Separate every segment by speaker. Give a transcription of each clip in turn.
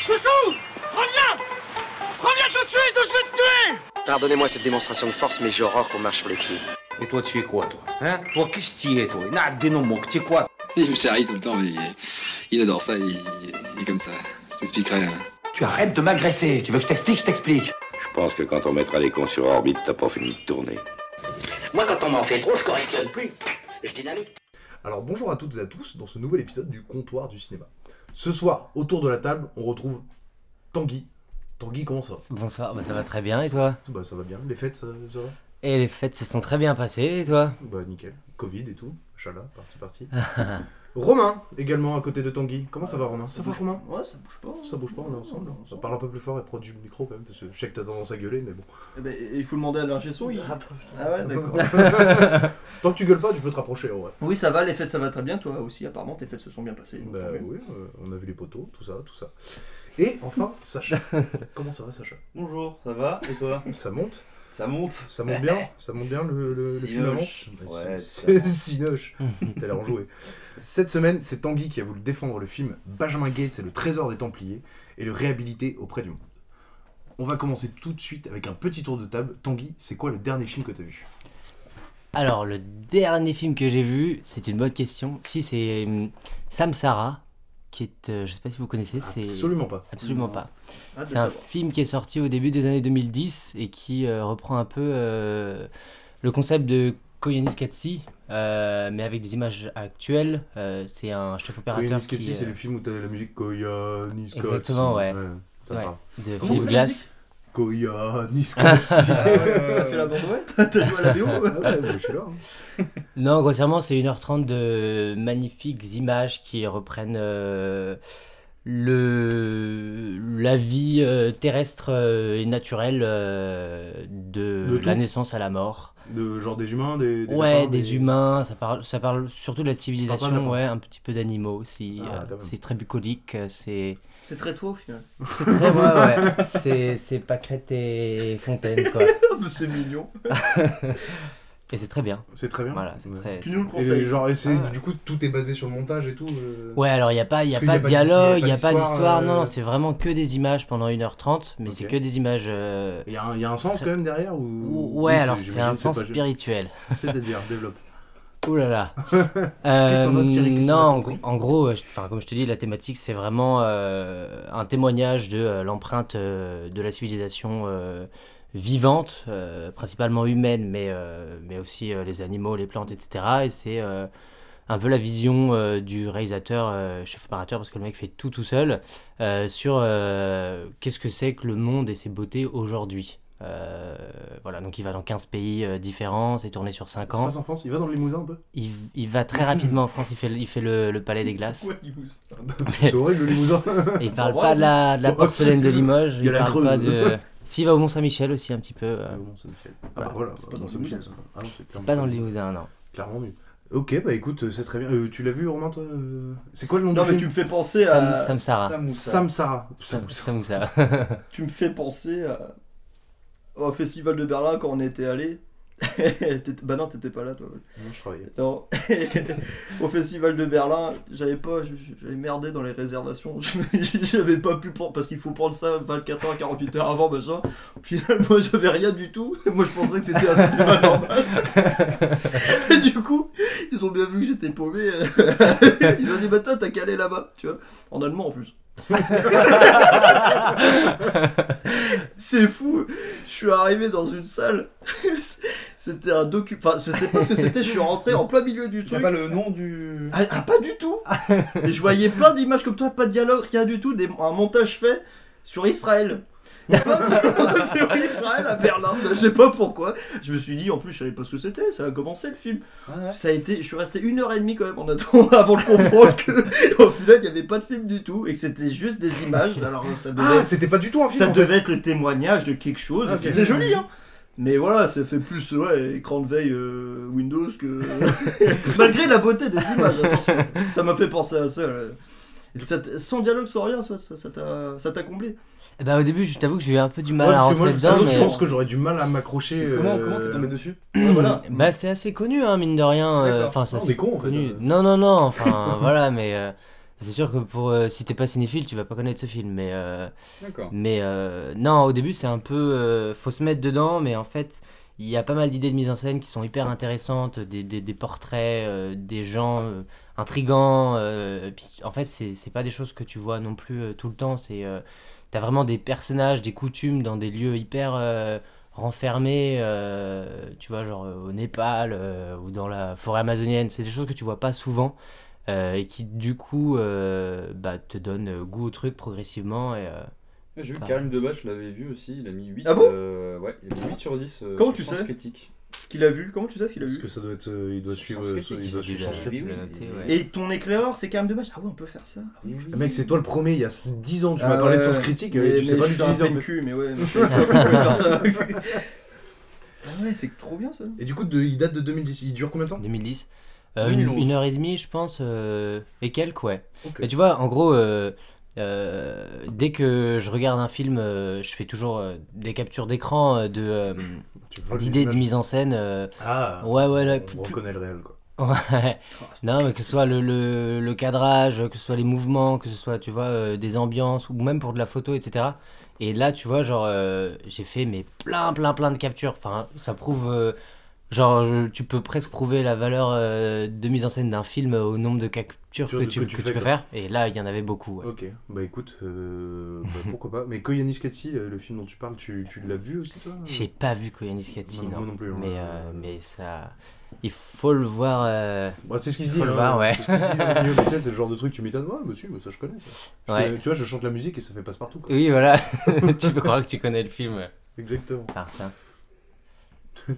Speaker 1: Chouchou Reviens Reviens tout de suite ou je vais te tuer
Speaker 2: Pardonnez-moi cette démonstration de force, mais j'ai horreur qu'on marche sur les pieds.
Speaker 3: Et toi, tu es quoi, toi Hein Toi, qu'est-ce que tu es, toi Nah, dénomme-moi, tu es quoi
Speaker 4: Il me charrie tout le temps, mais il- il adore ça, il, il est comme ça. Je t'expliquerai. hein.
Speaker 3: Tu arrêtes de m'agresser. Tu veux que je t'explique, je t'explique.
Speaker 5: Je pense que quand on mettra les cons sur orbite, t'as pas fini de tourner.
Speaker 6: Moi, quand on m'en fait trop, je correctionne plus. Je dynamite.
Speaker 7: Alors bonjour à toutes et à tous dans ce nouvel épisode du comptoir du cinéma. Ce soir, autour de la table, on retrouve Tanguy. Tanguy, comment ça va
Speaker 8: Bonsoir, bah ça va très bien et toi
Speaker 7: Bah ça va bien, les fêtes ça, ça va
Speaker 8: Et les fêtes se sont très bien passées et toi
Speaker 7: Bah nickel, Covid et tout, chala, parti parti. Romain, également à côté de Tanguy. Comment ça va Romain Ça va Romain
Speaker 9: Ouais, Euh, ça bouge pas.
Speaker 7: Ça bouge pas, on est ensemble. hein. Ça parle un peu plus fort et proche du micro quand même, parce que je sais que t'as tendance à gueuler, mais bon.
Speaker 9: Eh ben, il faut demander à l'ingé son. Il...
Speaker 7: bah,
Speaker 9: Ah ouais, d'accord.
Speaker 7: Tant que tu gueules pas, tu peux te rapprocher en vrai.
Speaker 9: Oui, ça va, les fêtes, ça va très bien. Toi aussi, apparemment, tes fêtes se sont bien passées. donc
Speaker 7: Bah
Speaker 9: tant mieux.
Speaker 7: oui, euh, on a vu les poteaux, tout ça, tout ça. Et enfin, Sacha. Comment ça va Sacha
Speaker 10: Bonjour, ça va Et toi
Speaker 7: Ça monte
Speaker 10: Ça monte
Speaker 7: Ça monte bien Ça monte bien le, le, le film avant
Speaker 10: Sinoche.
Speaker 8: Bah,
Speaker 10: Ouais,
Speaker 7: c'est- Sinoche T'as l'air enjoué. Cette semaine, c'est Tanguy qui a voulu défendre le film Benjamin Gates et le trésor des Templiers et le réhabiliter auprès du monde. On va commencer tout de suite avec un petit tour de table. Tanguy, c'est quoi le dernier film que t'as vu
Speaker 8: Alors, le dernier film que j'ai vu, c'est une bonne question. Si, c'est hum, Samsara, qui est. euh, je sais pas si vous connaissez, c'est.
Speaker 7: Absolument pas.
Speaker 8: Absolument
Speaker 9: Non.
Speaker 8: pas.
Speaker 9: Ah, de
Speaker 8: C'est un
Speaker 9: savoir.
Speaker 8: film qui est sorti au début des années 2010 et qui euh, reprend un peu euh, le concept de Koyanis Katsi, euh, mais avec des images actuelles. Euh, c'est un chef opérateur
Speaker 7: Koyaanis
Speaker 8: qui.
Speaker 7: Katsi, c'est
Speaker 8: euh,
Speaker 7: le film où t'avais la musique Koyaanis Katsi.
Speaker 8: Exactement, ouais.
Speaker 7: ça
Speaker 8: ouais,
Speaker 7: parle.
Speaker 8: de
Speaker 7: Comment
Speaker 8: Philippe
Speaker 7: s'appelle
Speaker 8: Glass.
Speaker 7: Koyaanis Katsi.
Speaker 9: T'as fait la bande T'as joué à la BO
Speaker 7: Ah ouais, bah, je suis là. hein.
Speaker 8: Non, grossièrement, c'est 1h30 de magnifiques images qui reprennent euh, le, la vie euh, terrestre euh, et naturelle euh,
Speaker 7: De
Speaker 8: de
Speaker 7: tout.
Speaker 8: la naissance à la mort.
Speaker 7: De, genre des humains, des. des
Speaker 8: ouais,
Speaker 7: lapins,
Speaker 8: des humains, ça parle, ça parle surtout de la civilisation,
Speaker 7: lapins.
Speaker 8: ouais, un petit peu d'animaux aussi.
Speaker 7: Ah,
Speaker 8: euh,
Speaker 7: quand même.
Speaker 8: c'est très bucolique, euh, c'est.
Speaker 9: C'est très toi au final.
Speaker 8: C'est très. ouais, ouais. C'est, c'est Pâquerette et Fontaine, quoi.
Speaker 7: Ah, bah,
Speaker 9: c'est mignon.
Speaker 8: Et c'est très bien.
Speaker 7: C'est très bien.
Speaker 8: Voilà, c'est
Speaker 7: Ouais.
Speaker 8: très.
Speaker 9: Tu nous le
Speaker 7: Et
Speaker 9: conseilles.
Speaker 7: genre, et c'est-
Speaker 8: Ah ouais.
Speaker 7: du coup, tout est basé sur le montage et tout. euh.
Speaker 8: Ouais, alors il n'y a pas, y a
Speaker 7: Parce qu'il
Speaker 8: pas
Speaker 7: y a
Speaker 8: de
Speaker 7: pas de-
Speaker 8: dialogue, il
Speaker 7: y
Speaker 8: n'y
Speaker 7: a
Speaker 8: a
Speaker 7: pas
Speaker 8: pas
Speaker 7: d'histoire,
Speaker 8: d'histoire,
Speaker 7: euh.
Speaker 8: non, non, c'est vraiment que des images pendant 1h30, mais c'est
Speaker 7: Ok.
Speaker 8: que des images... euh,
Speaker 7: Il y, a un- il y a un sens quand même derrière ou...
Speaker 8: Ouais,
Speaker 7: Oui,
Speaker 8: alors
Speaker 7: j'imagine
Speaker 8: c'est un
Speaker 7: que
Speaker 8: sens
Speaker 7: pas-
Speaker 8: spirituel.
Speaker 7: C'est-à-dire, développe.
Speaker 8: Ouh là là. Euh,
Speaker 7: t'en as tiré Qu'est-ce
Speaker 8: non,
Speaker 7: t'en as
Speaker 8: en,
Speaker 7: compris
Speaker 8: gros- en gros, euh, je- enfin, comme je te dis, la thématique, c'est vraiment euh, un témoignage de euh, l'empreinte euh, de la civilisation euh, vivante, euh, principalement humaine, mais, euh, mais aussi euh, les animaux, les plantes, etc. Et c'est euh, un peu la vision euh, du réalisateur, euh, chef opérateur, parce que le mec fait tout tout seul, euh, sur euh, qu'est-ce que c'est que le monde et ses beautés aujourd'hui. Euh, voilà, donc il va dans 15 pays euh, différents, c'est tourné sur
Speaker 7: Ça
Speaker 8: 5
Speaker 7: se
Speaker 8: ans.
Speaker 7: passe en France Il va dans le Limousin un peu
Speaker 8: Il, il va très rapidement en France, il fait, le- il fait le, le palais des glaces.
Speaker 9: Ouais, il bouge.
Speaker 7: C'est horrible le Limousin
Speaker 8: Et il parle
Speaker 9: Bon,
Speaker 8: pas de la, de la
Speaker 7: Bon,
Speaker 8: porcelaine de
Speaker 7: il y a
Speaker 8: Limoges,
Speaker 7: la
Speaker 8: il parle
Speaker 7: Creuse.
Speaker 8: pas de. S'il va au Mont-Saint-Michel aussi, un petit peu. euh,
Speaker 7: Ah bon, Saint-Michel. Ah bah voilà,
Speaker 9: C'est pas dans le
Speaker 7: Saint-Michel,
Speaker 9: Limousin,
Speaker 7: ça. Ah non,
Speaker 8: C'est
Speaker 7: clairement
Speaker 8: pas dans le Limousin, non.
Speaker 7: Clairement nul. Ok, bah écoute, euh, c'est très bien. Euh, tu l'as vu, Romain, toi euh C'est quoi le nom
Speaker 9: Non,
Speaker 7: du
Speaker 9: mais tu
Speaker 7: film
Speaker 9: me fais penser
Speaker 8: Sam-
Speaker 9: à.
Speaker 8: Samsara.
Speaker 10: Samoussa.
Speaker 7: Samsara.
Speaker 8: Sam-
Speaker 7: Samsara.
Speaker 8: Samoussa.
Speaker 9: Tu me fais penser à- au festival de Berlin quand on était allé. bah non, t'étais pas là toi.
Speaker 7: Non, je travaillais.
Speaker 9: Non. Au festival de Berlin, j'avais pas, je- je- j'avais merdé dans les réservations. J'avais pas pu prendre parce qu'il faut prendre ça 24 heures, 48 heures avant machin. Finalement, j'avais rien du tout. Moi, je pensais que c'était un cinéma normal. Et du coup, ils ont bien vu que j'étais paumé. Ils ont dit bah toi, t'as calé là-bas, tu vois, en allemand en plus. C'est fou. Je suis arrivé dans une salle. C'était un docu. Enfin, je sais pas ce que c'était. Je suis rentré en plein milieu du
Speaker 10: T'as
Speaker 9: truc.
Speaker 10: pas le nom du.
Speaker 9: Ah, ah, pas du tout Et je voyais plein d'images comme toi, pas de dialogue, rien du tout, des- un montage fait sur Israël. sur Israël à Berlin, je sais pas pourquoi. Je me suis dit, en plus, je savais pas ce que c'était, ça a commencé le film. Ça a été, je suis resté une heure et demie quand même en attendant avant de comprendre que au final il n'y avait pas de film du tout et que c'était juste des images. Alors ça devait,
Speaker 7: Ah, c'était pas du tout un film
Speaker 9: ça
Speaker 7: en fait.
Speaker 9: devait être le témoignage de quelque chose.
Speaker 7: Ah,
Speaker 9: et
Speaker 7: c'est bien.
Speaker 9: c'était joli, hein. Mais voilà, ça fait plus ouais, écran de veille euh, Windows que. Malgré la beauté des images, attention. Ça m'a fait penser à ça. là. Et ça t- sans dialogue, sans rien, ça ça- ça t'a ça t'a comblé.
Speaker 8: Eh ben, au début, je t'avoue que j'ai eu un peu du mal
Speaker 7: Ouais,
Speaker 8: à
Speaker 7: parce que moi,
Speaker 8: rentrer
Speaker 7: je-
Speaker 8: dedans,
Speaker 7: Je
Speaker 8: mais.
Speaker 7: pense que j'aurais du mal à m'accrocher.
Speaker 10: Et
Speaker 7: euh,
Speaker 10: Comment comment t'es tombé dessus
Speaker 9: Ouais, voilà.
Speaker 8: Bah, c'est assez connu, hein, mine de rien. euh,
Speaker 10: D'accord.
Speaker 8: Enfin, ça
Speaker 7: Non,
Speaker 8: c'est
Speaker 7: on est con, en fait,
Speaker 8: connu.
Speaker 7: euh.
Speaker 8: Non, non, non, enfin, voilà, mais. euh, C'est sûr que pour, euh, si t'es pas cinéphile, tu vas pas connaître ce film, mais, euh,
Speaker 10: D'accord.
Speaker 8: mais euh, non, au début, c'est un peu. euh, faut se mettre dedans, mais en fait, il y a pas mal d'idées de mise en scène qui sont hyper intéressantes, des, des- des portraits, euh, des gens euh, intrigants. euh, puis, en fait, c'est c'est pas des choses que tu vois non plus euh, tout le temps. C'est euh, t'as vraiment des personnages, des coutumes dans des lieux hyper euh, renfermés, euh, tu vois, genre euh, au Népal euh, ou dans la forêt amazonienne. C'est des choses que tu vois pas souvent. euh, et qui du coup euh, bah, te donnent euh, goût au truc progressivement et euh,
Speaker 10: Ouais, J'ai vu que
Speaker 8: Pas.
Speaker 10: Karim Debache l'avait vu aussi, il a mis 8.
Speaker 9: Ah bon
Speaker 10: euh, Ouais, il a mis 8 sur 10. euh,
Speaker 9: Comment tu
Speaker 10: sans
Speaker 9: sais
Speaker 10: critique.
Speaker 9: Ce qu'il a vu, comment tu sais ce qu'il a
Speaker 7: Parce
Speaker 9: vu
Speaker 7: que ça doit être. euh, il doit suivre.
Speaker 10: Sans
Speaker 7: euh,
Speaker 10: critique,
Speaker 7: il doit
Speaker 10: il
Speaker 7: suivre
Speaker 10: a-
Speaker 7: son
Speaker 10: il a-
Speaker 7: script.
Speaker 10: il a-
Speaker 8: noté,
Speaker 10: il a-
Speaker 8: ouais.
Speaker 9: Et ton éclaireur, c'est quand même dommage. Ah ouais, on peut faire ça.
Speaker 10: Oui, oui.
Speaker 7: Ah, Mec, c'est toi le premier, il y a 10 ans, tu
Speaker 9: Ah
Speaker 7: m'as parlé de
Speaker 9: ouais,
Speaker 7: sens critique,
Speaker 9: mais,
Speaker 7: euh, tu
Speaker 9: mais
Speaker 7: sais pas
Speaker 9: je suis un
Speaker 7: l'utiliser. en
Speaker 9: peu de
Speaker 7: fait.
Speaker 9: cul, mais ouais. mais je sais pas comment on peut faire ça. Ah ouais, c'est trop bien ça.
Speaker 7: Et du coup, de- il date de 2010. Il dure combien de temps
Speaker 8: 2010. Euh, une,
Speaker 10: 2011.
Speaker 8: une heure et demie, je pense, euh, et quelques, ouais.
Speaker 7: Ok.
Speaker 8: Mais tu vois, en gros, euh, euh, dès que je regarde un film, euh, je fais toujours euh, des captures d'écran euh, de, euh,
Speaker 7: Tu vois,
Speaker 8: d'idées de
Speaker 7: l'image-
Speaker 8: mise en scène. euh,
Speaker 7: Ah
Speaker 8: ouais, ouais, là,
Speaker 7: On
Speaker 8: plus- plus-
Speaker 7: reconnaît le réel, quoi.
Speaker 8: Ouais.
Speaker 7: Oh,
Speaker 8: Non, mais que ce soit le, le, le cadrage, que ce soit les mouvements, que ce soit, tu vois, euh, des ambiances, ou même pour de la photo, etc. Et là, tu vois, genre, euh, j'ai fait mais plein, plein, plein de captures. Enfin, ça prouve. euh, genre, je- tu peux presque prouver la valeur euh, de mise en scène d'un film au nombre de captures
Speaker 7: Tu
Speaker 8: que
Speaker 7: vois, de
Speaker 8: tu,
Speaker 7: que
Speaker 8: que
Speaker 7: tu
Speaker 8: tu
Speaker 7: fais, quoi.
Speaker 8: peux faire. Et là, il y en avait beaucoup. ouais.
Speaker 7: Ok, bah écoute, euh, bah, pourquoi pas. Mais Koyanis Katsi, euh, le film dont tu parles, tu, tu l'as vu aussi, toi euh
Speaker 8: J'ai pas vu Koyanis Katsi,
Speaker 7: Non,
Speaker 8: non.
Speaker 7: moi non plus,
Speaker 8: mais,
Speaker 7: ouais.
Speaker 8: euh, mais ça. Il faut le voir. euh,
Speaker 7: Bah, c'est ce qui se
Speaker 8: Faut
Speaker 7: dit.
Speaker 8: le
Speaker 7: hein,
Speaker 8: voir, ouais.
Speaker 7: c'est ce qui se dit dans le milieu, mais tu sais, c'est le genre de truc, tu m'étonnes. Ouais, bah si, bah, ça je connais. ça. Je
Speaker 8: Ouais. Euh.
Speaker 7: connais- tu vois, je chante la musique et ça fait passe-partout, quoi.
Speaker 8: Oui, voilà. tu peux croire que tu connais le film ouais,
Speaker 7: Exactement.
Speaker 8: par ça.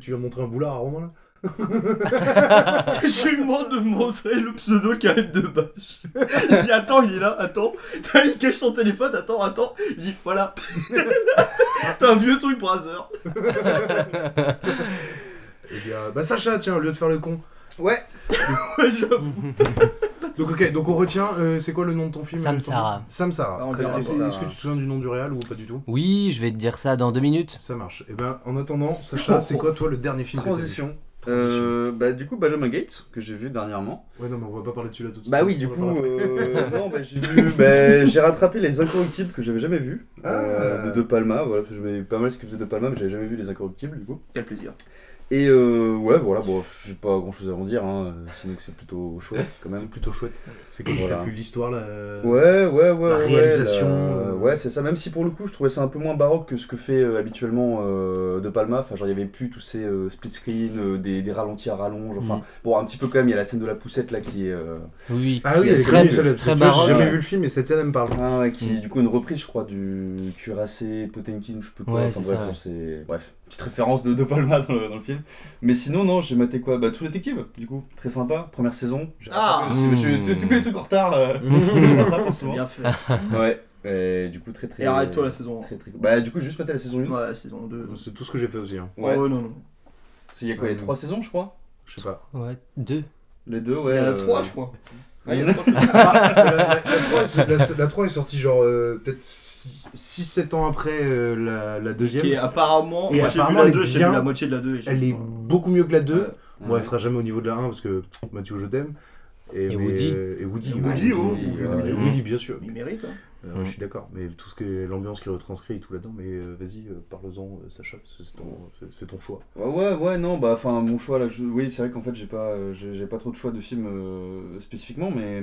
Speaker 7: tu vas montrer un boulard à Romain, là
Speaker 9: je lui demande de me montrer le pseudo Karim de Bâche. Il dit attends, il est là, attends. Il cache son téléphone, attends, attends. Il dit voilà. T'as un vieux truc Brazer.
Speaker 7: Et puis, euh, bah Sacha, tiens, au lieu de faire le con.
Speaker 9: Ouais, j'avoue.
Speaker 7: Donc, ok, donc on retient, euh, c'est quoi le nom de ton film
Speaker 8: Sam
Speaker 7: euh, ton-
Speaker 8: Sara.
Speaker 7: Sam
Speaker 9: Ah,
Speaker 7: Sara.
Speaker 9: on
Speaker 7: Très bien.
Speaker 9: verra
Speaker 7: Et c'est-
Speaker 9: ça.
Speaker 7: Est-ce que tu te souviens du nom du réal ou pas du tout
Speaker 8: Oui, je vais te dire ça dans deux minutes.
Speaker 7: Ça marche. Et ben, en attendant, Sacha, c'est quoi, toi, le dernier film que t'as vu
Speaker 10: Transition. Euh, bah, du coup, Benjamin Gates, que j'ai vu dernièrement.
Speaker 7: Ouais, non, mais on va pas parler de celui-là tout de suite.
Speaker 10: Bah oui, du
Speaker 7: On va
Speaker 10: coup,
Speaker 7: parler-
Speaker 10: euh, non, bah, j'ai vu, bah, j'ai rattrapé les incorruptibles que j'avais jamais vus euh,
Speaker 7: Ah.
Speaker 10: de De Palma. Voilà, parce que je m'avais pas mal ce qu'il faisait De Palma, mais j'avais jamais vu les incorruptibles du coup.
Speaker 9: Quel plaisir.
Speaker 10: Et euh, ouais, voilà, bon, j'ai pas grand chose à en dire, hein, euh, sinon que c'est plutôt chouette quand
Speaker 7: C'est
Speaker 10: même.
Speaker 7: plutôt chouette. C'est comme
Speaker 10: Voilà.
Speaker 7: t'as plus l'histoire, là. euh,
Speaker 10: Ouais, ouais, ouais.
Speaker 7: La
Speaker 10: ouais,
Speaker 7: réalisation,
Speaker 10: la-
Speaker 7: euh.
Speaker 10: Ouais, c'est ça. Même si pour le coup, je trouvais ça un peu moins baroque que ce que fait euh, habituellement euh, De Palma. Enfin, genre, il y avait plus tous ces euh, split screen, euh, des, des ralentis à rallonge. Enfin,
Speaker 8: Mm.
Speaker 10: bon, un petit peu quand même, il y a la scène de la poussette là qui est. euh,
Speaker 8: Oui,
Speaker 7: Ah oui,
Speaker 8: c'est
Speaker 7: elle est
Speaker 8: très,
Speaker 7: connue, celle-là,
Speaker 8: c'est
Speaker 7: parce
Speaker 8: très
Speaker 7: que tu vois,
Speaker 8: baroque.
Speaker 7: J'ai jamais vu le film et cette scène elle me parle.
Speaker 10: Ah ouais, qui
Speaker 8: Mm.
Speaker 10: est du coup une reprise, je crois, du Cuirassé, Potemkin, je peux pas.
Speaker 8: Ouais,
Speaker 10: enfin,
Speaker 8: c'est
Speaker 10: bref,
Speaker 8: ça,
Speaker 10: bon,
Speaker 8: ouais.
Speaker 10: c'est- bref, petite référence de De Palma dans le, dans le film. Mais sinon, non, j'ai maté quoi Bah, tous les détectives, du coup, très sympa, première saison. J'ai
Speaker 9: Ah.
Speaker 10: rattrapé aussi, mais
Speaker 8: Mm.
Speaker 10: je- tous- Tous les trucs en retard, euh,
Speaker 7: Mhm.
Speaker 10: je rattrape en ce
Speaker 9: C'est
Speaker 10: moment.
Speaker 9: bien fait.
Speaker 10: Ouais, et du coup, très très.
Speaker 9: Et arrête-toi la saison
Speaker 10: Très, très... Bah, du coup, juste maté la saison 1.
Speaker 9: 1. Ouais, saison 2.
Speaker 7: C'est tout ce que j'ai fait aussi. Hein.
Speaker 10: Ouais.
Speaker 9: Oh non, non.
Speaker 10: Parce qu'il y a quoi Il y a 3 saisons, je crois
Speaker 7: Je sais pas.
Speaker 8: Ouais, deux.
Speaker 10: Les deux,
Speaker 9: Il
Speaker 10: ouais.
Speaker 9: y en a
Speaker 10: euh,
Speaker 9: 3, je crois.
Speaker 10: Ouais,
Speaker 9: il y
Speaker 10: il
Speaker 9: en
Speaker 10: y en a-
Speaker 9: a 3, c'est
Speaker 7: la, 3, est sortie genre euh, peut-être 6-7 ans après euh, la, la deuxième.
Speaker 9: Qui est apparemment.
Speaker 7: Et
Speaker 9: moi, j'ai vu
Speaker 7: apparemment,
Speaker 9: la
Speaker 7: elle est
Speaker 9: 2, j'ai vu
Speaker 7: bien-
Speaker 9: la moitié de la 2. et j'ai-
Speaker 7: Elle est beaucoup mieux que la 2.
Speaker 9: Ouais.
Speaker 7: Bon, elle sera jamais au niveau de la 1 parce que Mathieu, je t'aime.
Speaker 8: Et Woody.
Speaker 7: euh, et Woody.
Speaker 9: Et
Speaker 7: ouais,
Speaker 9: Woody, oh,
Speaker 7: Woody,
Speaker 10: Woody, ouais.
Speaker 7: ouais, Woody, bien sûr.
Speaker 9: Il mérite, hein.
Speaker 7: Euh,
Speaker 8: Mm.
Speaker 7: Je suis d'accord. Mais tout ce que l'ambiance qui retranscrit et tout là-dedans. Mais euh, vas-y, euh, parle-en, euh, Sacha. parce que C'est ton, c'est- c'est ton choix.
Speaker 10: Ouais, ouais, ouais, non, bah, enfin, mon choix là, je- oui, c'est vrai qu'en fait, j'ai pas, euh, j'ai j'ai pas trop de choix de films euh, spécifiquement, mais.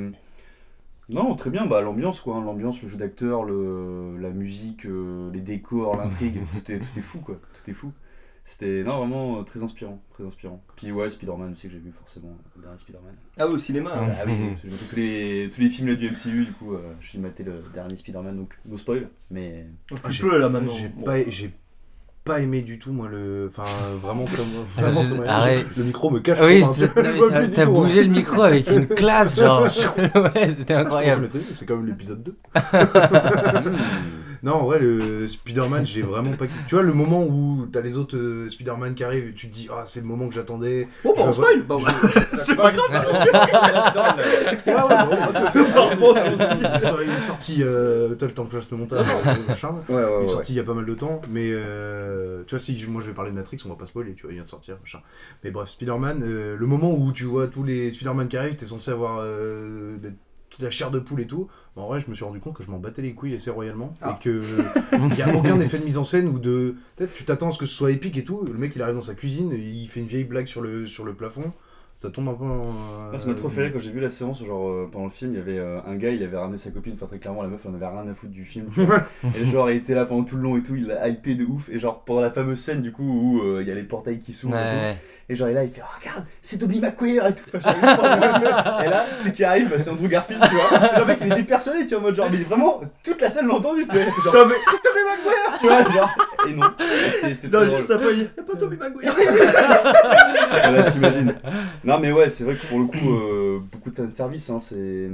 Speaker 10: Non, très bien, bah, l'ambiance, quoi, hein, l'ambiance, le jeu d'acteur, le... la musique, euh, les décors, l'intrigue, tout, est, tout est fou, quoi, tout est fou. C'était, non, vraiment euh, très inspirant, très inspirant. Puis, ouais, Spider-Man aussi que j'ai vu, forcément, le dernier Spider-Man.
Speaker 9: Ah oui, au cinéma. hein.
Speaker 10: Ah oui, absolument, tous les, tous les films là du MCU, du coup, euh, je suis maté le dernier Spider-Man, donc no spoil, mais.
Speaker 9: Donc,
Speaker 7: Ah,
Speaker 9: Plus
Speaker 7: j'ai-
Speaker 9: peu là maintenant.
Speaker 7: J'ai
Speaker 9: Bon.
Speaker 7: pas, j'ai pas aimé du tout moi le, enfin vraiment comme.
Speaker 8: Alors,
Speaker 7: vraiment,
Speaker 8: Ah, juste-
Speaker 7: comme-
Speaker 8: arrête.
Speaker 7: Le micro me cache.
Speaker 8: Oui,
Speaker 7: pas, hein.
Speaker 8: c'est-
Speaker 7: Je vois
Speaker 8: t'as
Speaker 7: plus du
Speaker 8: t'as
Speaker 7: tout, hein.
Speaker 8: bougé le micro avec une classe, genre. ouais, c'était
Speaker 7: Je pense que je
Speaker 8: incroyable.
Speaker 7: maîtrise, C'est quand même l'épisode 2.
Speaker 10: Hmm.
Speaker 7: Non, en vrai, le Spider-Man, j'ai vraiment pas. kiffé. Tu vois, le moment où t'as les autres euh, Spider-Man qui arrivent, tu te dis, ah, c'est le moment que j'attendais.
Speaker 9: Bon, bah, on
Speaker 7: Je-
Speaker 9: spoil. Bah, C'est pas grave.
Speaker 10: Ah
Speaker 7: Ouais, ouais,
Speaker 9: Pardon.
Speaker 7: Il est sorti, euh, toi, le temps que je fasse le montage, euh, machin.
Speaker 10: Ah Ouais, ouais,
Speaker 7: Il est
Speaker 10: ouais.
Speaker 7: sorti il y a pas mal de temps, mais euh, tu vois, si je- moi je vais parler de Matrix, on va pas spoiler, tu vois, il vient de sortir, machin. Mais bref, Spider-Man, euh, le moment où tu vois tous les Spider-Man qui arrivent, t'es censé avoir. euh, d'être toute la chair de poule et tout. Bah, en vrai, je me suis rendu compte que je m'en battais les couilles assez royalement.
Speaker 10: Ah.
Speaker 7: Et que il n'y a aucun effet de mise en scène ou de. Peut-être tu t'attends à ce que ce soit épique et tout. Le mec, il arrive dans sa cuisine, il fait une vieille blague sur le, sur le plafond. Ça tombe un peu en.
Speaker 10: Ah, ça m'a trop fait rire quand j'ai vu la séance, genre euh, pendant le film, il y avait euh, un gars, il avait ramené sa copine, enfin très clairement la meuf, elle en avait rien à foutre du film. tu vois. et genre elle était là pendant tout le long et tout, il l'a hypé de ouf, et genre pendant la fameuse scène du coup où euh, il y a les portails qui s'ouvrent et tout,
Speaker 8: Ouais.
Speaker 10: Et genre, il est là, il fait Oh, Regarde, c'est Toby McQueer et tout. Enfin, genre, il est fort. et là, c'est qui arrive, c'est Andrew Garfield, tu vois. Et le mec, il est dépersonné, tu vois, en mode genre, mais vraiment, toute la scène l'a entendu, tu vois. Genre, c'est Toby McQueer, tu vois, genre. Et non, c'était- c'était
Speaker 9: Non,
Speaker 10: très
Speaker 9: juste
Speaker 10: drôle.
Speaker 9: après, il dit Y'a pas Tommy Maguire
Speaker 10: Ah, là, t'imagines. Non, mais ouais, c'est vrai que pour le coup, euh, beaucoup de service, hein, c'est.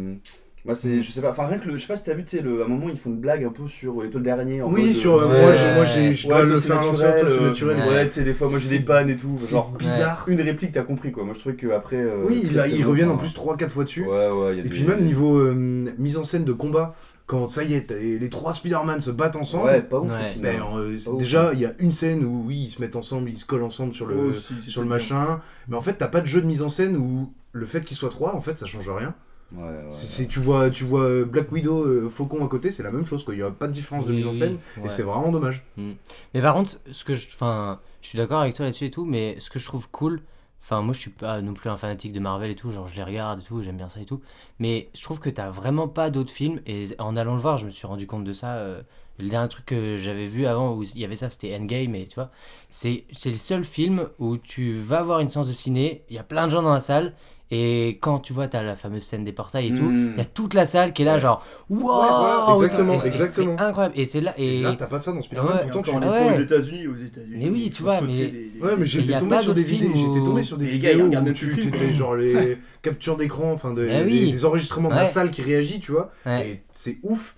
Speaker 10: Moi, c'est. Je sais pas, enfin, rien que le. Je sais pas si t'as vu, tu sais, le- à un moment, ils font une blague un peu sur l'étoile d'araignée. en
Speaker 7: Oui,
Speaker 10: mode,
Speaker 7: sur.
Speaker 10: euh,
Speaker 7: euh,
Speaker 8: Ouais.
Speaker 7: Moi, j'ai- moi, j'ai- je
Speaker 10: Ouais,
Speaker 7: dois
Speaker 10: toi,
Speaker 7: le
Speaker 10: c'est
Speaker 7: faire à l'ancien, toi, c'est
Speaker 10: euh,
Speaker 7: naturel.
Speaker 8: ouais.
Speaker 10: Ouais, tu sais, des fois, moi j'ai des pannes et tout.
Speaker 7: C'est
Speaker 10: Genre,
Speaker 7: bizarre.
Speaker 10: une réplique, t'as compris quoi. Moi je trouvais qu'après. euh,
Speaker 7: Oui, il a- ils
Speaker 10: exactement,
Speaker 7: reviennent en
Speaker 10: enfin,
Speaker 7: plus 3-4 fois dessus.
Speaker 10: Ouais, ouais, il y a
Speaker 7: Et
Speaker 10: des-
Speaker 7: puis même niveau euh, mise en scène de combat, quand ça y est, t'as les, les trois Spider-Man se battent ensemble.
Speaker 10: Ouais, pas ouf
Speaker 8: Ouais.
Speaker 10: au final.
Speaker 7: ben, euh, c'est-
Speaker 10: ouf. hein.
Speaker 7: déjà, il y a une scène où oui, ils se mettent ensemble, ils se collent ensemble sur le,
Speaker 9: Oh, si, c'est
Speaker 7: sur le
Speaker 9: bien.
Speaker 7: machin. Mais en fait, t'as pas de jeu de mise en scène où le fait qu'ils soient trois, en fait, ça change rien.
Speaker 10: Ouais, ouais.
Speaker 7: C'est- c'est- tu, vois, tu vois euh, Black Widow, euh, Faucon à côté, c'est la même chose. quoi. Il y a pas de différence de mise en
Speaker 8: Oui,
Speaker 7: scène.
Speaker 8: ouais.
Speaker 7: Et c'est vraiment dommage.
Speaker 8: Mais par contre, ce que je, enfin, je suis d'accord avec toi là-dessus et tout, mais ce que je trouve cool, enfin, moi, je suis pas non plus un fanatique de Marvel et tout, genre je les regarde et tout, j'aime bien ça et tout, mais je trouve que t'as vraiment pas d'autres films. Et en allant le voir, je me suis rendu compte de ça. euh, le dernier truc que j'avais vu avant où il y avait ça, c'était Endgame, et tu vois, c'est c'est le seul film où tu vas voir une séance de ciné, il y a plein de gens dans la salle. Et quand tu vois, t'as la fameuse scène des portails et tout,
Speaker 10: Mm.
Speaker 8: il y a toute la salle qui est là, genre, waouh!
Speaker 7: voilà,
Speaker 8: putain,
Speaker 7: exactement,
Speaker 8: et c'est- et c'est
Speaker 7: exactement.
Speaker 8: incroyable. Et c'est là,
Speaker 7: Et,
Speaker 8: et
Speaker 7: là, t'as pas ça dans Spider-Man.
Speaker 8: Ouais,
Speaker 9: Et
Speaker 7: pourtant, tu-
Speaker 8: tu-
Speaker 9: encore, les
Speaker 8: Ah ouais.
Speaker 9: fois, aux États-Unis, aux États-Unis.
Speaker 8: Mais oui,
Speaker 9: ils
Speaker 8: tu
Speaker 9: font
Speaker 8: vois,
Speaker 9: sauter
Speaker 8: mais-
Speaker 9: des- des-
Speaker 7: Ouais, mais
Speaker 8: y
Speaker 7: j'étais
Speaker 8: a
Speaker 7: tombé,
Speaker 8: pas
Speaker 7: sur des
Speaker 8: d'autres films
Speaker 7: vidéos, j'étais tombé
Speaker 8: où-
Speaker 7: sur des
Speaker 9: Les gars, ils
Speaker 7: vidéos
Speaker 9: regardent
Speaker 7: où
Speaker 9: même
Speaker 7: tu
Speaker 9: plus le film.
Speaker 7: étais genre les captures d'écran, enfin des,
Speaker 8: Eh oui.
Speaker 7: des- des enregistrements de la
Speaker 8: Ouais.
Speaker 7: salle qui réagit, tu vois.
Speaker 8: Ouais.
Speaker 7: Et c'est ouf.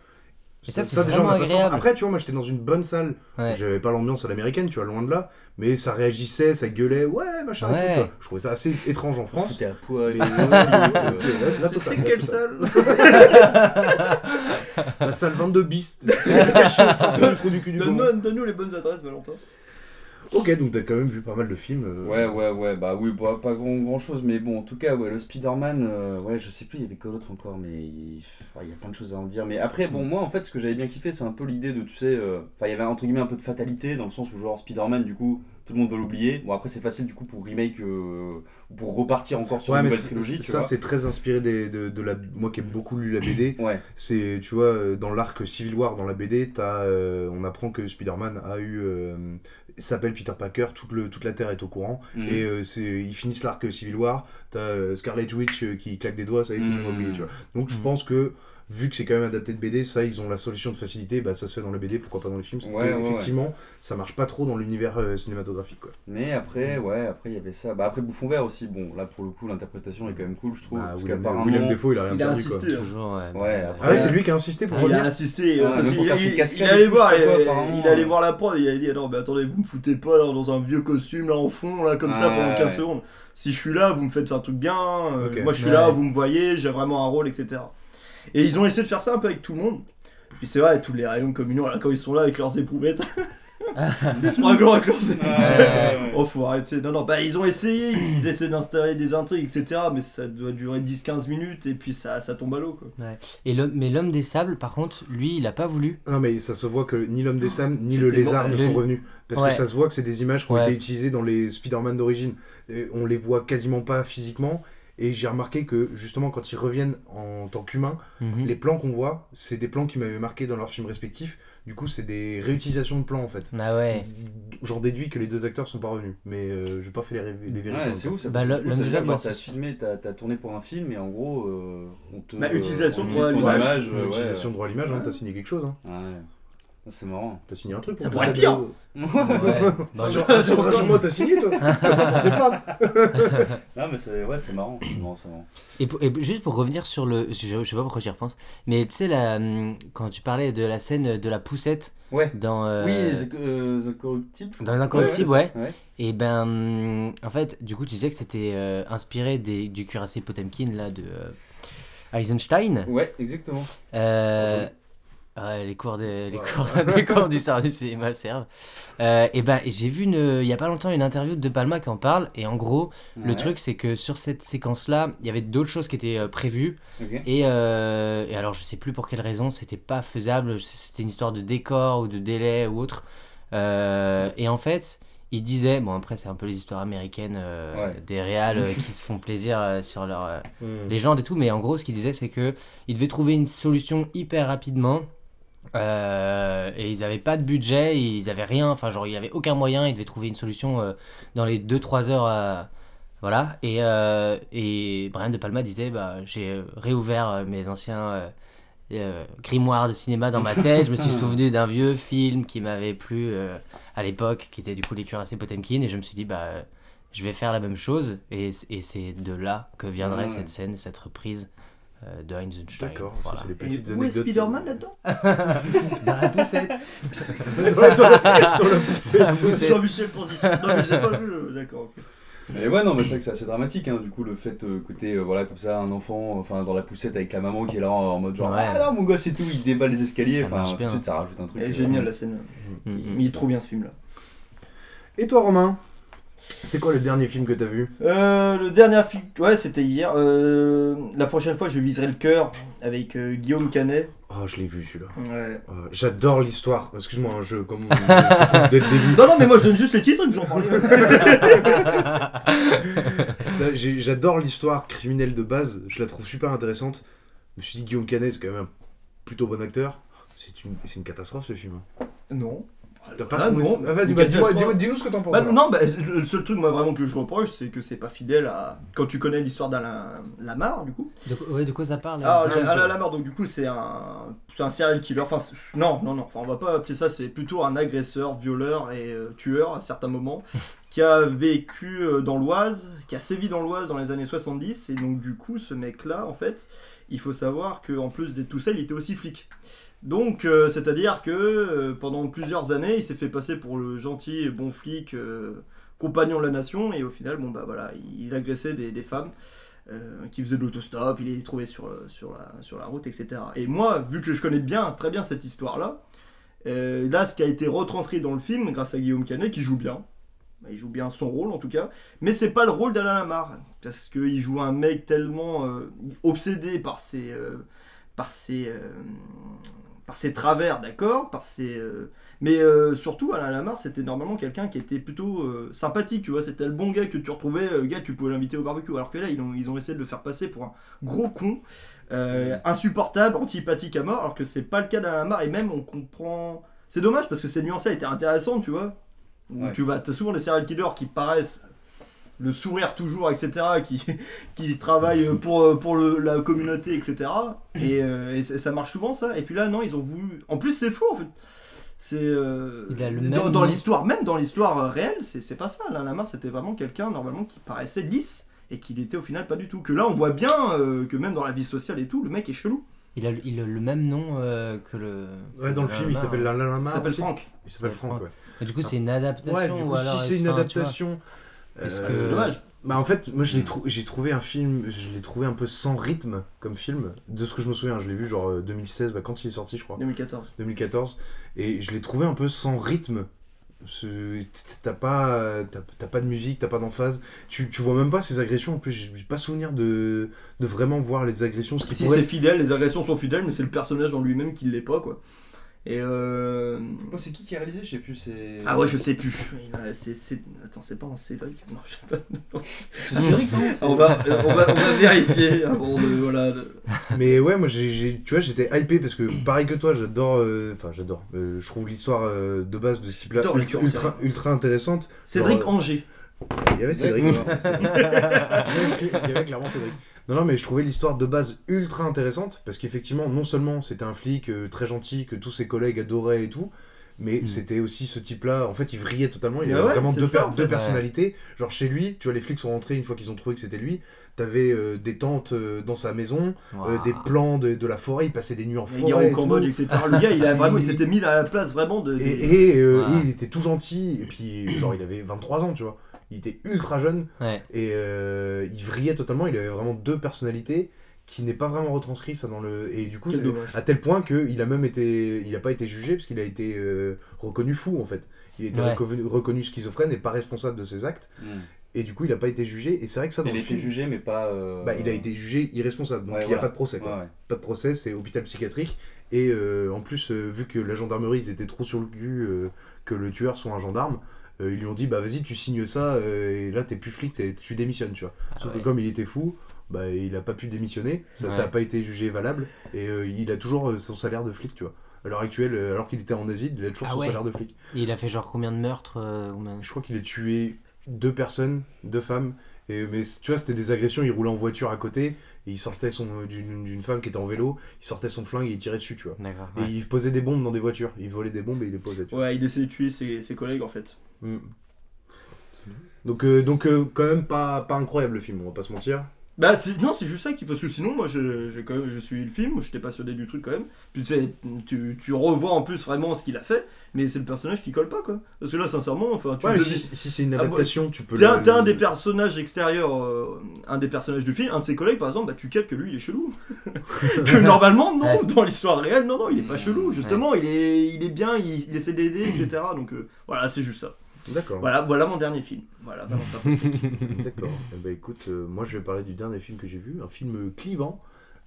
Speaker 8: Et ça, c'est
Speaker 7: on
Speaker 8: vraiment
Speaker 7: a pas ça.
Speaker 8: agréable.
Speaker 7: Après, tu vois, moi, j'étais dans une bonne salle.
Speaker 8: Ouais.
Speaker 7: J'avais pas l'ambiance à l'américaine, tu vois, loin de là. Mais ça réagissait, ça gueulait, ouais, machin. et tout,
Speaker 8: Ouais.
Speaker 7: tu vois. je trouvais ça assez étrange en France.
Speaker 10: Foutait à poil.
Speaker 7: Mais-
Speaker 10: et-
Speaker 7: Ouais, ouais, la totale, la
Speaker 9: Quelle
Speaker 7: totale.
Speaker 9: salle
Speaker 7: La salle 22 bis. C'est caché au fond du trou du cul du monde.
Speaker 9: Donne-nous donne-nous les bonnes adresses, Valentin.
Speaker 7: Ok, donc t'as quand même vu pas mal de films. euh,
Speaker 10: Ouais, ouais, ouais, bah oui, bah, pas grand, grand chose, mais bon, en tout cas, ouais, le Spider-Man, euh, ouais, je sais plus, il y avait quoi d'autre encore, mais il ouais, il y a plein de choses à en dire. Mais après, bon, moi, en fait, ce que j'avais bien kiffé, c'est un peu l'idée de, tu sais, euh, enfin, il y avait entre guillemets un peu de fatalité, dans le sens où, genre, Spider-Man, du coup, tout le monde va l'oublier. Bon, après, c'est facile, du coup, pour remake, euh, ou pour repartir encore sur
Speaker 7: Ouais,
Speaker 10: une
Speaker 7: mais
Speaker 10: nouvelle
Speaker 7: c'est-
Speaker 10: trilogie, tu
Speaker 7: ça
Speaker 10: vois.
Speaker 7: c'est très inspiré des, de, de la moi qui ai beaucoup lu la BD.
Speaker 10: Ouais,
Speaker 7: C'est tu vois euh, dans l'arc Civil War dans la BD, t'as, euh, on apprend que Spider-Man a eu euh, s'appelle Peter Parker, toute le toute la terre est au courant
Speaker 10: Mm.
Speaker 7: et euh, c'est ils finissent l'arc Civil War, t'as euh, Scarlet Witch euh, qui claque des doigts, ça y est tout le monde a
Speaker 10: Mm.
Speaker 7: oublié, tu vois. Donc je
Speaker 8: Mm.
Speaker 7: pense que vu que c'est quand même adapté de BD, ça ils ont la solution de facilité, bah ça se fait dans la BD, pourquoi pas dans les films c'est
Speaker 10: Ouais,
Speaker 7: que,
Speaker 10: ouais, ouais.
Speaker 7: Effectivement, ça marche pas trop dans l'univers euh, cinématographique quoi.
Speaker 10: Mais après, ouais, après il y avait ça. Bah après Bouffon Vert aussi, bon là pour le coup l'interprétation est quand même cool je trouve.
Speaker 7: Bah,
Speaker 10: parce
Speaker 7: William,
Speaker 10: qu'apparemment-
Speaker 7: William Dafoe, il a rien
Speaker 9: il a
Speaker 7: perdu quoi.
Speaker 9: insisté.
Speaker 8: Toujours, ouais.
Speaker 10: Ouais,
Speaker 8: bah,
Speaker 10: après-
Speaker 7: Ah ouais, c'est lui qui a insisté pour
Speaker 8: Ah, il
Speaker 9: Il
Speaker 7: revenir.
Speaker 9: a insisté,
Speaker 10: Ouais,
Speaker 9: euh, parce
Speaker 10: même
Speaker 9: qu'il
Speaker 10: pour faire
Speaker 9: il-
Speaker 10: ses
Speaker 9: il
Speaker 10: cascades et
Speaker 9: allait
Speaker 10: tout,
Speaker 9: voir,
Speaker 10: je sais pas,
Speaker 9: il,
Speaker 10: apparemment,
Speaker 9: il allait
Speaker 10: euh.
Speaker 9: voir la prod, il allait dire non mais attendez, vous me foutez pas là, dans un vieux costume là en fond là comme ça
Speaker 10: Ouais,
Speaker 9: pendant 15
Speaker 10: ouais.
Speaker 9: secondes. Si je suis là, vous me faites un truc bien, euh,
Speaker 7: Ok.
Speaker 9: moi je suis
Speaker 8: Ouais.
Speaker 9: là, vous me voyez, j'ai vraiment un rôle, etc. Et ils ont essayé de faire ça un peu avec tout le monde. Puis c'est vrai, tous les rayons communaux, là, quand ils sont là avec leurs éprouvettes, les trois grands avec leurs
Speaker 10: Ouais,
Speaker 9: éprouvettes.
Speaker 10: ouais, ouais.
Speaker 9: Oh, faut arrêter. Non, non, bah ils ont essayé, ils essaient d'installer des intrigues, etc. Mais ça doit durer 10-15 minutes et puis ça, ça tombe à l'eau quoi.
Speaker 8: Et l'homme- mais l'homme des sables, par contre, lui, il a pas voulu.
Speaker 7: Non mais ça se voit que ni l'homme des
Speaker 10: Ah,
Speaker 7: Sam ni le
Speaker 9: j'étais
Speaker 7: lézard
Speaker 9: mort.
Speaker 7: ne sont
Speaker 8: Le-
Speaker 7: revenus parce
Speaker 8: Ouais.
Speaker 7: que ça se voit que c'est des images qui ont
Speaker 8: Ouais.
Speaker 7: été utilisées dans les Spider-Man d'origine. Et On les voit quasiment pas physiquement et j'ai remarqué que justement quand ils reviennent en tant qu'humains,
Speaker 9: Mm.
Speaker 8: Mhm.
Speaker 7: les plans qu'on voit, c'est des plans qui m'avaient marqué dans leurs films respectifs. Du coup, c'est des réutilisations de plans en fait.
Speaker 8: Ah ouais.
Speaker 7: J'en déduis que les deux acteurs sont pas revenus, mais euh, j'ai pas fait les, ré- les vérifications.
Speaker 10: Ouais, c'est ouf ça.
Speaker 8: Bah,
Speaker 10: parce que
Speaker 8: le-
Speaker 10: du coup, ça
Speaker 8: le
Speaker 10: veut dire,
Speaker 8: Mizab,
Speaker 10: genre,
Speaker 8: ouais,
Speaker 10: t'as
Speaker 8: c'est-
Speaker 10: filmé, t'as t'as tourné pour un film et en gros euh, on te.
Speaker 9: Bah,
Speaker 10: euh,
Speaker 9: utilisation
Speaker 10: on
Speaker 9: de
Speaker 10: utilise
Speaker 9: droit
Speaker 10: ton
Speaker 9: à
Speaker 10: image.
Speaker 7: Ouais,
Speaker 10: euh, ouais.
Speaker 7: utilisation de droit à l'image, hein, t'as signé quelque chose, hein.
Speaker 10: Ouais. Ah, C'est marrant.
Speaker 7: t'as signé un truc.
Speaker 9: Ça
Speaker 7: pour
Speaker 9: pourrait
Speaker 7: moi.
Speaker 9: être pire.
Speaker 8: Ouais. Bah,
Speaker 7: Sur, sur- sur moi, t'as signé toi. T'as pas porté plainte.
Speaker 10: Non mais c'est ouais, c'est marrant. C'est marrant, c'est marrant.
Speaker 8: Et, pour- et juste pour revenir sur le. Je, je sais pas pourquoi j'y repense, mais tu sais, la, hum, quand tu parlais de la scène de la poussette
Speaker 10: Ouais.
Speaker 8: dans. euh,
Speaker 10: Oui, The, euh, The Corruptible.
Speaker 8: Dans les Incorruptibles, ouais.
Speaker 10: c'est ça. Ouais.
Speaker 8: Et ben. hum, En fait, du coup, tu disais que c'était euh, inspiré des, du cuirassé Potemkin, là, de euh, Eisenstein.
Speaker 10: Ouais, exactement.
Speaker 8: Euh, Ouais, les cours, des, les
Speaker 7: Ouais.
Speaker 8: cours, les cours du service du cinéma servent. Euh, et ben, j'ai vu une- il y a pas longtemps une interview de De Palma qui en parle. Et en gros, le truc, c'est que sur cette séquence-là, il y avait d'autres choses qui étaient euh, prévues.
Speaker 10: Ok.
Speaker 8: Et, euh, et alors, je sais plus pour quelle raison, c'était pas faisable. je sais- C'était une histoire de décor ou de délai ou autre. Euh, et en fait, il disait, bon, après, c'est un peu les histoires américaines euh,
Speaker 10: Ouais.
Speaker 8: des réals euh, qui se font plaisir euh, sur leur, euh,
Speaker 10: Mm.
Speaker 3: Hmm.
Speaker 8: légende et tout, mais en gros, ce qu'il disait, c'est que ils devaient trouver une solution hyper rapidement. euh, et ils avaient pas de budget, ils avaient rien, enfin genre il y avait aucun moyen, ils devaient trouver une solution euh, dans les 2-3 heures, euh, voilà. Et, euh, et Brian De Palma disait, bah j'ai réouvert euh, mes anciens euh, euh, grimoires de cinéma dans ma tête, je me suis souvenu d'un vieux film qui m'avait plu euh, à l'époque, qui était du coup les cuirassés Potemkin, et je me suis dit, bah je vais faire la même chose. Et, et c'est de là que viendrait
Speaker 10: Ouais.
Speaker 8: cette scène, cette reprise euh, de Heinz Einstein.
Speaker 7: Mmh. D'accord,
Speaker 8: Voilà.
Speaker 7: ça c'est des
Speaker 9: Et
Speaker 7: petites
Speaker 9: où est
Speaker 7: anecdotes.
Speaker 9: Spider-Man là-dedans
Speaker 8: Dans la poussette.
Speaker 9: C'est
Speaker 8: poussette.
Speaker 9: Jean-Michel Transition. Non, mais j'ai pas vu, euh, d'accord. ok.
Speaker 10: Et ouais, non, mais c'est vrai que c'est assez dramatique, hein, du coup, le fait euh, côté, euh, voilà, comme ça, un enfant, enfin, dans la poussette avec la maman qui est là en, en mode genre,
Speaker 8: Ouais.
Speaker 10: ah non, mon gosse et tout, il déballe les escaliers,
Speaker 8: Ça
Speaker 10: enfin,
Speaker 8: marche
Speaker 10: tout de
Speaker 8: bien.
Speaker 10: suite, ça rajoute un truc.
Speaker 9: Elle
Speaker 10: euh,
Speaker 9: est géniale la scène.
Speaker 8: Mm, mm.
Speaker 9: Mais il est trop bien ce film là.
Speaker 7: Et toi, Romain C'est quoi le dernier film que t'as vu
Speaker 9: Euh, le dernier film, ouais, c'était hier. Euh, la prochaine fois, je viserai le cœur avec euh, Guillaume Canet.
Speaker 7: Oh, je l'ai vu celui-là.
Speaker 9: Ouais.
Speaker 7: Euh, J'adore l'histoire. Excuse-moi, un jeu comme dès le début.
Speaker 9: Non, non, mais moi je donne juste les titres et vous en parlez.
Speaker 7: Là, Bah, j'ai- J'adore l'histoire criminelle de base, je la trouve super intéressante. Je me suis dit, Guillaume Canet, c'est quand même un plutôt bon acteur. C'est une, c'est une catastrophe ce film. hein.
Speaker 9: non.
Speaker 7: T'as pas
Speaker 9: Ah,
Speaker 7: trouvé
Speaker 9: non.
Speaker 7: ça Ah, Vas-y,
Speaker 9: Une
Speaker 7: bah, dis-moi-
Speaker 9: catastrophe.
Speaker 7: dis-moi- dis-nous ce que t'en penses.
Speaker 9: Bah,
Speaker 7: alors.
Speaker 9: non, bah, le le seul truc moi vraiment que je reproche, c'est que c'est pas fidèle à quand tu connais l'histoire d'Alain Lamar du coup.
Speaker 8: De, quoi- ouais, de quoi ça parle
Speaker 9: Ah,
Speaker 8: euh,
Speaker 9: j'ai- Alain Lamar, donc du coup c'est un, c'est un serial killer. Enfin, c'est- non, non, non. Enfin, on va pas appeler ça. C'est plutôt un agresseur, violeur et euh, tueur à certains moments qui a vécu euh, dans l'Oise, qui a sévi dans l'Oise dans les années 70. Et donc du coup, ce mec-là, en fait, il faut savoir que en plus d'être tout seul, il était aussi flic. Donc, euh, c'est-à-dire que euh, pendant plusieurs années, il s'est fait passer pour le gentil et bon flic, euh, compagnon de la nation, et au final, bon bah voilà, il, il agressait des, des femmes euh, qui faisaient de l'autostop, il les trouvait sur, le- sur, la, sur la route, etc. Et moi, vu que je connais bien, très bien cette histoire-là, euh, là, ce qui a été retranscrit dans le film, grâce à Guillaume Canet, qui joue bien, Bah, il joue bien son rôle en tout cas, mais c'est pas le rôle d'Alain Lamar, parce qu'il joue un mec tellement euh, obsédé par ses, euh, par ses, euh, par ses travers, d'accord, par ses, euh, mais euh, surtout Alain Lamar, c'était normalement quelqu'un qui était plutôt euh, sympathique, tu vois, c'était le bon gars que tu retrouvais, euh, gars, tu pouvais l'inviter au barbecue, alors que là, ils ont, ils ont essayé de le faire passer pour un gros con, euh, insupportable, antipathique à mort, alors que c'est pas le cas d'Alain Lamar, et même on comprend, c'est dommage parce que ces nuances-là étaient intéressantes, tu vois. Où
Speaker 10: Ouais.
Speaker 9: Tu vas, t'as souvent des serial killers qui paraissent le sourire toujours, etc., qui, qui travaillent pour, euh, pour le- la communauté, etc. Et, euh, et ça ça marche souvent, ça. Et puis là, non, ils ont voulu. En plus, c'est faux, en fait. C'est. euh,
Speaker 8: Il a le
Speaker 9: dans
Speaker 8: même
Speaker 9: dans
Speaker 8: nom.
Speaker 9: l'histoire, même dans l'histoire euh, réelle, c'est c'est pas ça. Là, Lamar, c'était vraiment quelqu'un, normalement, qui paraissait lisse et qu'il était au final pas du tout. Que là, on voit bien euh, que même dans la vie sociale et tout, le mec est chelou.
Speaker 8: Il a, le- il a le même nom euh, que le.
Speaker 7: Ouais, dans le
Speaker 8: que
Speaker 7: film, il
Speaker 8: Lamar.
Speaker 7: s'appelle Alain
Speaker 9: Il
Speaker 7: Lamar.
Speaker 9: s'appelle
Speaker 7: aussi.
Speaker 9: Franck.
Speaker 7: Il s'appelle Franck, ouais.
Speaker 8: Mais bah, Du coup, c'est une adaptation.
Speaker 7: Ouais, du
Speaker 8: ou
Speaker 7: coup,
Speaker 8: alors, euh,
Speaker 7: si c'est une
Speaker 8: enfin, tu vois.
Speaker 7: adaptation.
Speaker 8: Est-ce
Speaker 7: euh,
Speaker 8: que-
Speaker 9: C'est dommage. Hmm.
Speaker 7: Bah en fait, moi je l'ai trou- j'ai trouvé un film, je l'ai trouvé un peu sans rythme comme film, de ce que je me souviens, je l'ai vu genre euh, 2016, bah, quand il est sorti je crois,
Speaker 9: 2014.
Speaker 7: 2014, et je l'ai trouvé un peu sans rythme. Ce- T'as pas, euh, t'as- t'as pas de musique, t'as pas d'emphase, tu, tu vois même pas ces agressions, en plus j'ai j'ai pas souvenir de, de vraiment voir les agressions, ce qui
Speaker 9: Si
Speaker 7: pourrait...
Speaker 9: c'est fidèle, les agressions sont fidèles, mais c'est le personnage en lui-même qui l'est pas, quoi. Et euh...
Speaker 10: Oh, c'est qui qui a réalisé Je sais plus, c'est.
Speaker 9: Ah ouais, je sais plus. Il a- c'est- c'est- Attends, c'est pas en Cédric Non, je sais pas.
Speaker 10: C'est Cédric,
Speaker 7: hein.
Speaker 10: non
Speaker 9: On va, euh, on va, on va vérifier avant de... Voilà, de-
Speaker 7: Mais ouais, moi, j'ai, j'ai- tu vois, j'étais hypé parce que, pareil que toi, j'adore. euh, Enfin, j'adore. euh, je trouve l'histoire euh, de base de ce type-là
Speaker 9: J'adore les
Speaker 7: ultra,
Speaker 9: tueurs en
Speaker 7: ultra, ultra intéressante.
Speaker 9: Cédric
Speaker 7: Genre,
Speaker 9: Angers.
Speaker 7: Il y avait Cédric. Il y avait clairement Cédric. Non, non, mais je trouvais l'histoire de base ultra intéressante parce qu'effectivement, non seulement c'était un flic euh, très gentil que tous ses collègues adoraient et tout, mais
Speaker 8: Mm.
Speaker 7: c'était aussi ce type-là. En fait, il vrillait totalement. Il
Speaker 9: Mais
Speaker 7: avait
Speaker 9: Bah ouais,
Speaker 7: vraiment
Speaker 9: c'est
Speaker 7: deux,
Speaker 9: ça,
Speaker 7: per-
Speaker 9: en fait.
Speaker 7: deux personnalités. Genre chez lui, tu vois, les flics sont rentrés une fois qu'ils ont trouvé que c'était lui. T'avais euh, des tentes euh, dans sa maison, euh,
Speaker 8: Waouh.
Speaker 7: des plans de, de la forêt. Il passait des nuits en
Speaker 9: Les gars
Speaker 7: forêt.
Speaker 9: euh, au
Speaker 7: et
Speaker 9: Cambodge,
Speaker 7: tout.
Speaker 9: etc. Le gars, il a vraiment, il s'était mis à la place vraiment de... de-
Speaker 7: Et, et, euh,
Speaker 8: Voilà.
Speaker 7: il était tout gentil, et puis genre il avait 23 ans, tu vois. Il était ultra jeune,
Speaker 8: Ouais.
Speaker 7: et euh, il vrillait totalement, il avait vraiment deux personnalités qui n'est pas vraiment retranscrit ça dans le et du coup
Speaker 9: Quel
Speaker 7: c'est-
Speaker 9: dommage.
Speaker 7: à tel point que il a même été il a pas été jugé parce qu'il a été euh, reconnu fou en fait il a été
Speaker 8: Ouais.
Speaker 7: reconnu, reconnu schizophrène et pas responsable de ses actes
Speaker 10: Hmm.
Speaker 7: et du coup il a pas été jugé et c'est vrai que ça dans
Speaker 10: Il a
Speaker 7: le
Speaker 10: été
Speaker 7: film
Speaker 10: jugé, mais pas. euh,
Speaker 7: bah, il a été jugé irresponsable donc
Speaker 10: Ouais,
Speaker 7: il n'y a
Speaker 10: voilà.
Speaker 7: pas de procès
Speaker 10: Ouais,
Speaker 7: quoi.
Speaker 10: ouais.
Speaker 7: pas de procès c'est hôpital psychiatrique et euh, en plus euh, vu que la gendarmerie ils étaient trop sur le cul euh, que le tueur soit un gendarme euh, ils lui ont dit bah vas-y tu signes ça euh, et là t'es plus flic t'es- tu démissionnes tu vois
Speaker 8: Ah
Speaker 7: Sauf
Speaker 8: ouais.
Speaker 7: que comme il était fou, bah, il a pas pu démissionner, ça n'a
Speaker 8: Ouais.
Speaker 7: pas été jugé valable, et euh, il a toujours euh, son salaire de flic, tu vois. À l'heure actuelle, euh, alors qu'il était en Asie, il a toujours
Speaker 8: Ah
Speaker 7: son
Speaker 8: ouais.
Speaker 7: salaire de flic.
Speaker 8: Il a fait genre combien de meurtres euh, combien-
Speaker 7: Je crois qu'il a tué deux personnes, deux femmes, et, euh, mais c- tu vois, c'était des agressions, il roulait en voiture à côté, et il sortait son- euh, d'une d'une femme qui était en vélo, il sortait son flingue et il tirait dessus, tu vois.
Speaker 8: D'accord.
Speaker 7: Et
Speaker 8: ouais.
Speaker 7: il posait des bombes dans des voitures, il volait des bombes et il les posait, tu vois.
Speaker 9: Ouais, il essaie de tuer ses, ses collègues en fait.
Speaker 7: Mm. Donc, euh, donc euh, quand même pas, pas incroyable le film, on va pas se mentir.
Speaker 9: Bah c'est- non, c'est juste ça qui parce que sinon moi je, j'ai quand même, je suis le film, j'étais passionné du truc quand même. Puis tu, sais, tu, tu revois en plus vraiment ce qu'il a fait, mais c'est le personnage qui colle pas quoi. Parce que là sincèrement, enfin tu
Speaker 7: Ouais,
Speaker 9: le
Speaker 7: mais
Speaker 9: dis-
Speaker 7: si, si c'est une
Speaker 9: Ah, moi,
Speaker 7: adaptation, tu peux
Speaker 9: T'es un,
Speaker 7: le-
Speaker 9: t'es un des personnages extérieurs, euh, un des personnages du film, un de ses collègues par exemple, bah tu calques que lui il est chelou. que normalement non,
Speaker 8: Ouais.
Speaker 9: dans l'histoire réelle, non, non, il est pas
Speaker 10: Mm,
Speaker 9: chelou, justement, il, est, il est bien, il, il essaie d'aider, etc. Donc euh, voilà, c'est juste ça.
Speaker 7: D'accord.
Speaker 9: Voilà, voilà mon dernier film. Voilà, Valentin.
Speaker 7: D'accord. Eh ben, écoute, euh, moi je vais parler du dernier film que j'ai vu, un film clivant.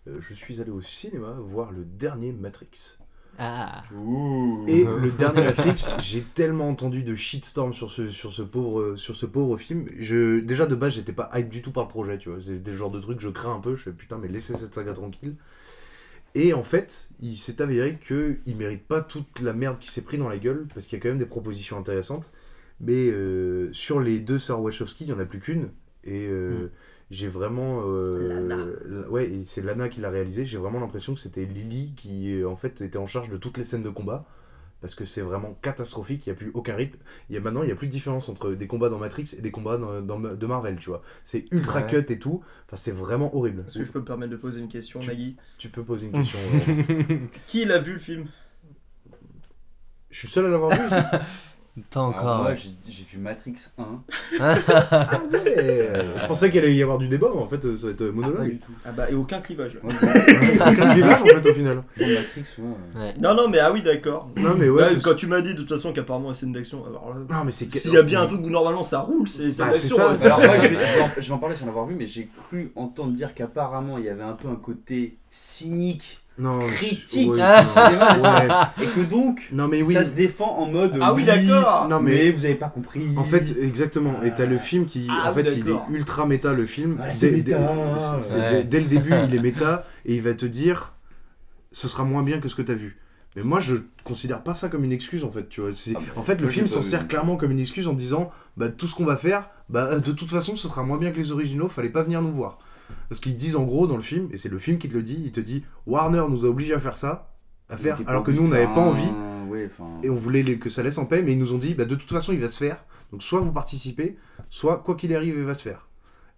Speaker 7: Euh, je suis allé au cinéma voir le dernier Matrix.
Speaker 8: Ah.
Speaker 10: Ouh.
Speaker 7: Et le dernier Matrix, j'ai tellement entendu de shitstorm sur ce, sur ce, pauvre, euh, sur ce pauvre film. Je, déjà de base, j'étais pas hype du tout par le projet, tu vois. C'est le genre de truc, je crains un peu, je fais putain, mais laissez cette saga tranquille. Et en fait, il s'est avéré qu'il mérite pas toute la merde qui s'est pris dans la gueule, parce qu'il y a quand même des propositions intéressantes. Mais euh, sur les deux sœurs Wachowski, il n'y en a plus qu'une. Et
Speaker 9: Hmm.
Speaker 7: euh, j'ai vraiment. euh, la- ouais, et c'est Lana qui l'a réalisé. J'ai vraiment l'impression que c'était Lily qui, euh, en fait, était en charge de toutes les scènes de combat. Parce que c'est vraiment catastrophique, il n'y a plus aucun rythme. Il y a, maintenant, il n'y a plus de différence entre des combats dans Matrix et des combats dans- dans- de Marvel, tu vois. C'est ultra
Speaker 8: Ouais.
Speaker 7: cut et tout. Enfin, c'est vraiment horrible.
Speaker 9: Est-ce que je Hmm. peux me permettre de poser une question,
Speaker 7: Tu-
Speaker 9: Maggie
Speaker 7: Tu peux poser une question. euh, Laurent.
Speaker 9: Qui l'a vu le film
Speaker 7: Je suis le seul à l'avoir vu. aussi.
Speaker 8: Pas
Speaker 10: Alors,
Speaker 8: encore.
Speaker 10: moi,
Speaker 8: ouais.
Speaker 10: j'ai j'ai vu Matrix 1.
Speaker 7: Ah ouais. Je pensais qu'il allait y avoir du débat, mais en fait, euh, ça va être euh,
Speaker 10: Pas
Speaker 7: monologue.
Speaker 10: du tout.
Speaker 9: Ah bah, et aucun clivage là.
Speaker 10: Ouais, bon,
Speaker 7: Aucun clivage, en fait, au final.
Speaker 10: bon, Matrix, ouais.
Speaker 8: Ouais.
Speaker 9: Non, non, mais ah oui, d'accord.
Speaker 7: Non, mais ouais.
Speaker 9: Ouais,
Speaker 7: parce-
Speaker 9: quand tu m'as dit de toute façon qu'apparemment la scène d'action, alors là,
Speaker 7: Non, mais c'est. Oh,
Speaker 9: s'il y a bien un truc où normalement ça roule, c'est les scènes
Speaker 7: Bah, c'est
Speaker 9: d'action.
Speaker 7: ça.
Speaker 9: ouais.
Speaker 10: Alors, moi, je vais- je vais en- je vais en parler sans l'avoir vu, mais j'ai cru entendre dire qu'apparemment, il y avait un peu un côté cynique
Speaker 7: Non,
Speaker 10: critique
Speaker 7: ouais,
Speaker 10: du cinéma, n'est-ce pas
Speaker 7: ouais.
Speaker 10: et que donc,
Speaker 7: Non, mais Eh oui.
Speaker 10: ça se défend en mode.
Speaker 9: Ah oui, d'accord.
Speaker 7: Non,
Speaker 10: mais...
Speaker 7: mais.
Speaker 10: vous avez pas compris.
Speaker 7: En fait, exactement. Et t'as le film qui,
Speaker 9: Ah,
Speaker 7: en fait,
Speaker 9: oui,
Speaker 7: il
Speaker 9: d'accord.
Speaker 7: est ultra méta le film.
Speaker 10: Voilà, c'est méta.
Speaker 7: c'est-
Speaker 8: Ouais.
Speaker 7: dès- dès le début, il est méta et il va te dire, ce sera moins bien que ce que t'as vu. Mais moi, je considère pas ça comme une excuse en fait. Tu vois, C'est-
Speaker 10: Ah,
Speaker 7: en fait, le
Speaker 10: moi,
Speaker 7: film
Speaker 10: j'ai pas
Speaker 7: s'en
Speaker 10: vu.
Speaker 7: sert clairement comme une excuse en disant, bah tout ce qu'on va faire, bah de toute façon, ce sera moins bien que les originaux. Fallait pas venir nous voir. Parce qu'ils disent en gros dans le film, et c'est le film qui te le dit, il te dit Warner nous a obligés à faire ça, à euh, faire, alors que nous on n'avait pas envie
Speaker 10: Ouais, enfin.
Speaker 7: et on voulait les- que ça laisse en paix, mais ils nous ont dit bah, de toute façon il va se faire, donc soit vous participez, soit quoi qu'il arrive il va se faire.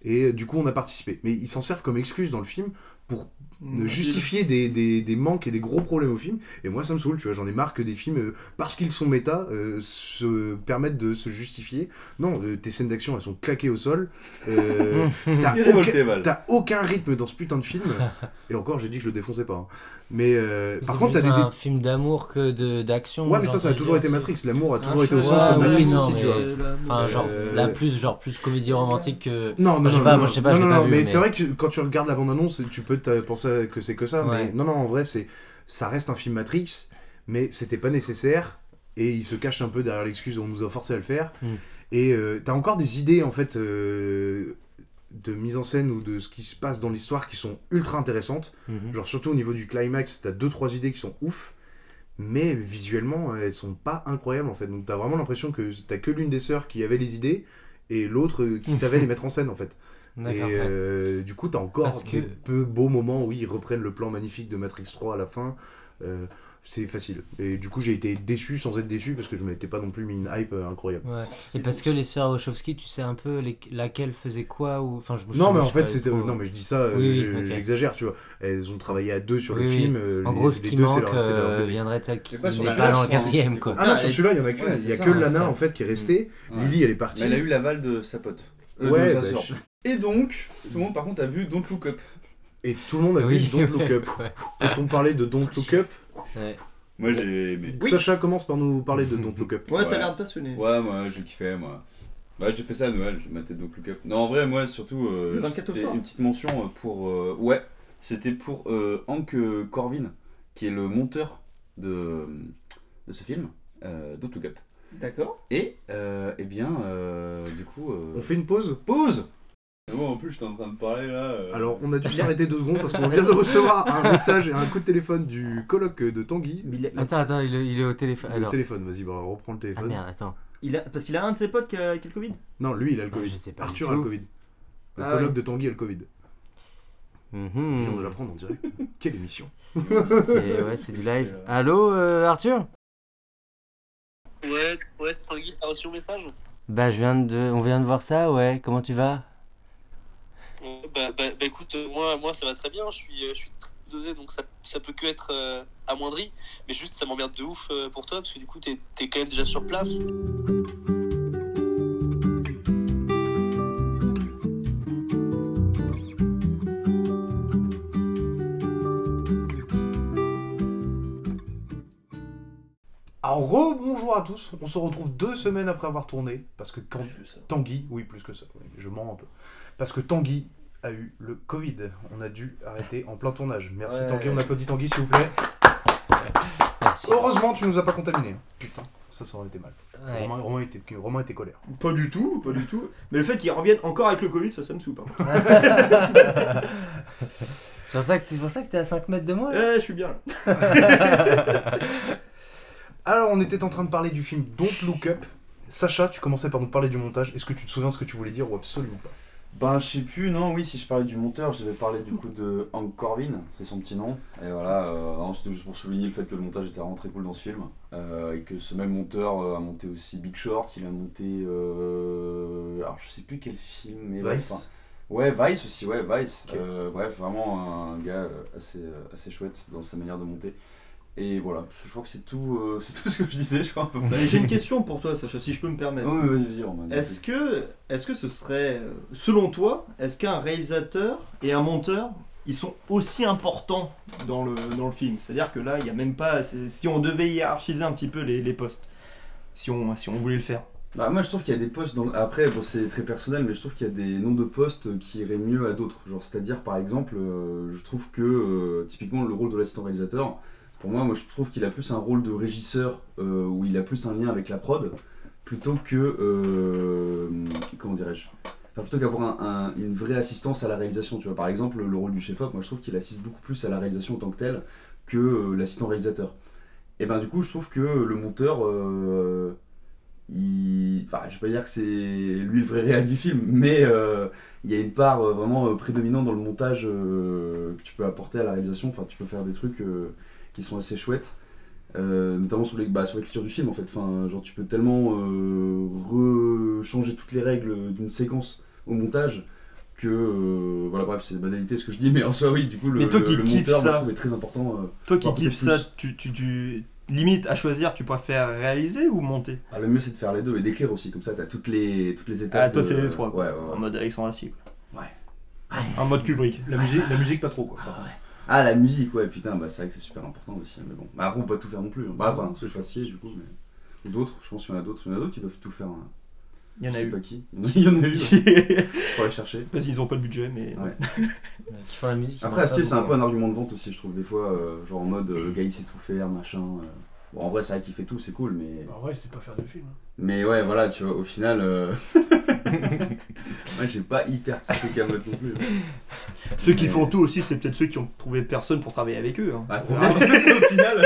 Speaker 7: Et euh, du coup on a participé. Mais ils s'en servent comme excuse dans le film pour
Speaker 9: Mm.
Speaker 7: euh, justifier des, des- des manques et des gros problèmes au film. Et moi ça me saoule, tu vois, j'en ai marre que des films, euh, parce qu'ils sont méta, euh, se permettent de se justifier. Non, euh, tes scènes d'action elles sont claquées au sol. Euh, t'as
Speaker 10: Il est
Speaker 7: aucun-
Speaker 10: révolté, Val.
Speaker 7: T'as aucun rythme dans ce putain de film. Et encore, j'ai dit que je le défonçais pas. hein. Mais euh,
Speaker 8: Mais
Speaker 7: par
Speaker 8: c'est
Speaker 7: contre, t'as
Speaker 8: plus
Speaker 7: des,
Speaker 8: un film d'amour que de d'action.
Speaker 7: Ouais, mais ça,
Speaker 8: genre,
Speaker 7: ça a toujours
Speaker 8: c'est-
Speaker 7: été Matrix. L'amour a toujours
Speaker 9: Ah,
Speaker 7: été au
Speaker 9: je-
Speaker 7: centre de
Speaker 8: ouais,
Speaker 7: Matrix
Speaker 8: oui, non,
Speaker 7: aussi, tu
Speaker 8: mais-
Speaker 7: vois.
Speaker 8: Enfin, genre,
Speaker 7: Euh,
Speaker 8: là plus, genre, plus comédie romantique que.
Speaker 7: Non,
Speaker 8: je sais pas, moi, je sais pas, je
Speaker 7: non,
Speaker 8: l'ai
Speaker 7: non,
Speaker 8: pas
Speaker 7: non,
Speaker 8: vu,
Speaker 7: mais,
Speaker 8: mais-
Speaker 7: c'est vrai que quand tu regardes la bande-annonce, tu peux te penser que c'est que ça, mais
Speaker 8: Ouais.
Speaker 7: non, non, en vrai, c'est ça reste un film Matrix, mais c'était pas nécessaire, et il se cache un peu derrière l'excuse, on nous a forcé à le faire,
Speaker 8: Mm.
Speaker 7: et euh, t'as encore des idées, en fait, euh, de mise en scène ou de ce qui se passe dans l'histoire qui sont ultra intéressantes,
Speaker 8: Mhm.
Speaker 7: Genre surtout au niveau du climax, t'as deux trois idées qui sont ouf, mais visuellement euh, elles sont pas incroyables en fait. Donc t'as vraiment l'impression que t'as que l'une des sœurs qui avait les idées et l'autre euh, qui savait les mettre en scène en fait. Et
Speaker 8: D'accord. ouais.
Speaker 7: euh, du coup t'as encore
Speaker 8: Parce
Speaker 7: des
Speaker 8: que-
Speaker 7: peu beaux moments où ils reprennent le plan magnifique de Matrix 3 à la fin. Euh, c'est facile. Et du coup j'ai été déçu sans être déçu parce que je m'étais pas non plus mis une hype euh, incroyable.
Speaker 8: Ouais. Et parce que les sœurs Wachowski, tu sais un peu les- laquelle faisait quoi ou enfin je je-
Speaker 7: Non mais
Speaker 8: je
Speaker 7: en
Speaker 8: sais
Speaker 7: fait
Speaker 8: pas
Speaker 7: c'était
Speaker 8: trop.
Speaker 7: non mais je dis ça euh,
Speaker 8: Oui, oui,
Speaker 7: j'ai-
Speaker 8: ok.
Speaker 7: j'exagère tu vois elles ont travaillé à deux sur
Speaker 8: Oui,
Speaker 7: le
Speaker 8: oui.
Speaker 7: film euh,
Speaker 8: en
Speaker 7: les-
Speaker 8: gros ce
Speaker 7: les
Speaker 8: qui
Speaker 7: deux, c'est
Speaker 8: manque
Speaker 7: leur- c'est leur
Speaker 8: euh,
Speaker 7: bébé.
Speaker 8: viendrait de celle qui
Speaker 10: Mais
Speaker 8: n'est
Speaker 10: pas sur
Speaker 8: pas,
Speaker 10: la place,
Speaker 8: dans le
Speaker 10: c'est-
Speaker 8: quatrième
Speaker 10: c'est-
Speaker 8: quoi.
Speaker 7: Ah non,
Speaker 9: Ah,
Speaker 7: sur
Speaker 9: et-
Speaker 7: celui-là, il y en a qu'une.
Speaker 10: Ouais,
Speaker 7: il y a
Speaker 10: c'est
Speaker 7: que
Speaker 10: ça,
Speaker 7: Lana,
Speaker 10: ça.
Speaker 7: en fait, qui est restée. Lily, elle est partie.
Speaker 10: Mais elle a eu l'aval de sa pote. Euh,
Speaker 7: Ouais,
Speaker 10: de sa
Speaker 7: bah,
Speaker 10: sœur.
Speaker 7: je-
Speaker 10: Et donc, tout le monde par contre a vu Don't Look Up.
Speaker 7: Et tout le monde a vu
Speaker 8: Oui,
Speaker 7: Don't Look
Speaker 8: ouais,
Speaker 7: Up.
Speaker 8: ouais.
Speaker 7: Quand on parlait de Don't Look Up,
Speaker 8: Ouais.
Speaker 10: Moi j'ai aimé.
Speaker 7: Sacha commence par nous parler de Don't Look Up.
Speaker 9: Ouais, t'as
Speaker 10: Ouais.
Speaker 9: l'air de passionné.
Speaker 10: Ouais, moi j'ai kiffé, moi. Ouais, j'ai fait ça à Noël, j'ai maté donc Look Up. Non, en vrai, moi surtout, euh,
Speaker 9: Le 24 au
Speaker 10: c'était
Speaker 9: soir.
Speaker 10: une petite mention euh, pour. euh, ouais, c'était pour euh, Hank euh, Corvin, qui est le monteur de, de ce film, euh, Don't Look Up.
Speaker 9: D'accord.
Speaker 10: Et, euh, eh bien, euh, du coup. euh,
Speaker 7: On fait une pause
Speaker 10: pause Moi en plus, j'étais en train de parler là. euh,
Speaker 7: Alors, on a dû s'arrêter deux secondes parce qu'on vient de recevoir un message et un coup de téléphone du coloc de Tanguy.
Speaker 9: Il a-
Speaker 8: Attends, attends, il, est- il est au téléphone.
Speaker 7: Le
Speaker 8: Alors.
Speaker 7: téléphone, vas-y, bah, reprends le
Speaker 8: Ah
Speaker 7: téléphone.
Speaker 8: merde, attends.
Speaker 9: Il a... Parce qu'il a un de ses potes qui a, qui a le Covid.
Speaker 7: non, lui, il a le
Speaker 8: Ah,
Speaker 7: Covid.
Speaker 8: je sais pas du
Speaker 7: Arthur
Speaker 8: tout.
Speaker 7: a le Covid. Le
Speaker 9: Ah
Speaker 7: coloc
Speaker 9: ouais.
Speaker 7: de Tanguy a le Covid. On vient de
Speaker 8: Mhm.
Speaker 7: l'apprendre en direct. Quelle émission
Speaker 8: C'est- Ouais, c'est du live. Allô, euh, Arthur
Speaker 1: Ouais, ouais, Tanguy, t'as reçu mon message
Speaker 8: Bah, je viens de, on vient de voir ça, ouais. Comment tu vas
Speaker 1: Ouais, bah, bah, bah, écoute, euh, moi, moi ça va très bien, je suis, euh, je suis très dosé donc ça, ça peut que être euh, amoindri. Mais juste ça m'emmerde de ouf euh, pour toi parce que du coup t'es t'es quand même déjà sur place.
Speaker 7: Alors, bonjour à tous. On se retrouve deux semaines après avoir tourné. Parce que quand Tanguy, oui, plus que ça, oui, je mens un peu. Parce que Tanguy a eu le Covid. On a dû arrêter en plein tournage. Merci
Speaker 9: Ouais.
Speaker 7: Tanguy, on applaudit Tanguy, s'il vous plaît.
Speaker 8: Merci.
Speaker 7: Heureusement, tu nous as pas contaminé. hein. Putain, ça, ça aurait été mal.
Speaker 8: Ouais.
Speaker 7: Romain, Romain était, Romain était colère.
Speaker 9: Pas du tout, pas du tout. Mais le fait qu'il revienne encore avec le Covid, ça, ça me soupe. hein.
Speaker 8: C'est pour ça que t'es, pour ça que t'es à 5 mètres de moi. là
Speaker 9: Eh, je suis bien là.
Speaker 7: Alors, on était en train de parler du film Don't Look Up. Sacha, tu commençais par nous parler du montage. Est-ce que tu te souviens ce que tu voulais dire ou absolument pas
Speaker 10: Ben, je sais plus, non, oui, si je parlais du monteur, je devais parler du coup de Hank Corvin, c'est son petit nom. Et voilà, euh, non, c'était juste pour souligner le fait que le montage était vraiment très cool dans ce film. euh, et que ce même monteur euh, a monté aussi Big Short, il a monté. euh, alors, je sais plus quel film, mais bref, enfin, Ouais, Vice aussi, ouais, Vice.
Speaker 7: Ok.
Speaker 10: Euh, bref, vraiment un gars euh, assez, euh, assez chouette dans sa manière de monter. Et voilà, je crois que c'est tout, euh, c'est tout ce que je disais, je crois, à peu près.
Speaker 9: Mais J'ai une question pour toi, Sacha, si je peux me permettre.
Speaker 10: Oh, oui, vas-y, vas-y, Romain.
Speaker 9: Est-ce que, est-ce que ce serait, euh, selon toi, est-ce qu'un réalisateur et un monteur, ils sont aussi importants dans le, dans le film C'est-à-dire que là, il n'y a même pas. c'est- Si on devait hiérarchiser un petit peu les, les postes, si on, si on voulait le faire.
Speaker 10: Bah, moi je trouve qu'il y a des postes dans... après bon, c'est très personnel mais je trouve qu'il y a des noms de postes qui iraient mieux à d'autres genre c'est-à-dire par exemple euh, je trouve que euh, typiquement le rôle de l'assistant réalisateur pour moi moi je trouve qu'il a plus un rôle de régisseur euh, où il a plus un lien avec la prod plutôt que euh, comment dirais-je Enfin, plutôt qu'avoir un- un- une vraie assistance à la réalisation tu vois par exemple le rôle du chef op moi je trouve qu'il assiste beaucoup plus à la réalisation en tant que tel que euh, l'assistant réalisateur et ben du coup je trouve que le monteur euh, il... Enfin, je vais pas dire que c'est lui le vrai réel du film, mais euh, il y a une part euh, vraiment euh, prédominante dans le montage euh, que tu peux apporter à la réalisation. Enfin, tu peux faire des trucs euh, qui sont assez chouettes, euh, notamment sur les- bah, sur l'écriture du film en fait. Enfin, genre, tu peux tellement euh, rechanger toutes les règles d'une séquence au montage que. euh, voilà, bref, c'est banalité ce que je dis, mais en soi, oui, du coup, le,
Speaker 9: Mais toi qui
Speaker 10: le
Speaker 9: kiffes
Speaker 10: monteur,
Speaker 9: ça.
Speaker 10: moi, je trouve, est très important. euh,
Speaker 9: Toi qui
Speaker 10: Bah,
Speaker 9: kiffes ça,
Speaker 10: peut-être
Speaker 9: tu, tu, tu- limite à choisir, tu préfères réaliser ou monter
Speaker 10: Ah, le mieux c'est de faire les deux et d'écrire aussi, comme ça t'as toutes les, toutes les étapes.
Speaker 9: Ah, toi,
Speaker 10: de-
Speaker 9: c'est les trois, quoi.
Speaker 10: Ouais, ouais, ouais.
Speaker 9: En mode Alexandre Astier. quoi.
Speaker 10: Ouais.
Speaker 9: En mode Kubrick.
Speaker 7: La musique, la musique pas trop quoi.
Speaker 10: Ah, la musique, ouais, putain, bah c'est vrai que c'est super important aussi, mais bon. Bah, après, on peut pas tout faire non plus. hein. Bah, enfin, ceux fassier, du coup, mais. Ou d'autres, je pense qu'il y en a d'autres. Il y en a d'autres qui doivent tout faire. hein.
Speaker 9: Il y en
Speaker 10: je
Speaker 9: a
Speaker 10: sais
Speaker 9: eu.
Speaker 10: pas qui. Il y en a eu, ouais. faut aller chercher.
Speaker 9: Parce qu'ils n'ont pas de budget, mais.
Speaker 10: Ouais.
Speaker 8: Qui font la musique.
Speaker 10: Après, Astier, c'est un
Speaker 9: hein.
Speaker 10: peu un argument de vente aussi, je trouve, des fois, euh, genre en mode euh, le gars il sait tout faire, machin. euh. Bon, en vrai, c'est vrai qu'il fait tout, c'est cool, mais.
Speaker 11: Bah, En vrai, c'est pas faire de hein. film.
Speaker 10: Mais ouais, voilà, tu vois, au final. euh, Moi, j'ai pas hyper kiffé Camelot non plus. hein.
Speaker 9: Ceux qui
Speaker 10: Mais-
Speaker 9: font tout aussi, c'est peut-être ceux qui ont trouvé personne pour travailler avec eux. hein.
Speaker 10: Bah, pour dire qu'au final.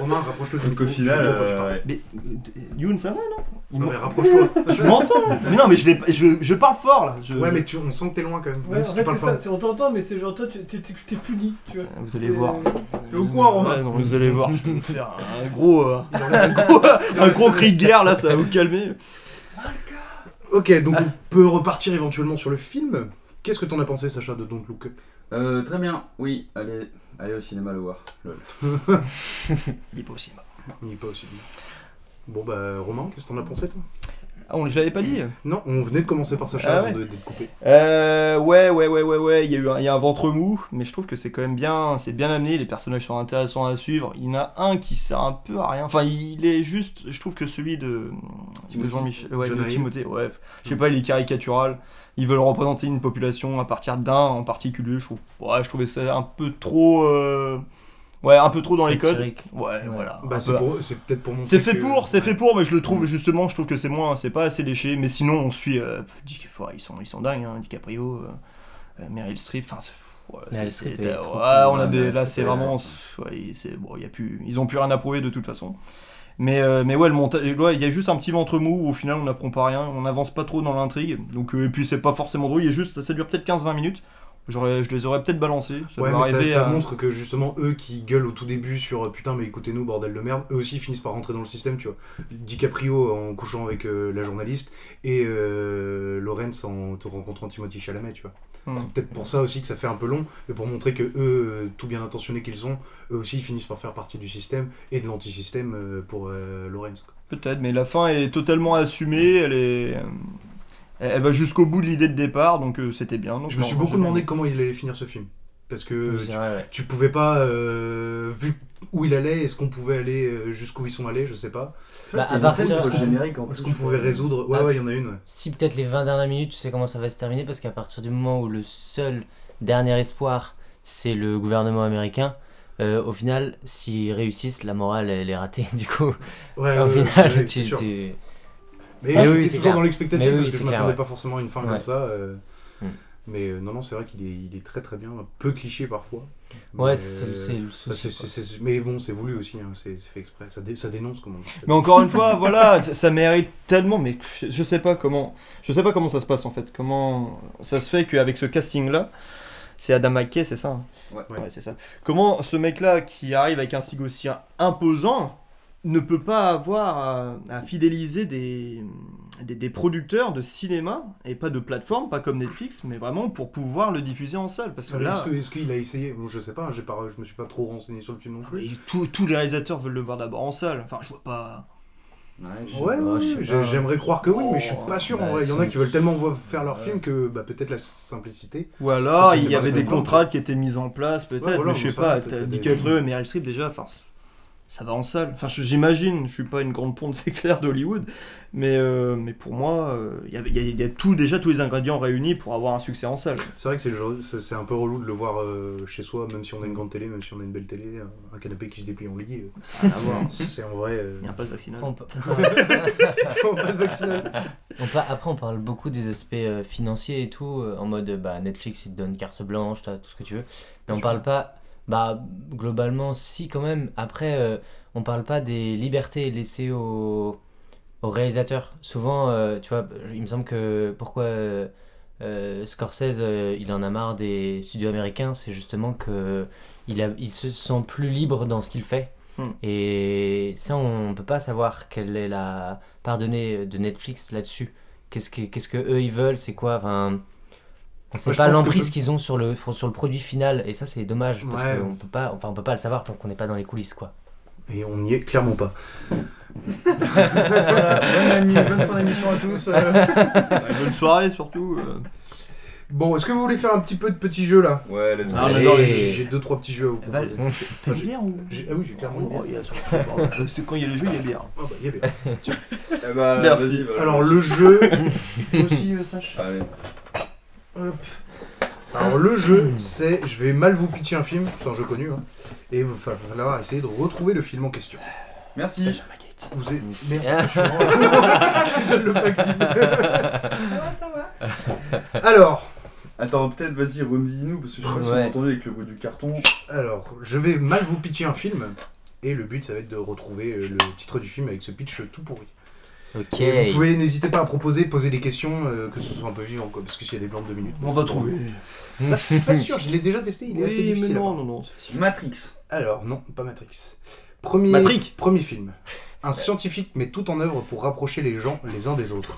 Speaker 7: Romain, rapproche-le du
Speaker 10: Donc, au
Speaker 7: micro,
Speaker 10: final.
Speaker 7: tu vois quand tu
Speaker 10: euh,
Speaker 7: parles.
Speaker 10: ouais.
Speaker 9: Mais euh, Youn, ça va, non Il
Speaker 7: Non
Speaker 9: m'en-
Speaker 7: mais rapproche-toi.
Speaker 9: Tu m'entends Mais non, mais je vais, pas- je, je parle fort là. Je,
Speaker 7: Ouais
Speaker 9: je-
Speaker 7: mais tu, on sent que t'es loin quand même.
Speaker 11: Ouais,
Speaker 7: même
Speaker 11: en
Speaker 7: si tu
Speaker 11: fait,
Speaker 7: parles
Speaker 11: c'est ça,
Speaker 7: fort.
Speaker 11: c'est on t'entend, mais c'est genre toi, tu- t'es t'es- t'es puni, tu vois.
Speaker 9: Vous allez voir.
Speaker 10: T'es au courant, Romain
Speaker 9: Ouais, non, vous allez voir. Je vais vous faire un gros, euh, un gros, un gros cri de guerre là, ça va vous calmer.
Speaker 7: Ok, donc
Speaker 9: Ah.
Speaker 7: on peut repartir éventuellement sur le film. Qu'est-ce que t'en as pensé Sacha de Don't Look Up
Speaker 10: Euh, très bien, oui, allez, allez au cinéma le voir.
Speaker 9: Il est pas au cinéma.
Speaker 7: Il est pas aussi dit. Bon bah Romain, qu'est-ce que t'en as pensé toi
Speaker 9: Ah, on, je l'avais pas dit
Speaker 7: Non, on venait de commencer par Sacha
Speaker 9: Ah
Speaker 7: avant
Speaker 9: ouais.
Speaker 7: de- d'être coupé.
Speaker 9: Euh, ouais, ouais, ouais, ouais, ouais. Il y a eu, un- il y a un ventre mou, mais je trouve que c'est quand même bien, c'est bien amené. Les personnages sont intéressants à suivre. Il y en a un qui sert un peu à rien. Enfin, il est juste, je trouve que celui de, de
Speaker 10: Timothée.
Speaker 9: Jean-Michel, ouais,
Speaker 7: John
Speaker 9: de
Speaker 7: Hayes.
Speaker 9: Timothée, ouais. Je sais pas, il est caricatural. Ils veulent représenter une population à partir d'un en particulier. Je trouve, ouais, je trouvais ça un peu trop, euh, ouais, un peu trop dans les codes.
Speaker 8: Satirique.
Speaker 9: Ouais, voilà.
Speaker 7: Bah,
Speaker 9: un
Speaker 7: c'est
Speaker 9: peu-
Speaker 7: pour- c'est peut-être pour montrer
Speaker 9: Ah, c'est fait
Speaker 7: que-
Speaker 8: euh,
Speaker 9: pour, c'est
Speaker 7: ouais.
Speaker 9: fait pour, mais je le trouve justement, je trouve que c'est moins, c'est pas assez léché. Mais sinon, on suit, euh, DiCap- ouais, ils sont, ils sont dingues, hein, DiCaprio, euh, euh, Meryl Streep, enfin, c'est- ouais, c'est-
Speaker 8: Meryl
Speaker 9: c'est-
Speaker 8: Streep
Speaker 9: t'as-
Speaker 8: est trop cool,
Speaker 9: ouais, on a
Speaker 8: ouais,
Speaker 9: des,
Speaker 8: Meryl
Speaker 9: là,
Speaker 8: Streep,
Speaker 9: c'est
Speaker 8: ouais.
Speaker 9: vraiment, ouais, c'est bon, il y a plus, ils ont plus rien à prouver de toute façon. Mais, euh, mais ouais, le montage, ouais, il y a juste un petit ventre mou où au final on n'apprend pas rien, on n'avance pas trop dans l'intrigue. Donc euh, et puis c'est pas forcément drôle, il y a juste, ça dure peut-être 15-20 minutes. J'aurais, je les aurais peut-être balancés. Ça
Speaker 7: Ouais,
Speaker 9: doit
Speaker 7: mais ça,
Speaker 9: arriver
Speaker 7: ça
Speaker 9: à-
Speaker 7: montre que justement, eux qui gueulent au tout début sur euh, putain, mais écoutez-nous, bordel de merde, eux aussi finissent par rentrer dans le système, tu vois. DiCaprio en couchant avec euh, la journaliste et euh, Lawrence en te rencontrant Timothy Chalamet, tu vois.
Speaker 9: Hmm.
Speaker 7: C'est peut-être pour ça aussi que ça fait un peu long, mais pour montrer que eux, euh, tout bien intentionnés qu'ils sont, eux aussi ils finissent par faire partie du système et de l'antisystème euh, pour euh, Lawrence. quoi.
Speaker 9: Peut-être, mais la fin est totalement assumée, elle est... euh, Elle elle va jusqu'au bout de l'idée de départ, donc euh, c'était bien. donc
Speaker 7: Je me
Speaker 9: non,
Speaker 7: suis
Speaker 9: j'ai
Speaker 7: beaucoup
Speaker 9: bien
Speaker 7: demandé
Speaker 9: aimé.
Speaker 7: comment il allait finir ce film. Parce que
Speaker 9: Oui,
Speaker 7: euh,
Speaker 9: c'est
Speaker 7: tu,
Speaker 9: vrai, ouais.
Speaker 7: tu pouvais pas, euh, vu où il allait, est-ce qu'on pouvait aller euh, jusqu'où ils sont allés, je sais pas.
Speaker 8: Bah, à
Speaker 10: Il y a une
Speaker 8: partir,
Speaker 10: scène pour le générique en plus,
Speaker 7: Est-ce qu'on
Speaker 10: je
Speaker 7: pouvait
Speaker 10: crois.
Speaker 7: résoudre Ouais,
Speaker 8: Ah.
Speaker 7: ouais, il y en a une. ouais.
Speaker 8: si peut-être les 20 dernières minutes, tu sais comment ça va se terminer, parce qu'à partir du moment où le seul dernier espoir, c'est le gouvernement américain, euh, au final, s'ils réussissent, la morale, elle est ratée, du coup.
Speaker 7: Ouais,
Speaker 8: au
Speaker 7: ouais,
Speaker 8: final,
Speaker 7: ouais, c'est
Speaker 8: tu,
Speaker 7: sûr.
Speaker 8: tu-
Speaker 7: Mais
Speaker 8: Ah,
Speaker 7: j'étais
Speaker 8: oui, c'est
Speaker 7: toujours
Speaker 8: clair.
Speaker 7: dans
Speaker 8: Mais
Speaker 7: l'expectative
Speaker 8: oui,
Speaker 7: parce que
Speaker 8: c'est
Speaker 7: je
Speaker 8: clair,
Speaker 7: m'attendais
Speaker 8: ouais.
Speaker 7: pas forcément à une fin
Speaker 8: Ouais.
Speaker 7: comme ça. euh,
Speaker 8: Hmm.
Speaker 7: Mais euh, non, non, c'est vrai qu'il est, il est très très bien, peu cliché parfois.
Speaker 8: Ouais,
Speaker 7: Mais,
Speaker 8: c'est
Speaker 7: euh,
Speaker 8: c'est le
Speaker 7: bah,
Speaker 8: souci.
Speaker 7: c'est- c'est- c'est- Mais bon, c'est voulu aussi, hein, c'est c'est fait exprès. Ça, dé- ça dénonce, comme on dit.
Speaker 9: Mais encore une fois, voilà, ça- ça mérite tellement, mais je, je sais pas comment, je sais pas comment ça se passe en fait, comment ça se fait qu'avec ce casting-là, c'est Adam McKay, c'est ça. hein
Speaker 10: Ouais.
Speaker 9: ouais c'est ça. Comment ce mec-là qui arrive avec un signe aussi imposant ne peut pas avoir à, à fidéliser des, des, des producteurs de cinéma et pas de plateforme, pas comme Netflix, mais vraiment pour pouvoir le diffuser en salle. Parce que
Speaker 7: Mais Est-ce
Speaker 9: là,
Speaker 7: que- est-ce qu'il a essayé Bon, Je sais pas, hein, j'ai pas, je me suis pas trop renseigné sur le film non
Speaker 9: mais
Speaker 7: plus.
Speaker 9: tous- tous les réalisateurs veulent le voir d'abord en salle. Enfin, je vois pas.
Speaker 10: Ouais, je sais
Speaker 8: Ah,
Speaker 7: Ouais,
Speaker 10: pas,
Speaker 7: ouais,
Speaker 10: je sais
Speaker 7: ouais,
Speaker 10: pas.
Speaker 7: j'ai- j'aimerais croire que oui, mais je suis
Speaker 9: Oh,
Speaker 7: pas sûr en
Speaker 10: bah,
Speaker 7: vrai. Il y en a
Speaker 10: c'est-
Speaker 7: qui veulent tellement voir- faire leur
Speaker 10: Ouais.
Speaker 7: film que bah, peut-être la simplicité.
Speaker 9: Ou alors,
Speaker 7: Ça, c'est
Speaker 9: il y
Speaker 7: pas
Speaker 9: avait
Speaker 7: très
Speaker 9: des
Speaker 7: bon.
Speaker 9: contrats qui étaient mis en place, peut-être,
Speaker 7: Ouais, voilà,
Speaker 9: mais je
Speaker 7: mais
Speaker 9: sais
Speaker 7: ça,
Speaker 9: pas,
Speaker 7: peut-être
Speaker 9: t'as
Speaker 7: des-
Speaker 9: DiCaprio et Meryl Streep, déjà, enfin, c- ça va en salle. Enfin, je- j'imagine, je suis pas une grande ponte, c'est clair, d'Hollywood, mais, euh, mais pour moi, euh, il y avait- il y, a- il y a tout, déjà tous les ingrédients réunis pour avoir un succès en salle.
Speaker 7: C'est vrai que c'est le genre- c'est c'est un peu relou de le voir euh, chez soi, même si on a une grande télé, même si on a une belle télé, un- un canapé qui se déplie en lit. euh,
Speaker 9: Ça n'a rien à voir.
Speaker 7: c'est en vrai. euh,
Speaker 9: Il y a un pass vaccinal.
Speaker 8: On peut-
Speaker 7: faut pas se vacciner.
Speaker 8: on peut- après, on parle beaucoup des aspects euh, financiers et tout, euh, en mode euh, bah, Netflix, il te donne carte blanche, t'as tout ce que tu veux. Mais on parle pas, bah, globalement, si quand même. Après, euh, on parle pas des libertés laissées aux, aux réalisateurs. Souvent, euh, tu vois, il me semble que pourquoi euh, euh, Scorsese, euh, il en a marre des studios américains, c'est justement que il, a, il se sent plus libre dans ce qu'il fait.
Speaker 9: Hmm.
Speaker 8: Et ça, on peut pas savoir quelle est la part donnée de Netflix là-dessus. Qu'est-ce que, qu'est-ce que eux ils veulent, c'est quoi enfin, on sait
Speaker 7: Moi, je
Speaker 8: pas
Speaker 7: pense que
Speaker 8: l'emprise
Speaker 7: peut-
Speaker 8: qu'ils ont sur le, sur le produit final et ça c'est dommage parce
Speaker 7: Ouais.
Speaker 8: qu'on peut pas enfin on peut pas le savoir tant qu'on n'est pas dans les coulisses quoi.
Speaker 7: Et on n'y est clairement pas.
Speaker 10: Voilà, bonne ami- bonne fin d'émission à tous. euh.
Speaker 9: Bonne soirée, surtout. euh.
Speaker 7: Bon, est-ce que vous voulez faire un petit peu de petits jeux là
Speaker 10: Ouais, let's go.
Speaker 9: Ah, mais
Speaker 7: J'ai-
Speaker 9: non,
Speaker 7: J'ai j'ai deux trois petits jeux à vous
Speaker 9: Val-
Speaker 7: proposer.
Speaker 9: T'as une bière ou
Speaker 7: J'ai- Ah oui, j'ai clairement une bière.
Speaker 9: Oh, il y a- C'est quand il y a le jeu, il y a bière.
Speaker 7: Ah bah, y avait. Euh,
Speaker 10: Eh bah,
Speaker 9: Merci.
Speaker 10: vas-y, bah,
Speaker 7: Alors
Speaker 10: je-
Speaker 7: le jeu. aussi, euh, Sacha.
Speaker 10: Allez.
Speaker 7: Alors le jeu, c'est, je vais mal vous pitcher un film, c'est un jeu connu, hein, et vous va falloir essayer de retrouver le film en question.
Speaker 10: Merci.
Speaker 7: Vous êtes... Merde, je suis vraiment- je vous donne le pack vide. Alors,
Speaker 10: Attends, peut-être, vas-y, redis-nous, parce que je sais pas si on
Speaker 8: Ouais.
Speaker 10: m'a entendu avec le bruit du carton.
Speaker 7: alors, je vais mal vous pitcher un film, et le but ça va être de retrouver euh, le titre du film avec ce pitch tout pourri.
Speaker 8: OK.
Speaker 7: Et Vous pouvez n'hésitez pas à proposer, poser des questions, euh, que ce soit un peu vivant quoi, parce que s'il y a des blancs de deux minutes.
Speaker 9: On va trouver.
Speaker 7: Là, je suis pas sûr, je l'ai déjà testé, il est assez
Speaker 9: Oui, mais
Speaker 7: difficile.
Speaker 9: non, non, non.
Speaker 10: Matrix.
Speaker 7: Alors, non, pas Matrix. Premier,
Speaker 9: Matrix
Speaker 7: premier film. Un scientifique met tout en œuvre pour rapprocher les gens les uns des autres.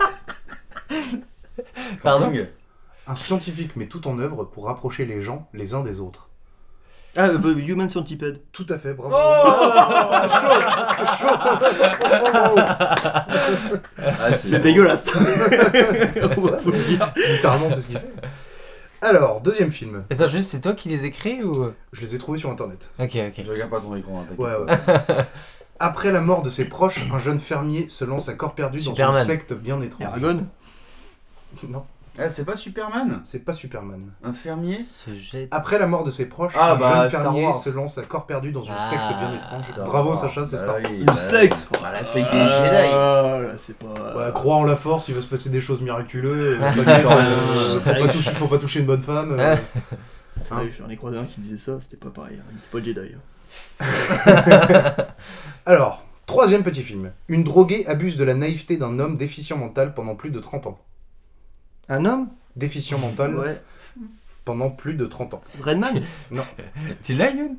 Speaker 8: Pardon
Speaker 10: Ring.
Speaker 7: Un scientifique met tout en œuvre pour rapprocher les gens les uns des autres.
Speaker 9: Ah, The Human Centipede.
Speaker 7: Tout à fait, bravo.
Speaker 9: Oh
Speaker 7: Chaud, chaud.
Speaker 10: Ah,
Speaker 9: Ah, c'est- C'est dégueulasse. On va vous le dire.
Speaker 7: Littéralement, c'est ce qu'il fait. Alors, deuxième film.
Speaker 12: Et ça, juste, c'est toi qui les écris ou
Speaker 7: Je les ai trouvés sur internet.
Speaker 12: Ok, ok.
Speaker 10: Je regarde pas ton écran, hein, t'inquiète.
Speaker 7: Ouais, ouais. Après la mort de ses proches, un jeune fermier se lance à corps perdu dans
Speaker 10: Superman.
Speaker 7: une secte bien étrange.
Speaker 10: Aragon
Speaker 7: Non.
Speaker 10: Ah, c'est pas Superman
Speaker 7: C'est pas Superman.
Speaker 10: Un fermier
Speaker 7: Après la mort de ses proches,
Speaker 10: Ah,
Speaker 7: un
Speaker 10: bah,
Speaker 7: jeune
Speaker 10: Star
Speaker 7: fermier
Speaker 10: Wars.
Speaker 7: se lance à corps perdu dans une
Speaker 10: Ah,
Speaker 7: secte bien étrange.
Speaker 10: Star
Speaker 7: Bravo
Speaker 10: Wars.
Speaker 7: Sacha, c'est
Speaker 10: Bah
Speaker 7: Star
Speaker 10: oui,
Speaker 7: Wars.
Speaker 10: Une bah, secte bah, la secte des Jedi.
Speaker 9: Ah, là, c'est pas...
Speaker 7: Ouais, crois en la force, il va se passer des choses miraculeuses. euh,
Speaker 9: Ouais,
Speaker 7: t'inquiète,
Speaker 9: ouais,
Speaker 7: euh,
Speaker 9: ouais,
Speaker 7: faut,
Speaker 9: ouais.
Speaker 7: pas toucher, faut pas toucher une bonne femme. euh,
Speaker 9: C'est
Speaker 7: hein.
Speaker 9: vrai, J'en ai croisé un qui disait ça, c'était pas pareil. hein. Il était pas Jedi. hein.
Speaker 7: Alors, troisième petit film. Une droguée abuse de la naïveté d'un homme déficient mental pendant plus de 30 ans.
Speaker 9: Un homme
Speaker 7: Déficient mental
Speaker 9: Ouais.
Speaker 7: pendant plus de 30 ans.
Speaker 9: Redman
Speaker 7: Non.
Speaker 12: Tu l'as, Youn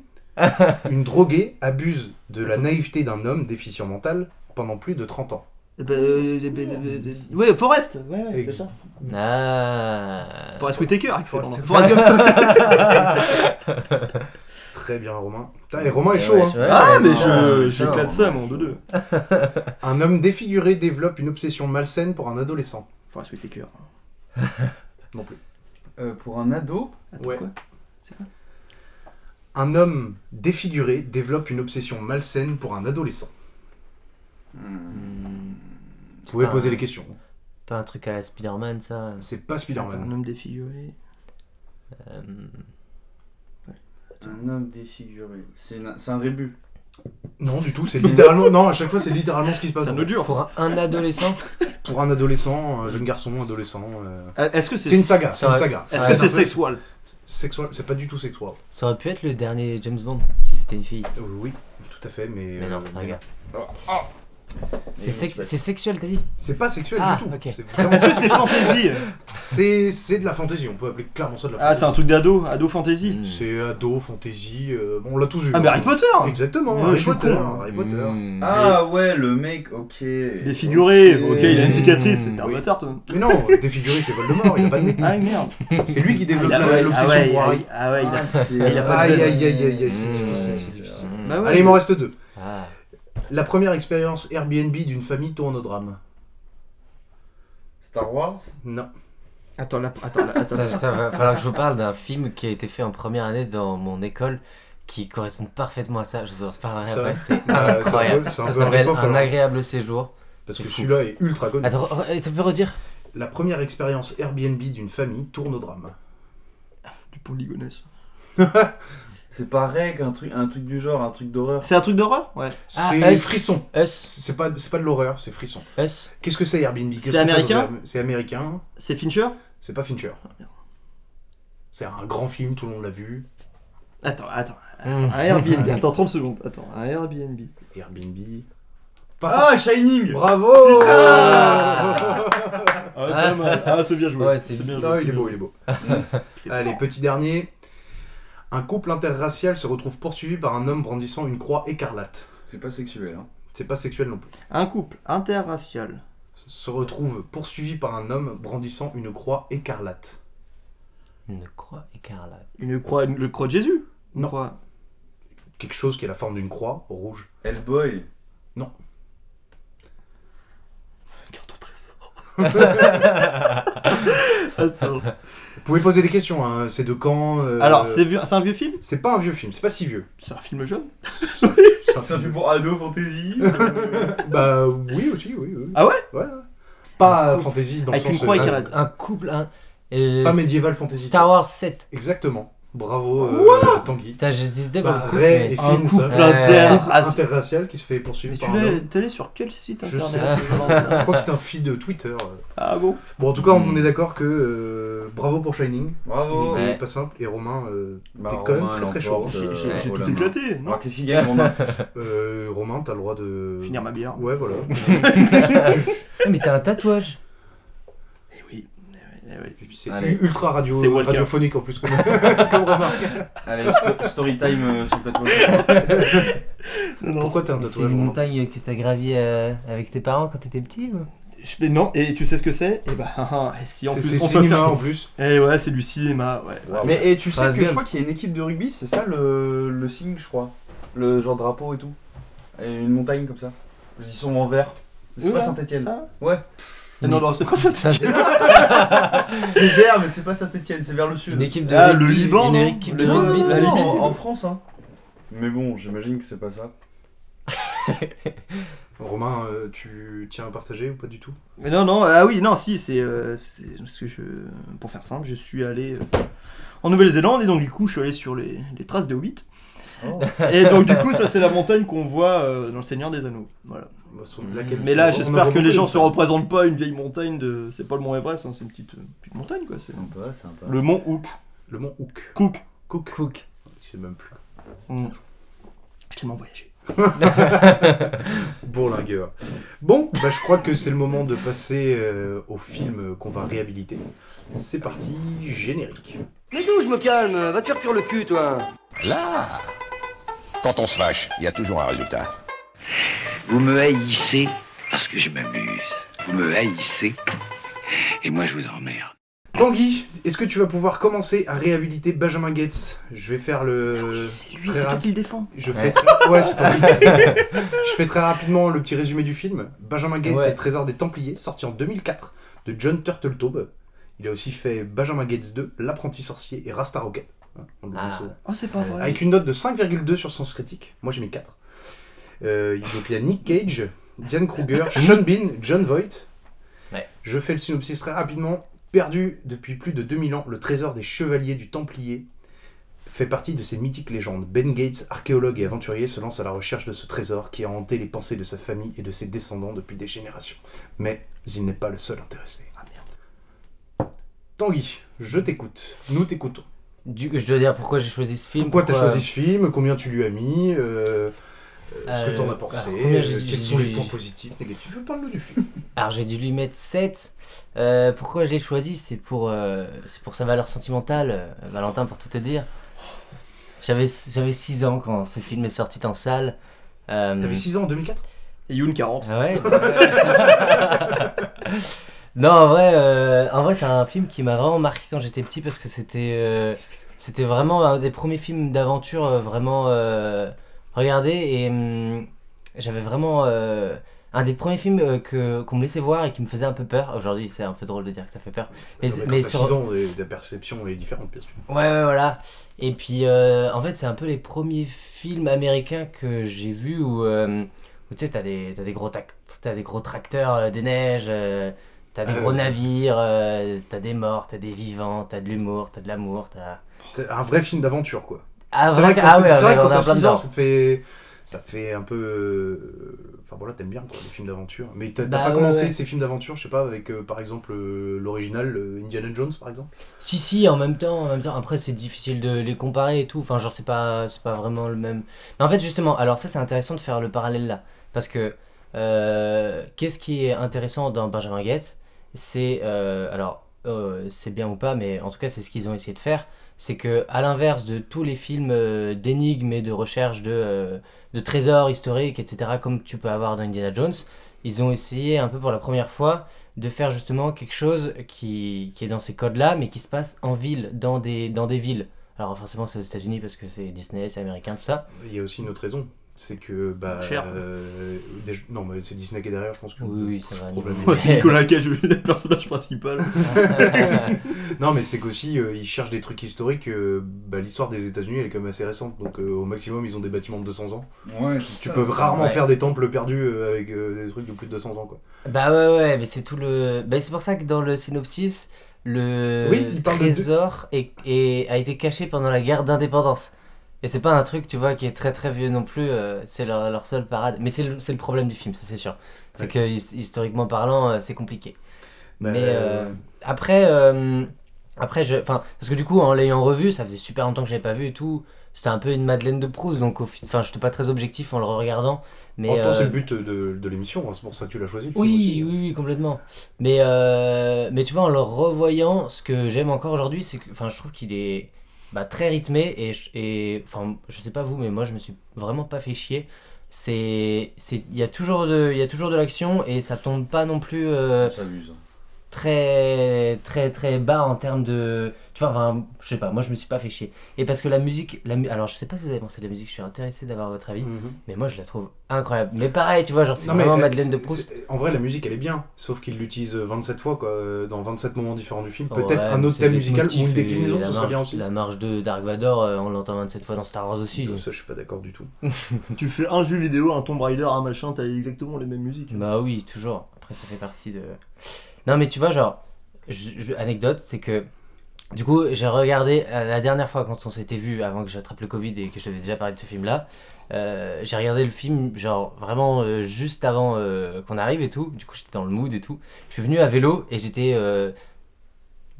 Speaker 7: Une droguée abuse de la naïveté d'un homme déficient mental pendant plus de 30 ans.
Speaker 9: Eh ben, euh, eh ben, eh ben, eh ben, ouais, Forrest Ouais, ouais, c'est ça.
Speaker 8: Ah.
Speaker 9: Forrest Whitaker, excellent.
Speaker 7: Forrest-
Speaker 9: Forrest Gump.
Speaker 7: Très bien, Romain. Putain, et Romain est
Speaker 9: Ouais,
Speaker 7: chaud,
Speaker 9: ouais,
Speaker 7: hein.
Speaker 9: ouais, Ah, mais je- ouais, j'éclate putain. ça, mon doudou.
Speaker 7: Un homme défiguré développe une obsession malsaine pour un adolescent.
Speaker 9: Forrest Whitaker.
Speaker 7: Non plus.
Speaker 10: Euh, pour un ado
Speaker 7: Ouais. un homme défiguré développe une obsession malsaine pour un adolescent.
Speaker 10: hmm,
Speaker 7: Vous pouvez
Speaker 8: Pas
Speaker 7: poser
Speaker 8: un-
Speaker 7: les questions.
Speaker 8: Pas un truc à la Spider-Man, ça
Speaker 7: C'est pas Spider-Man.
Speaker 9: Un homme défiguré.
Speaker 8: Euh,
Speaker 10: Un homme défiguré. C'est une- c'est un rébut.
Speaker 7: Non, du tout, c'est littéralement. Non, à chaque fois, c'est littéralement ce qui se passe.
Speaker 10: C'est un autre jour. Pour un- un
Speaker 7: adolescent Pour un adolescent, un jeune garçon, adolescent. euh,
Speaker 9: Euh, est-ce que c'est-
Speaker 7: C'est une saga, c'est une
Speaker 8: Ça-
Speaker 7: saga.
Speaker 8: est-ce que c'est
Speaker 7: un peu-
Speaker 8: sexual
Speaker 7: Sexual, c'est pas du tout sexual. Euh,
Speaker 8: Ça aurait pu être le dernier James Bond, si c'était une fille.
Speaker 7: Oui, tout à fait, mais. euh,
Speaker 8: Mais non, c'est un gars.
Speaker 7: Ah.
Speaker 8: C'est sec- c'est sexuel, t'as dit
Speaker 7: C'est pas sexuel
Speaker 8: Ah,
Speaker 7: du tout.
Speaker 8: ok.
Speaker 7: C'est vraiment-
Speaker 8: Est-ce que c'est fantasy
Speaker 7: C'est c'est de la fantasy, on peut appeler clairement ça de la
Speaker 9: Ah, c'est un truc d'ado, ado fantasy
Speaker 8: Hmm.
Speaker 7: C'est ado, fantasy, euh, bon, on l'a tous vu.
Speaker 9: Ah, mais Harry Potter
Speaker 7: Exactement,
Speaker 9: Ouais,
Speaker 7: Harry,
Speaker 9: je suis
Speaker 7: Potter,
Speaker 9: con. hein.
Speaker 7: Harry Potter.
Speaker 8: Hmm.
Speaker 10: Ah ouais, le mec, ok.
Speaker 9: Défiguré, ok, il a une cicatrice, t'es un bâtard toi.
Speaker 7: Mais non, défiguré, c'est Voldemort, il a pas de nez.
Speaker 9: Ah merde.
Speaker 7: C'est lui qui développe
Speaker 9: Ah, il a-
Speaker 7: la- l'obsession
Speaker 9: ah ouais,
Speaker 7: pour Harry.
Speaker 9: ah ouais, il a-
Speaker 7: Ah, c'est-
Speaker 9: il a pas de
Speaker 7: Aïe,
Speaker 9: scène.
Speaker 7: aïe, aïe, aïe, aïe, c'est
Speaker 9: Mmh.
Speaker 7: difficile, c'est difficile.
Speaker 8: Mmh.
Speaker 9: Bah ouais.
Speaker 7: Allez, il m'en reste deux.
Speaker 8: Ah.
Speaker 7: La première expérience Airbnb d'une famille tourne au drame.
Speaker 10: Star Wars
Speaker 7: Non.
Speaker 9: Attends, là, attends, là, attends.
Speaker 8: Putain, putain, va falloir que je vous parle d'un film qui a été fait en première année dans mon école qui correspond parfaitement à ça. Je vous en reparlerai
Speaker 7: Ça
Speaker 8: après,
Speaker 7: va Ah,
Speaker 8: c'est
Speaker 7: c'est un peu-
Speaker 8: incroyable.
Speaker 7: c'est un peu
Speaker 8: Ça s'appelle
Speaker 7: un peu
Speaker 8: Un
Speaker 7: fort.
Speaker 8: agréable séjour.
Speaker 7: Parce
Speaker 8: C'est
Speaker 7: que
Speaker 8: fou.
Speaker 7: celui-là est ultra connu.
Speaker 8: Attends,
Speaker 9: oh.
Speaker 8: re- re- tu peux redire
Speaker 7: La première expérience Airbnb d'une famille tourne au drame.
Speaker 9: Du polygonesse.
Speaker 10: C'est pareil qu'un truc, un truc du genre, un truc d'horreur.
Speaker 9: C'est un truc d'horreur Ouais.
Speaker 8: Ah,
Speaker 9: bah,
Speaker 7: c'est frisson. C'est pas, c'est pas de l'horreur, c'est frisson. Qu'est-ce que c'est Airbnb Qu'est-ce
Speaker 9: C'est
Speaker 7: qu'on fait
Speaker 9: américain Oh,
Speaker 7: dans un- C'est américain.
Speaker 9: C'est Fincher
Speaker 7: C'est pas Fincher. C'est un grand film, tout le monde l'a vu.
Speaker 9: Attends, attends.
Speaker 8: Mmh.
Speaker 9: attends, Un Airbnb, attends 30 secondes. Attends, un Airbnb.
Speaker 7: Airbnb.
Speaker 10: Ah, Shining
Speaker 7: Bravo
Speaker 9: Ah, pas mal. Ah, c'est bien joué.
Speaker 7: Ouais, c'est
Speaker 9: C'est bien
Speaker 7: bien Ah,
Speaker 9: joué, c'est
Speaker 7: il est
Speaker 9: bien
Speaker 7: beau,
Speaker 9: joué.
Speaker 7: il est beau. Allez, petit dernier. Un couple interracial se retrouve poursuivi par un homme brandissant une croix écarlate.
Speaker 10: C'est pas sexuel, hein.
Speaker 7: C'est pas sexuel non plus.
Speaker 9: Un couple interracial
Speaker 7: se retrouve poursuivi par un homme brandissant une croix écarlate.
Speaker 8: Une croix écarlate.
Speaker 9: Une croix, le croix de Jésus Une
Speaker 7: Non.
Speaker 9: croix-
Speaker 7: Quelque chose qui a la forme d'une croix rouge.
Speaker 10: Hellboy
Speaker 7: Non.
Speaker 9: Attends.
Speaker 7: Vous pouvez poser des questions, hein. c'est de quand euh,
Speaker 9: Alors, c'est vieux- c'est un vieux film
Speaker 7: C'est pas un vieux film, c'est pas si vieux.
Speaker 9: C'est un film jeune
Speaker 10: C'est un film pour ado, fantasy
Speaker 7: Bah oui aussi, oui. oui.
Speaker 9: Ah ouais
Speaker 7: Ouais. Pas fantasy dans
Speaker 8: Avec
Speaker 7: le
Speaker 8: une
Speaker 7: sens
Speaker 8: croix
Speaker 7: euh,
Speaker 8: écarlate. Un couple, un. euh,
Speaker 7: Pas médiéval fantasy.
Speaker 8: Star Wars 7.
Speaker 7: Exactement. Bravo euh, Tanguy.
Speaker 8: Putain, je disais
Speaker 7: Bah,
Speaker 8: pour le couple,
Speaker 7: Ray
Speaker 8: mais-
Speaker 7: et
Speaker 8: Un
Speaker 7: Finn,
Speaker 8: couple
Speaker 7: ça.
Speaker 8: inter-
Speaker 7: Un couple
Speaker 8: as-
Speaker 7: interracial qui se fait poursuivre
Speaker 9: Tu
Speaker 7: par un
Speaker 9: l'as
Speaker 7: homme.
Speaker 9: t'es allé sur quel site
Speaker 7: Je sais.
Speaker 9: internet
Speaker 7: Je crois que c'était un feed de Twitter.
Speaker 9: Ah bon
Speaker 7: Bon, en tout cas, on est d'accord que euh, bravo pour Shining.
Speaker 10: Bravo.
Speaker 7: Il était
Speaker 10: Ouais.
Speaker 7: pas simple. Et Romain, euh,
Speaker 10: Bah,
Speaker 7: t'es quand même
Speaker 10: Romain
Speaker 7: très très chaud.
Speaker 10: l'emporte, euh, J'ai- j'ai- j'ai haut tout la main. éclaté, non Alors, qu'est-ce qu'il gagne, Romain
Speaker 7: Euh, Romain, t'as le droit de.
Speaker 9: Finir ma bière.
Speaker 7: Ouais, voilà.
Speaker 8: Ah, Mais t'as un tatouage.
Speaker 9: Eh
Speaker 7: C'est
Speaker 10: Allez.
Speaker 7: ultra radio,
Speaker 10: C'est Walker.
Speaker 7: radiophonique en plus. Comme, comme remarque.
Speaker 10: Allez, sto- story time euh, sur le tatouage.
Speaker 7: Pourquoi t'as un
Speaker 8: C'est
Speaker 7: tatouage
Speaker 8: une
Speaker 7: Romain
Speaker 8: montagne que t'as gravi euh, avec tes parents quand t'étais petit ou
Speaker 9: Je- Non, et tu sais ce que c'est Eh bah, ah, ah, et si en
Speaker 7: C'est-
Speaker 9: plus
Speaker 7: c'est
Speaker 9: on peut
Speaker 7: cinéma,
Speaker 9: faire-
Speaker 7: en plus.
Speaker 9: Eh ouais, c'est du cinéma, ouais.
Speaker 10: Mais et tu sais que je crois qu'il y a une équipe de rugby, c'est ça le, le signe, je crois. Le genre drapeau et tout. Et une montagne comme ça. Ils sont en vert. C'est pas Saint-Etienne. Ouais.
Speaker 9: Ah non, non, c'est pas Saint-Étienne.
Speaker 10: c'est vers, mais c'est pas Saint-Etienne, c'est vers le sud.
Speaker 9: Une équipe de Ah, rugby, le Liban, une non
Speaker 8: équipe de rugby,
Speaker 10: ça
Speaker 8: ça existe.
Speaker 10: en, en France, hein. Mais bon, j'imagine que c'est pas ça.
Speaker 7: Romain, euh, tu tiens à partager ou pas du tout
Speaker 9: Mais non, non, ah oui, non, si, c'est. euh, c'est- parce que je. Pour faire simple, je suis allé euh, en Nouvelle-Zélande et donc du coup, je suis allé sur les, les traces de Hobbit.
Speaker 10: Oh.
Speaker 9: Et donc du coup, ça, c'est la montagne qu'on voit euh, dans Le Seigneur des Anneaux. Voilà.
Speaker 7: Bah, laquelle-
Speaker 9: Mmh. Mais là,
Speaker 7: on en
Speaker 9: j'espère
Speaker 7: a
Speaker 9: que les
Speaker 7: beaucoup,
Speaker 9: gens
Speaker 7: en
Speaker 9: se
Speaker 7: fait.
Speaker 9: représentent pas une vieille montagne de. C'est pas le Mont Everest, hein, c'est une petite, petite montagne, quoi. C'est
Speaker 10: sympa, sympa.
Speaker 9: Le Mont Hook.
Speaker 7: Le Mont Hook.
Speaker 9: Cook.
Speaker 7: Cook.
Speaker 12: Cook.
Speaker 7: Je sais même plus.
Speaker 9: Mm. Je t'ai tellement voyagé.
Speaker 7: Bourlingueur. Bon, bah, je crois que c'est le moment de passer euh, au film qu'on va réhabiliter. C'est parti, générique.
Speaker 2: Mais d'où je me calme Va te faire cuire le cul, toi
Speaker 13: Là Quand on se fâche, il y a toujours un résultat.
Speaker 14: Vous me haïssez parce que je m'amuse. Vous me haïssez et moi je vous emmerde.
Speaker 7: Tanguy, est-ce que tu vas pouvoir commencer à réhabiliter Benjamin Gates Je vais faire le. c'est
Speaker 9: lui, c'est toi qui le défends.
Speaker 7: Je fais
Speaker 9: Ouais.
Speaker 7: très... ouais, c'est Tanguy. je fais très rapidement le petit résumé du film. Benjamin Gates,
Speaker 12: Ouais.
Speaker 7: c'est le trésor des Templiers, sorti en 2004 de John Turteltaube. Il a aussi fait Benjamin Gates 2, L'apprenti sorcier et Rasta Rocket. Hein, on le
Speaker 9: Ah.
Speaker 7: dit souvent.
Speaker 9: Oh, c'est pas vrai.
Speaker 7: Euh, Avec une note de 5,2 sur Sens Critique. Moi, j'ai mis 4. Euh, donc, il y a Nick Cage, Diane Kruger, Sean Bean, John Voight. Je fais le synopsis très rapidement. Perdu depuis plus de 2000 ans, le trésor des chevaliers du Templier fait partie de ces mythiques légendes. Ben Gates, archéologue et aventurier, se lance à la recherche de ce trésor qui a hanté les pensées de sa famille et de ses descendants depuis des générations. Mais il n'est pas le seul intéressé. Ah, Tanguy, je t'écoute. Nous t'écoutons.
Speaker 8: Du- je dois dire pourquoi j'ai choisi ce film.
Speaker 7: Pourquoi t'as choisi ce film Combien tu lui as mis euh, euh, Ce que
Speaker 8: Euh,
Speaker 7: t'en as pensé
Speaker 8: alors, combien j'ai-
Speaker 7: euh,
Speaker 8: j'ai- Hmm.
Speaker 7: Quels sont les
Speaker 8: j'ai-
Speaker 7: points positifs, négatifs Parle-nous du film.
Speaker 8: Alors j'ai dû lui mettre 7. Euh, pourquoi je l'ai choisi C'est pour, euh, c'est pour sa valeur sentimentale, euh, Valentin, pour tout te dire. J'avais 6 ans quand ce film est sorti en salle. Euh,
Speaker 7: T'avais 6 ans en 2004
Speaker 9: Et Youn 40.
Speaker 8: Ouais. Ah non, en vrai, euh, en vrai c'est un film qui m'a vraiment marqué quand j'étais petit parce que c'était euh, c'était vraiment un des premiers films d'aventure euh, vraiment euh, regardé et hum, j'avais vraiment euh, un des premiers films euh, que qu'on me laissait voir et qui me faisait un peu peur. Aujourd'hui, c'est un peu drôle de dire que ça fait peur.
Speaker 7: Non, quand t'as 6 ans, euh, la perception est différente, bien sûr.
Speaker 8: Ouais, ouais, voilà. Et puis, euh, en fait, c'est un peu les premiers films américains que j'ai vus où, euh, où, tu sais, t'as des, t'as des, gros tac- t'as des gros tracteurs, euh, des neiges, euh, t'as des
Speaker 7: Ah,
Speaker 8: gros
Speaker 7: ouais.
Speaker 8: navires, euh, t'as des morts, t'as des vivants, t'as de l'humour, t'as de l'amour, t'as...
Speaker 7: C'est un vrai film d'aventure, quoi.
Speaker 8: Ah,
Speaker 7: C'est
Speaker 8: vrai
Speaker 7: que-
Speaker 8: que- ah
Speaker 7: c'est-
Speaker 8: ouais,
Speaker 7: c'est vrai
Speaker 8: ouais,
Speaker 7: que
Speaker 8: on
Speaker 7: quand
Speaker 8: a
Speaker 7: t'as
Speaker 8: plein
Speaker 7: 6
Speaker 8: de
Speaker 7: ans,
Speaker 8: dents.
Speaker 7: ça te fait. Ça te fait un peu. euh, Enfin voilà, t'aimes bien quoi, les films d'aventure. Mais t'as t'as
Speaker 8: Bah,
Speaker 7: pas
Speaker 8: ouais,
Speaker 7: commencé
Speaker 8: ouais.
Speaker 7: ces films d'aventure, je sais pas, avec euh, par exemple euh, l'original euh, Indiana Jones par exemple
Speaker 8: Si si en même temps en même temps après c'est difficile de les comparer et tout enfin genre c'est pas c'est pas vraiment le même mais en fait justement alors ça c'est intéressant de faire le parallèle là parce que euh, qu'est-ce qui est intéressant dans Benjamin Gates c'est euh, alors euh, c'est bien ou pas mais en tout cas c'est ce qu'ils ont essayé de faire c'est que à l'inverse de tous les films euh, d'énigmes et de recherche de euh, de trésors historiques etc comme tu peux avoir dans Indiana Jones ils ont essayé un peu pour la première fois de faire justement quelque chose qui, qui est dans ces codes-là, mais qui se passe en ville, dans des, dans des villes. Alors forcément c'est aux États-Unis parce que c'est Disney, c'est américain, tout ça.
Speaker 7: Il y a aussi une autre raison. C'est que. Bah,
Speaker 8: Cher.
Speaker 7: euh, des- non, mais c'est Disney qui est derrière, je pense que.
Speaker 8: Oui, oui, ça va,
Speaker 7: Problème.
Speaker 8: niveau- Ouais, c'est Nicolas
Speaker 9: Cage, le personnage principal.
Speaker 7: non, mais c'est qu'aussi, euh, ils cherchent des trucs historiques. euh, bah, L'histoire des États-Unis, elle est quand même assez récente. Donc, euh, au maximum, ils ont des bâtiments de 200 ans.
Speaker 10: Ouais,
Speaker 7: tu
Speaker 10: c'est ça,
Speaker 7: peux
Speaker 10: c'est-
Speaker 7: rarement
Speaker 10: ouais.
Speaker 7: faire des temples perdus euh, avec euh, des trucs de plus de 200 ans, quoi.
Speaker 8: Bah ouais ouais, mais c'est tout le... Bah, c'est pour ça que dans le synopsis, le
Speaker 7: Oui, il parle de deux-
Speaker 8: trésor est- est- a été caché pendant la guerre d'indépendance. Et c'est pas un truc, tu vois, qui est très très vieux non plus, euh, c'est leur, leur seule parade. Mais c'est le, c'est le problème du film, ça c'est sûr. C'est
Speaker 7: Ouais.
Speaker 8: que his- historiquement parlant, euh, c'est compliqué.
Speaker 7: Bah,
Speaker 8: Mais euh,
Speaker 7: ouais.
Speaker 8: après, euh, après je, enfin, parce que du coup, en l'ayant revu, ça faisait super longtemps que je l'avais pas vu et tout. C'était un peu une Madeleine de Proust, donc au fi- enfin, j'étais pas très objectif en le regardant. Mais
Speaker 7: en même temps, c'est
Speaker 8: euh,
Speaker 7: le but de, de l'émission, hein, c'est pour ça que tu l'as choisi. le film
Speaker 8: oui,
Speaker 7: aussi. hein.
Speaker 8: oui, oui, complètement. Mais, euh, mais tu vois, en le revoyant, ce que j'aime encore aujourd'hui, c'est que enfin, je trouve qu'il est bah, très rythmé et, je- et enfin, je sais pas vous, mais moi je me suis vraiment pas fait chier. C'est, c'est, il y a toujours de, il y a toujours de l'action et ça tombe pas non plus. euh, très très très bas en termes de tu vois enfin je sais pas moi je me suis pas fait chier et parce que la musique la mu- alors je sais pas si vous avez pensé de la musique je suis intéressé d'avoir votre
Speaker 7: Mm.
Speaker 8: avis mais moi je la trouve incroyable mais pareil tu vois genre Mhm. c'est
Speaker 7: Non, mais,
Speaker 8: vraiment
Speaker 7: euh,
Speaker 8: Madeleine de
Speaker 7: c'est-
Speaker 8: Proust
Speaker 7: c'est- En vrai, la musique, elle est bien, sauf qu'il l'utilise 27 fois, quoi, euh, dans 27 moments différents du film.
Speaker 8: Oh,
Speaker 7: Peut-être
Speaker 8: ouais,
Speaker 7: un
Speaker 8: mais
Speaker 7: autre
Speaker 8: c'est
Speaker 7: thème
Speaker 8: le
Speaker 7: musical ou une
Speaker 8: leitmotiv et
Speaker 7: déclinaison, ça
Speaker 8: la
Speaker 7: serait
Speaker 8: marche-
Speaker 7: bien aussi.
Speaker 8: la marche de Dark Vador euh, on l'entend 27 fois dans Star Wars aussi donc.
Speaker 7: ça je suis pas d'accord du tout
Speaker 9: Tu fais un jeu vidéo, un Tomb Raider, un machin, t'as exactement les mêmes musiques.
Speaker 8: Bah oui, toujours. Après, ça fait partie de. Non, mais tu vois, genre, je- je- anecdote, c'est que du coup, j'ai regardé euh, la dernière fois quand on s'était vu avant que j'attrape le Covid et que je t'avais déjà parlé de ce film-là. euh, j'ai regardé le film, genre vraiment euh, juste avant euh, qu'on arrive et tout. Du coup, j'étais dans le mood et tout. Je suis venu à vélo et j'étais euh,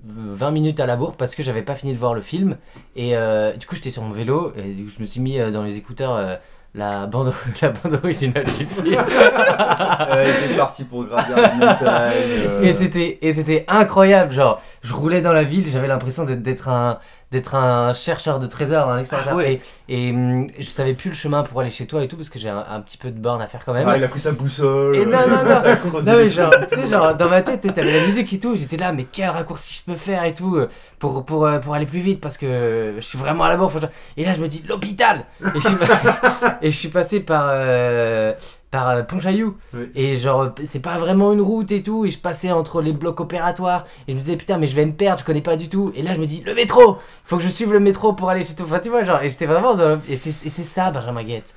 Speaker 8: 20 minutes à la bourre parce que j'avais pas fini de voir le film. Et euh, du coup, j'étais sur mon vélo et du coup, je me suis mis euh, dans les écouteurs euh, la, bande, la bande originale du film.
Speaker 10: Euh, il est parti pour gravir la montagne, euh.
Speaker 8: Et c'était et c'était incroyable genre je roulais dans la ville j'avais l'impression d'être d'être un d'être un chercheur de trésors un expert et, et, hum, je savais plus le chemin pour aller chez toi et tout parce que j'ai un, un petit peu de borne à faire quand même
Speaker 7: Ah, il a pris sa boussole.
Speaker 8: et
Speaker 7: euh,
Speaker 8: Eh, non, non,
Speaker 7: ça a
Speaker 9: Oh,
Speaker 8: non,
Speaker 7: creusé
Speaker 8: non, mais
Speaker 7: des
Speaker 8: genre,
Speaker 7: trucs.
Speaker 8: tu sais, genre, dans ma tête, tu sais, t'avais la musique et tout, j'étais là, mais quel raccourci je peux faire et tout, euh, pour, pour, euh, pour aller plus vite, parce que euh, je suis vraiment à la bourre. faut que je- Et là, je me dis, l'hôpital et, je suis pas- et je suis passé par, euh, par euh, Pontchaillou, et genre, c'est pas vraiment une route et tout, et je passais entre les blocs opératoires, et je me disais, putain, mais je vais me perdre, je connais pas du tout, et là, je me dis, le métro Faut que je suive le métro pour aller chez toi. Enfin, tu vois, genre, et j'étais vraiment dans le- Et c'est et c'est ça, Benjamin Guette.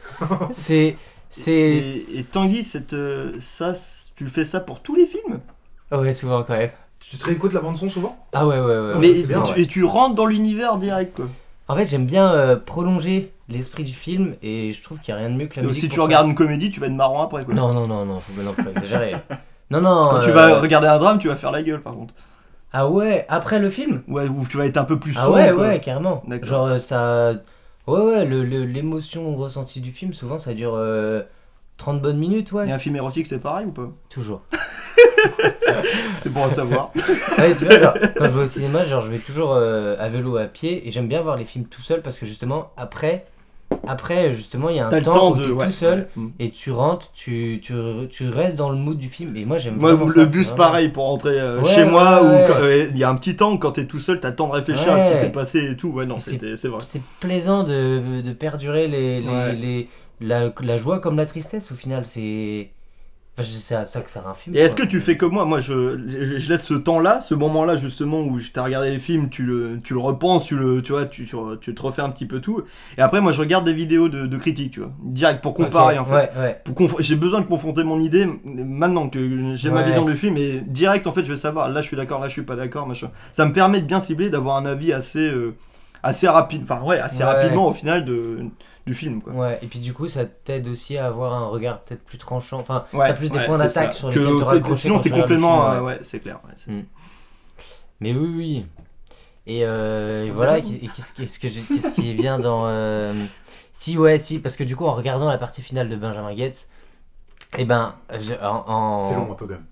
Speaker 8: C'est. C'est.
Speaker 9: Et, et Tanguy, cette, euh, ça, c- tu fais ça pour tous les films
Speaker 8: Ouais, souvent quand même.
Speaker 7: Tu te réécoutes la bande-son souvent
Speaker 8: Ah ouais, ouais, ouais.
Speaker 9: Mais,
Speaker 8: ouais,
Speaker 9: et,
Speaker 8: c'est bien,
Speaker 9: tu,
Speaker 8: ouais.
Speaker 9: et tu rentres dans l'univers direct, quoi.
Speaker 8: En fait, j'aime bien euh, prolonger l'esprit du film et je trouve qu'il n'y a rien de mieux que la
Speaker 9: Donc,
Speaker 8: musique.
Speaker 9: si tu
Speaker 8: pour
Speaker 9: regardes
Speaker 8: ça.
Speaker 9: une comédie, tu vas être marrant après, quoi.
Speaker 8: Non, non, non, non, faut, non, faut pas exagérer. Non, non.
Speaker 9: Quand tu
Speaker 8: euh,
Speaker 9: vas regarder un drame, tu vas faire la gueule, par contre.
Speaker 8: Ah ouais, après le film
Speaker 9: Ouais, ou tu vas être un peu plus
Speaker 8: Ah
Speaker 9: sombre,
Speaker 8: ouais,
Speaker 9: quoi.
Speaker 8: ouais, carrément.
Speaker 9: D'accord.
Speaker 8: Genre, euh, ça. Ouais, ouais, le- le- l'émotion ressentie du film, souvent, ça dure euh, 30 bonnes minutes, ouais.
Speaker 9: Et un film érotique, c'est pareil ou pas
Speaker 8: Toujours.
Speaker 9: c'est bon à savoir.
Speaker 8: Ouais, tu vois, genre, quand je vais au cinéma, genre, je vais toujours euh, à vélo, à pied, et j'aime bien voir les films tout seul parce que justement, après, après justement, il y a un
Speaker 9: T'as
Speaker 8: temps,
Speaker 9: le temps
Speaker 8: où
Speaker 9: de-
Speaker 8: t'es
Speaker 9: ouais,
Speaker 8: tout seul
Speaker 9: ouais. Mm.
Speaker 8: et tu rentres, tu, tu, tu restes dans le mood du film. Et moi, j'aime
Speaker 9: Moi,
Speaker 8: vraiment
Speaker 9: le
Speaker 8: ça, c'est
Speaker 9: bus,
Speaker 8: vraiment-
Speaker 9: pareil, pour rentrer euh,
Speaker 8: Ouais,
Speaker 9: chez moi,
Speaker 8: ouais, ouais.
Speaker 9: ou quand- euh, il y a un petit temps où quand t'es tout seul, t'as le temps de réfléchir à ce qui
Speaker 8: Ouais.
Speaker 9: s'est passé et tout. Ouais, non,
Speaker 8: c'est-
Speaker 9: c'était- c'est vrai.
Speaker 8: C'est plaisant de, de perdurer les, les,
Speaker 9: Ouais.
Speaker 8: les- la, la joie comme la tristesse au final. C'est enfin, c'est à ça que sert un film.
Speaker 9: Et est-ce que
Speaker 8: quoi.
Speaker 9: tu fais comme moi Moi, je, je, je laisse ce temps-là, ce moment-là justement où je t'ai regardé les films, tu le, tu le repenses, tu le, tu vois, tu, tu, tu te refais un petit peu tout. Et après, moi, je regarde des vidéos de, de critiques, tu vois, direct pour comparer en fait.
Speaker 8: ouais, ouais.
Speaker 9: Pour conf- j'ai besoin de confronter mon idée m- maintenant que j'ai ma
Speaker 8: Ouais.
Speaker 9: vision du film et direct en fait, je vais savoir. Là, je suis d'accord, là, je suis pas d'accord, machin. Ça me permet de bien cibler, d'avoir un avis assez, euh, assez rapide, enfin ouais,
Speaker 8: Ouais.
Speaker 9: assez rapidement au final de, du film, quoi.
Speaker 8: Ouais, et puis du coup, ça t'aide aussi à avoir un regard peut-être plus tranchant. Enfin,
Speaker 9: Ouais,
Speaker 8: t'as plus des
Speaker 9: ouais,
Speaker 8: points
Speaker 9: c'est
Speaker 8: d'attaque
Speaker 9: ça.
Speaker 8: sur
Speaker 9: Que
Speaker 8: lesquels te
Speaker 9: t'es-
Speaker 8: raccrocher
Speaker 9: sinon,
Speaker 8: quand
Speaker 9: t'es
Speaker 8: tu regardes le
Speaker 9: complètement,
Speaker 8: film,
Speaker 9: euh, ouais, c'est clair, ouais, c'est
Speaker 8: Mm. Mais oui, oui. Et, euh, et
Speaker 9: Ah,
Speaker 8: voilà, et
Speaker 9: d'accord.
Speaker 8: qu'est- et qu'est-ce qui- est-ce que j'ai- qu'est-ce qui est bien dans. euh, Si, ouais, si, parce que du coup, en regardant la partie finale de Benjamin Gates, et ben. je- en- en-
Speaker 7: C'est long
Speaker 9: hein.
Speaker 7: un peu quand même.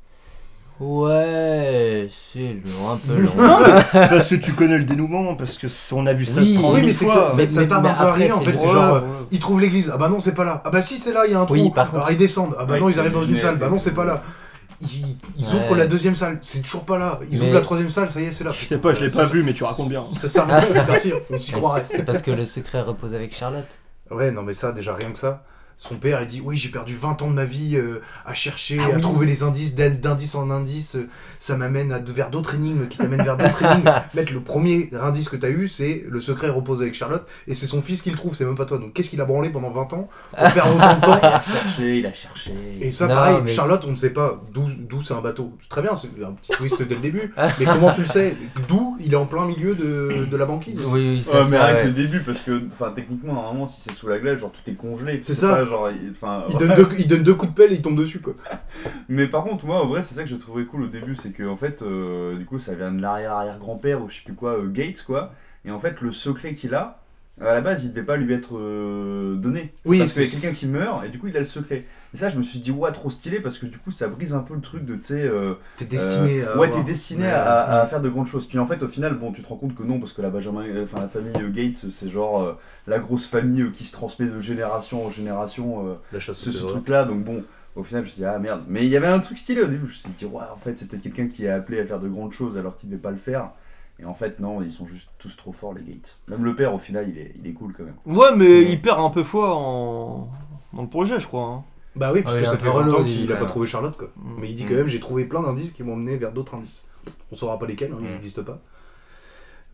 Speaker 8: Ouais, c'est long, un peu long.
Speaker 9: Non, mais parce que tu connais le dénouement, parce que c'est- on a vu ça
Speaker 8: Oui,
Speaker 9: 30
Speaker 7: Oui,
Speaker 9: 000
Speaker 7: mais c'est que
Speaker 9: fois.
Speaker 7: ça, ça- ça tarde un peu à
Speaker 8: après,
Speaker 7: rien en
Speaker 8: c'est
Speaker 7: fait.
Speaker 8: le-
Speaker 7: C'est genre, euh,
Speaker 9: Ouais, ouais.
Speaker 7: ils trouvent l'église, ah bah non, c'est pas là. Ah bah si, c'est là, il y a un trou.
Speaker 8: Oui, par contre.
Speaker 7: Alors ils descendent, ah bah non, ils arrivent dans une
Speaker 8: Mais-
Speaker 7: salle, bah non, c'est pas là. Ils, ils ouvrent
Speaker 8: Ouais.
Speaker 7: la deuxième salle, c'est toujours pas là. Ils
Speaker 8: Mais-
Speaker 7: ouvrent la troisième salle, ça y est, c'est là.
Speaker 9: Je sais pas, je l'ai pas vu, mais tu racontes bien.
Speaker 7: Ça sert à rien, merci, on s'y
Speaker 8: Mais
Speaker 7: croirait.
Speaker 8: C'est parce que le secret repose avec Charlotte.
Speaker 7: Ouais, non, mais ça, déjà rien que ça. Son père, il dit Oui, j'ai perdu 20 ans de ma vie euh, à chercher,
Speaker 8: Ah
Speaker 7: à
Speaker 8: oui.
Speaker 7: trouver les indices, d'in- d'indice en indice. euh, ça m'amène à- vers d'autres énigmes qui t'amènent vers d'autres énigmes. Mec, le premier indice que t'as eu, c'est le secret repose avec Charlotte, et c'est son fils qui le trouve, c'est même pas toi. Donc qu'est-ce qu'il a branlé pendant 20 ans pour perdre autant de temps
Speaker 10: Il a cherché, il a cherché.
Speaker 7: Et ça,
Speaker 10: Non,
Speaker 7: pareil,
Speaker 10: mais-
Speaker 7: Charlotte, on ne sait pas d'où d'où c'est un bateau. C'est Très bien, c'est un petit twist dès le début. Mais comment tu le sais D'où il est en plein milieu de, de la banquise
Speaker 10: Ouais, mais rien que le début, parce que enfin, techniquement, normalement, si c'est sous la glace, genre tout est congelé.
Speaker 7: C'est ça.
Speaker 10: pas, genre, il- enfin,
Speaker 7: Il donne, deux, il donne deux coups de pelle et il tombe dessus, quoi.
Speaker 10: Mais par contre, moi, en vrai, c'est ça que je trouvais cool au début, c'est que en fait, euh, du coup, ça vient de l'arrière-arrière-grand-père ou je sais plus quoi, euh, Gates, quoi. Et en fait, le secret qu'il a, à la base, il devait pas lui être euh, donné. C'est
Speaker 7: Oui,
Speaker 10: Parce qu'il y a
Speaker 7: c'est-
Speaker 10: quelqu'un qui meurt et du coup, il a le secret. Et ça, je me suis dit, ouais, trop stylé, parce que du coup, ça brise un peu le truc de, tu sais. euh,
Speaker 7: T'es destiné
Speaker 10: euh,
Speaker 7: à
Speaker 10: Ouais, t'es
Speaker 7: avoir-
Speaker 10: destiné
Speaker 7: Ouais,
Speaker 10: à, à
Speaker 7: ouais.
Speaker 10: faire de grandes choses. Puis en fait, au final, bon, tu te rends compte que non, parce que la, Benjamin, euh, enfin, la famille euh, Gates, c'est genre euh, la grosse famille euh, qui se transmet de génération en génération. euh,
Speaker 7: La chasse
Speaker 10: ce,
Speaker 7: aux
Speaker 10: ce
Speaker 7: trésors.
Speaker 10: truc-là. Donc bon, Au final, je me suis dit, ah merde. Mais il y avait un truc stylé au début. Je me suis dit, ouais, en fait, c'est peut-être quelqu'un qui est appelé à faire de grandes choses alors qu'il ne devait pas le faire. Et en fait, non, ils sont juste tous trop forts, les Gates. Même le père, au final, il est, il est cool quand même.
Speaker 9: Ouais, mais il perd un peu foi en... dans le projet, je crois. hein.
Speaker 7: Bah
Speaker 15: Ah
Speaker 7: oui, parce que ça fait longtemps qu'il
Speaker 9: il
Speaker 7: n'a
Speaker 9: a-
Speaker 7: pas trouvé Charlotte, quoi. Mais il dit quand même, j'ai trouvé plein d'indices qui m'ont mené vers d'autres indices. On saura pas lesquels, hein,
Speaker 15: Mm.
Speaker 7: ils n'existent pas.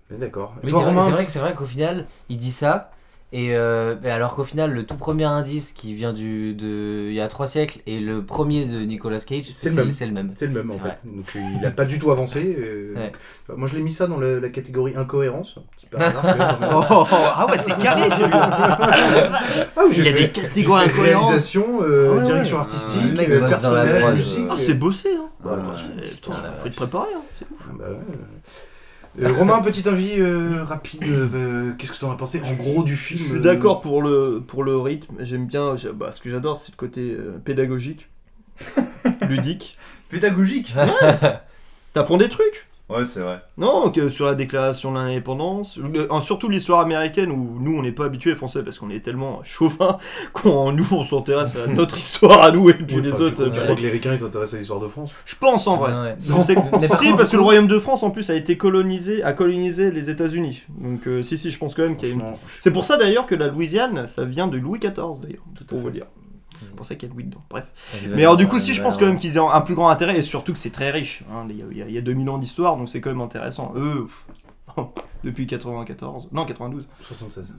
Speaker 7: Mais d'accord. Et
Speaker 8: Oui,
Speaker 7: toi,
Speaker 8: c'est vrai,
Speaker 7: Romain
Speaker 8: c'est vrai que c'est vrai qu'au final, il dit ça. Et euh, et alors qu'au final, le tout premier indice qui vient du, de, il y a trois siècles et le premier de Nicolas Cage,
Speaker 7: C'est le même.
Speaker 8: C'est le même.
Speaker 7: C'est le même, en
Speaker 8: C'est vrai.
Speaker 7: fait. Donc euh, il n'a pas du tout avancé. euh,
Speaker 8: Ouais.
Speaker 7: bah, Moi, je l'ai mis ça dans le- la catégorie incohérence. C'est pas grave, mais-
Speaker 15: Oh, ah ouais, c'est carré,
Speaker 7: Oh,
Speaker 15: j'ai vu.
Speaker 7: Ah oui,
Speaker 15: Il y
Speaker 7: j'ai
Speaker 15: a
Speaker 7: fait-
Speaker 15: des catégories
Speaker 7: j'ai fait
Speaker 15: incohérentes.
Speaker 7: Réalisation, euh,
Speaker 15: Ah ouais, ouais.
Speaker 7: direction
Speaker 15: Ah, le
Speaker 7: artistique,
Speaker 15: mec bosse dans la
Speaker 7: personnage,
Speaker 15: prod,
Speaker 7: musique,
Speaker 15: euh.
Speaker 9: Ah,
Speaker 7: euh,
Speaker 9: c'est bossé, hein
Speaker 7: Bah, attends,
Speaker 9: C'est- putain, Faut être préparé, hein
Speaker 7: bah ouais. Euh, Romain, petit avis euh, rapide. euh, Qu'est-ce que t'en as pensé en gros du film
Speaker 9: Je suis
Speaker 7: euh,
Speaker 9: d'accord pour le, pour le rythme, j'aime bien, j'a- bah, ce que j'adore c'est le côté euh, pédagogique, ludique.
Speaker 10: Pédagogique
Speaker 9: Ouais. T'apprends des trucs
Speaker 10: Ouais, c'est vrai.
Speaker 9: Non, que sur la déclaration de l'indépendance, le- en- surtout l'histoire américaine où nous on n'est pas habitués français parce qu'on est tellement chauvin qu'on nous on s'intéresse à notre histoire à nous et puis
Speaker 7: Oui,
Speaker 9: les
Speaker 7: enfin,
Speaker 9: autres.
Speaker 7: tu
Speaker 9: je
Speaker 7: crois
Speaker 9: crois
Speaker 7: que les Ricains ils s'intéressent à l'histoire de France.
Speaker 9: je pense en vrai. Je sais que-
Speaker 7: Ah bah Mais par
Speaker 9: si,
Speaker 7: contre,
Speaker 9: parce que
Speaker 7: du
Speaker 9: le
Speaker 7: coup-
Speaker 9: Royaume de France en plus a été colonisé, a colonisé les États-Unis. Donc euh, si si, je pense quand même qu'il y a une. C'est pour ça d'ailleurs que la Louisiane, ça vient de Louis XIV d'ailleurs, pour vous dire. C'est pour ça qu'il y a Louis dedans. Bref.
Speaker 7: Bah
Speaker 10: Il y a
Speaker 9: Mais alors du
Speaker 10: des
Speaker 9: coup, si je pense
Speaker 10: valeurs.
Speaker 9: quand même qu'ils ont un plus grand intérêt et surtout que c'est très riche. hein. Il y a- il y, a- il y a 2000 ans d'histoire, donc c'est quand même intéressant. Eux, pff, depuis 94, non 92.
Speaker 7: 76.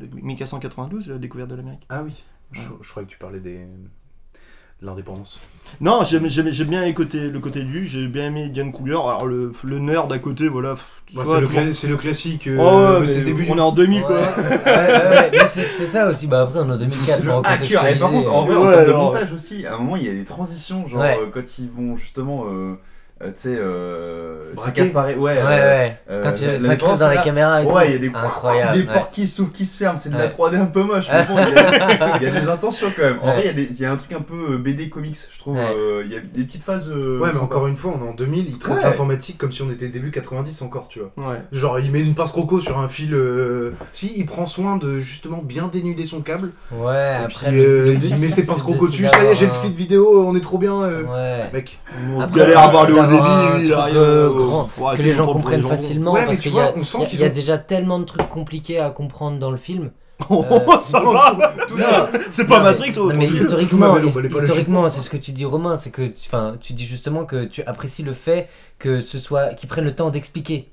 Speaker 9: 1492, la découverte de l'Amérique.
Speaker 7: Ah oui. Je, je croyais que tu parlais des... de l'indépendance.
Speaker 9: Non, j'aime j'aime- j'aime bien les côtés- le côté du, j'ai bien aimé Diane Cougar. Alors le, le nerd à côté, voilà. pff, tu
Speaker 7: Bah,
Speaker 9: vois,
Speaker 7: c'est le
Speaker 9: tu vois.
Speaker 7: cla- c'est le classique, euh,
Speaker 9: Oh ouais,
Speaker 7: mais c'est
Speaker 9: mais
Speaker 7: le début
Speaker 9: on
Speaker 7: du-
Speaker 9: est en 2000 quoi.
Speaker 8: Ouais, ouais, ouais, mais c'est c'est ça aussi. Bah après, on est en 2004, faut recontextualiser.
Speaker 10: par contre, en vrai, en
Speaker 8: Ouais,
Speaker 10: termes de
Speaker 8: alors-
Speaker 10: montage aussi, à un moment, il y a des transitions, genre
Speaker 8: Ouais.
Speaker 10: euh, quand ils vont justement. euh, euh, tu sais, euh,
Speaker 8: Braquer.
Speaker 10: s'accaparer- ouais,
Speaker 8: Ouais,
Speaker 10: euh,
Speaker 8: ouais.
Speaker 10: euh,
Speaker 8: Quand il-
Speaker 10: la-
Speaker 8: ça
Speaker 10: la
Speaker 8: creuse
Speaker 10: défense,
Speaker 8: dans les
Speaker 10: là,
Speaker 8: caméras et
Speaker 10: ouais,
Speaker 8: tout.
Speaker 10: il y a des,
Speaker 8: Ah, Incroyable,
Speaker 10: des portes
Speaker 8: ouais.
Speaker 10: qui s'ouvrent, qui se ferment, c'est de la
Speaker 8: Ouais.
Speaker 10: 3D un peu moche, mais bon, il y, a- il y a des intentions quand même. En
Speaker 7: Ouais.
Speaker 10: vrai, il y a des- il y, a un truc un peu euh, BD comics, je trouve, euh, il y a des petites phases. euh,
Speaker 7: ouais, mais
Speaker 10: sympas.
Speaker 7: encore une fois, on est en 2000, ils traitent
Speaker 10: Ouais.
Speaker 7: l'informatique comme si on était début 90 encore, tu vois.
Speaker 9: Ouais.
Speaker 7: Genre, il met une pince croco sur un fil. euh, Si, il prend soin de justement bien dénuder son câble.
Speaker 8: Ouais,
Speaker 7: Et
Speaker 8: après,
Speaker 7: puis,
Speaker 8: le-
Speaker 7: euh,
Speaker 8: le but,
Speaker 7: il met
Speaker 8: c'est-
Speaker 7: ses pinces
Speaker 8: c'est
Speaker 7: croco
Speaker 8: de-
Speaker 7: dessus.
Speaker 8: c'est
Speaker 7: Ça y est, j'ai le
Speaker 8: d'avoir
Speaker 7: flux de vidéo, on est trop bien. euh,
Speaker 8: Ouais.
Speaker 7: Mec,
Speaker 9: on se galère à parler au début, lui, il
Speaker 8: truc,
Speaker 9: arrive,
Speaker 8: euh,
Speaker 9: euh,
Speaker 8: grand,
Speaker 9: faut arrêter
Speaker 8: que les
Speaker 9: de
Speaker 8: gens
Speaker 9: comprendre
Speaker 8: comprennent
Speaker 9: les gens.
Speaker 8: facilement
Speaker 9: Ouais, mais
Speaker 8: parce
Speaker 9: tu
Speaker 8: qu'il y
Speaker 9: vois,
Speaker 8: a,
Speaker 9: on sent
Speaker 8: il y a-
Speaker 9: qu'ils
Speaker 8: il y a
Speaker 9: ont-
Speaker 8: déjà tellement de trucs compliqués à comprendre dans le film.
Speaker 9: Oh, ça va Tout là, c'est pas
Speaker 8: mais-
Speaker 9: Matrix,
Speaker 8: euh, non,
Speaker 9: autant
Speaker 8: mais
Speaker 9: dire.
Speaker 8: historiquement,
Speaker 9: Ouais, mais on
Speaker 8: his-
Speaker 9: va les pas lâcher.
Speaker 8: historiquement, c'est ce que tu dis Romain, c'est que tu, enfin, tu dis justement que tu apprécies le fait que ce soit qu'ils prennent le temps d'expliquer.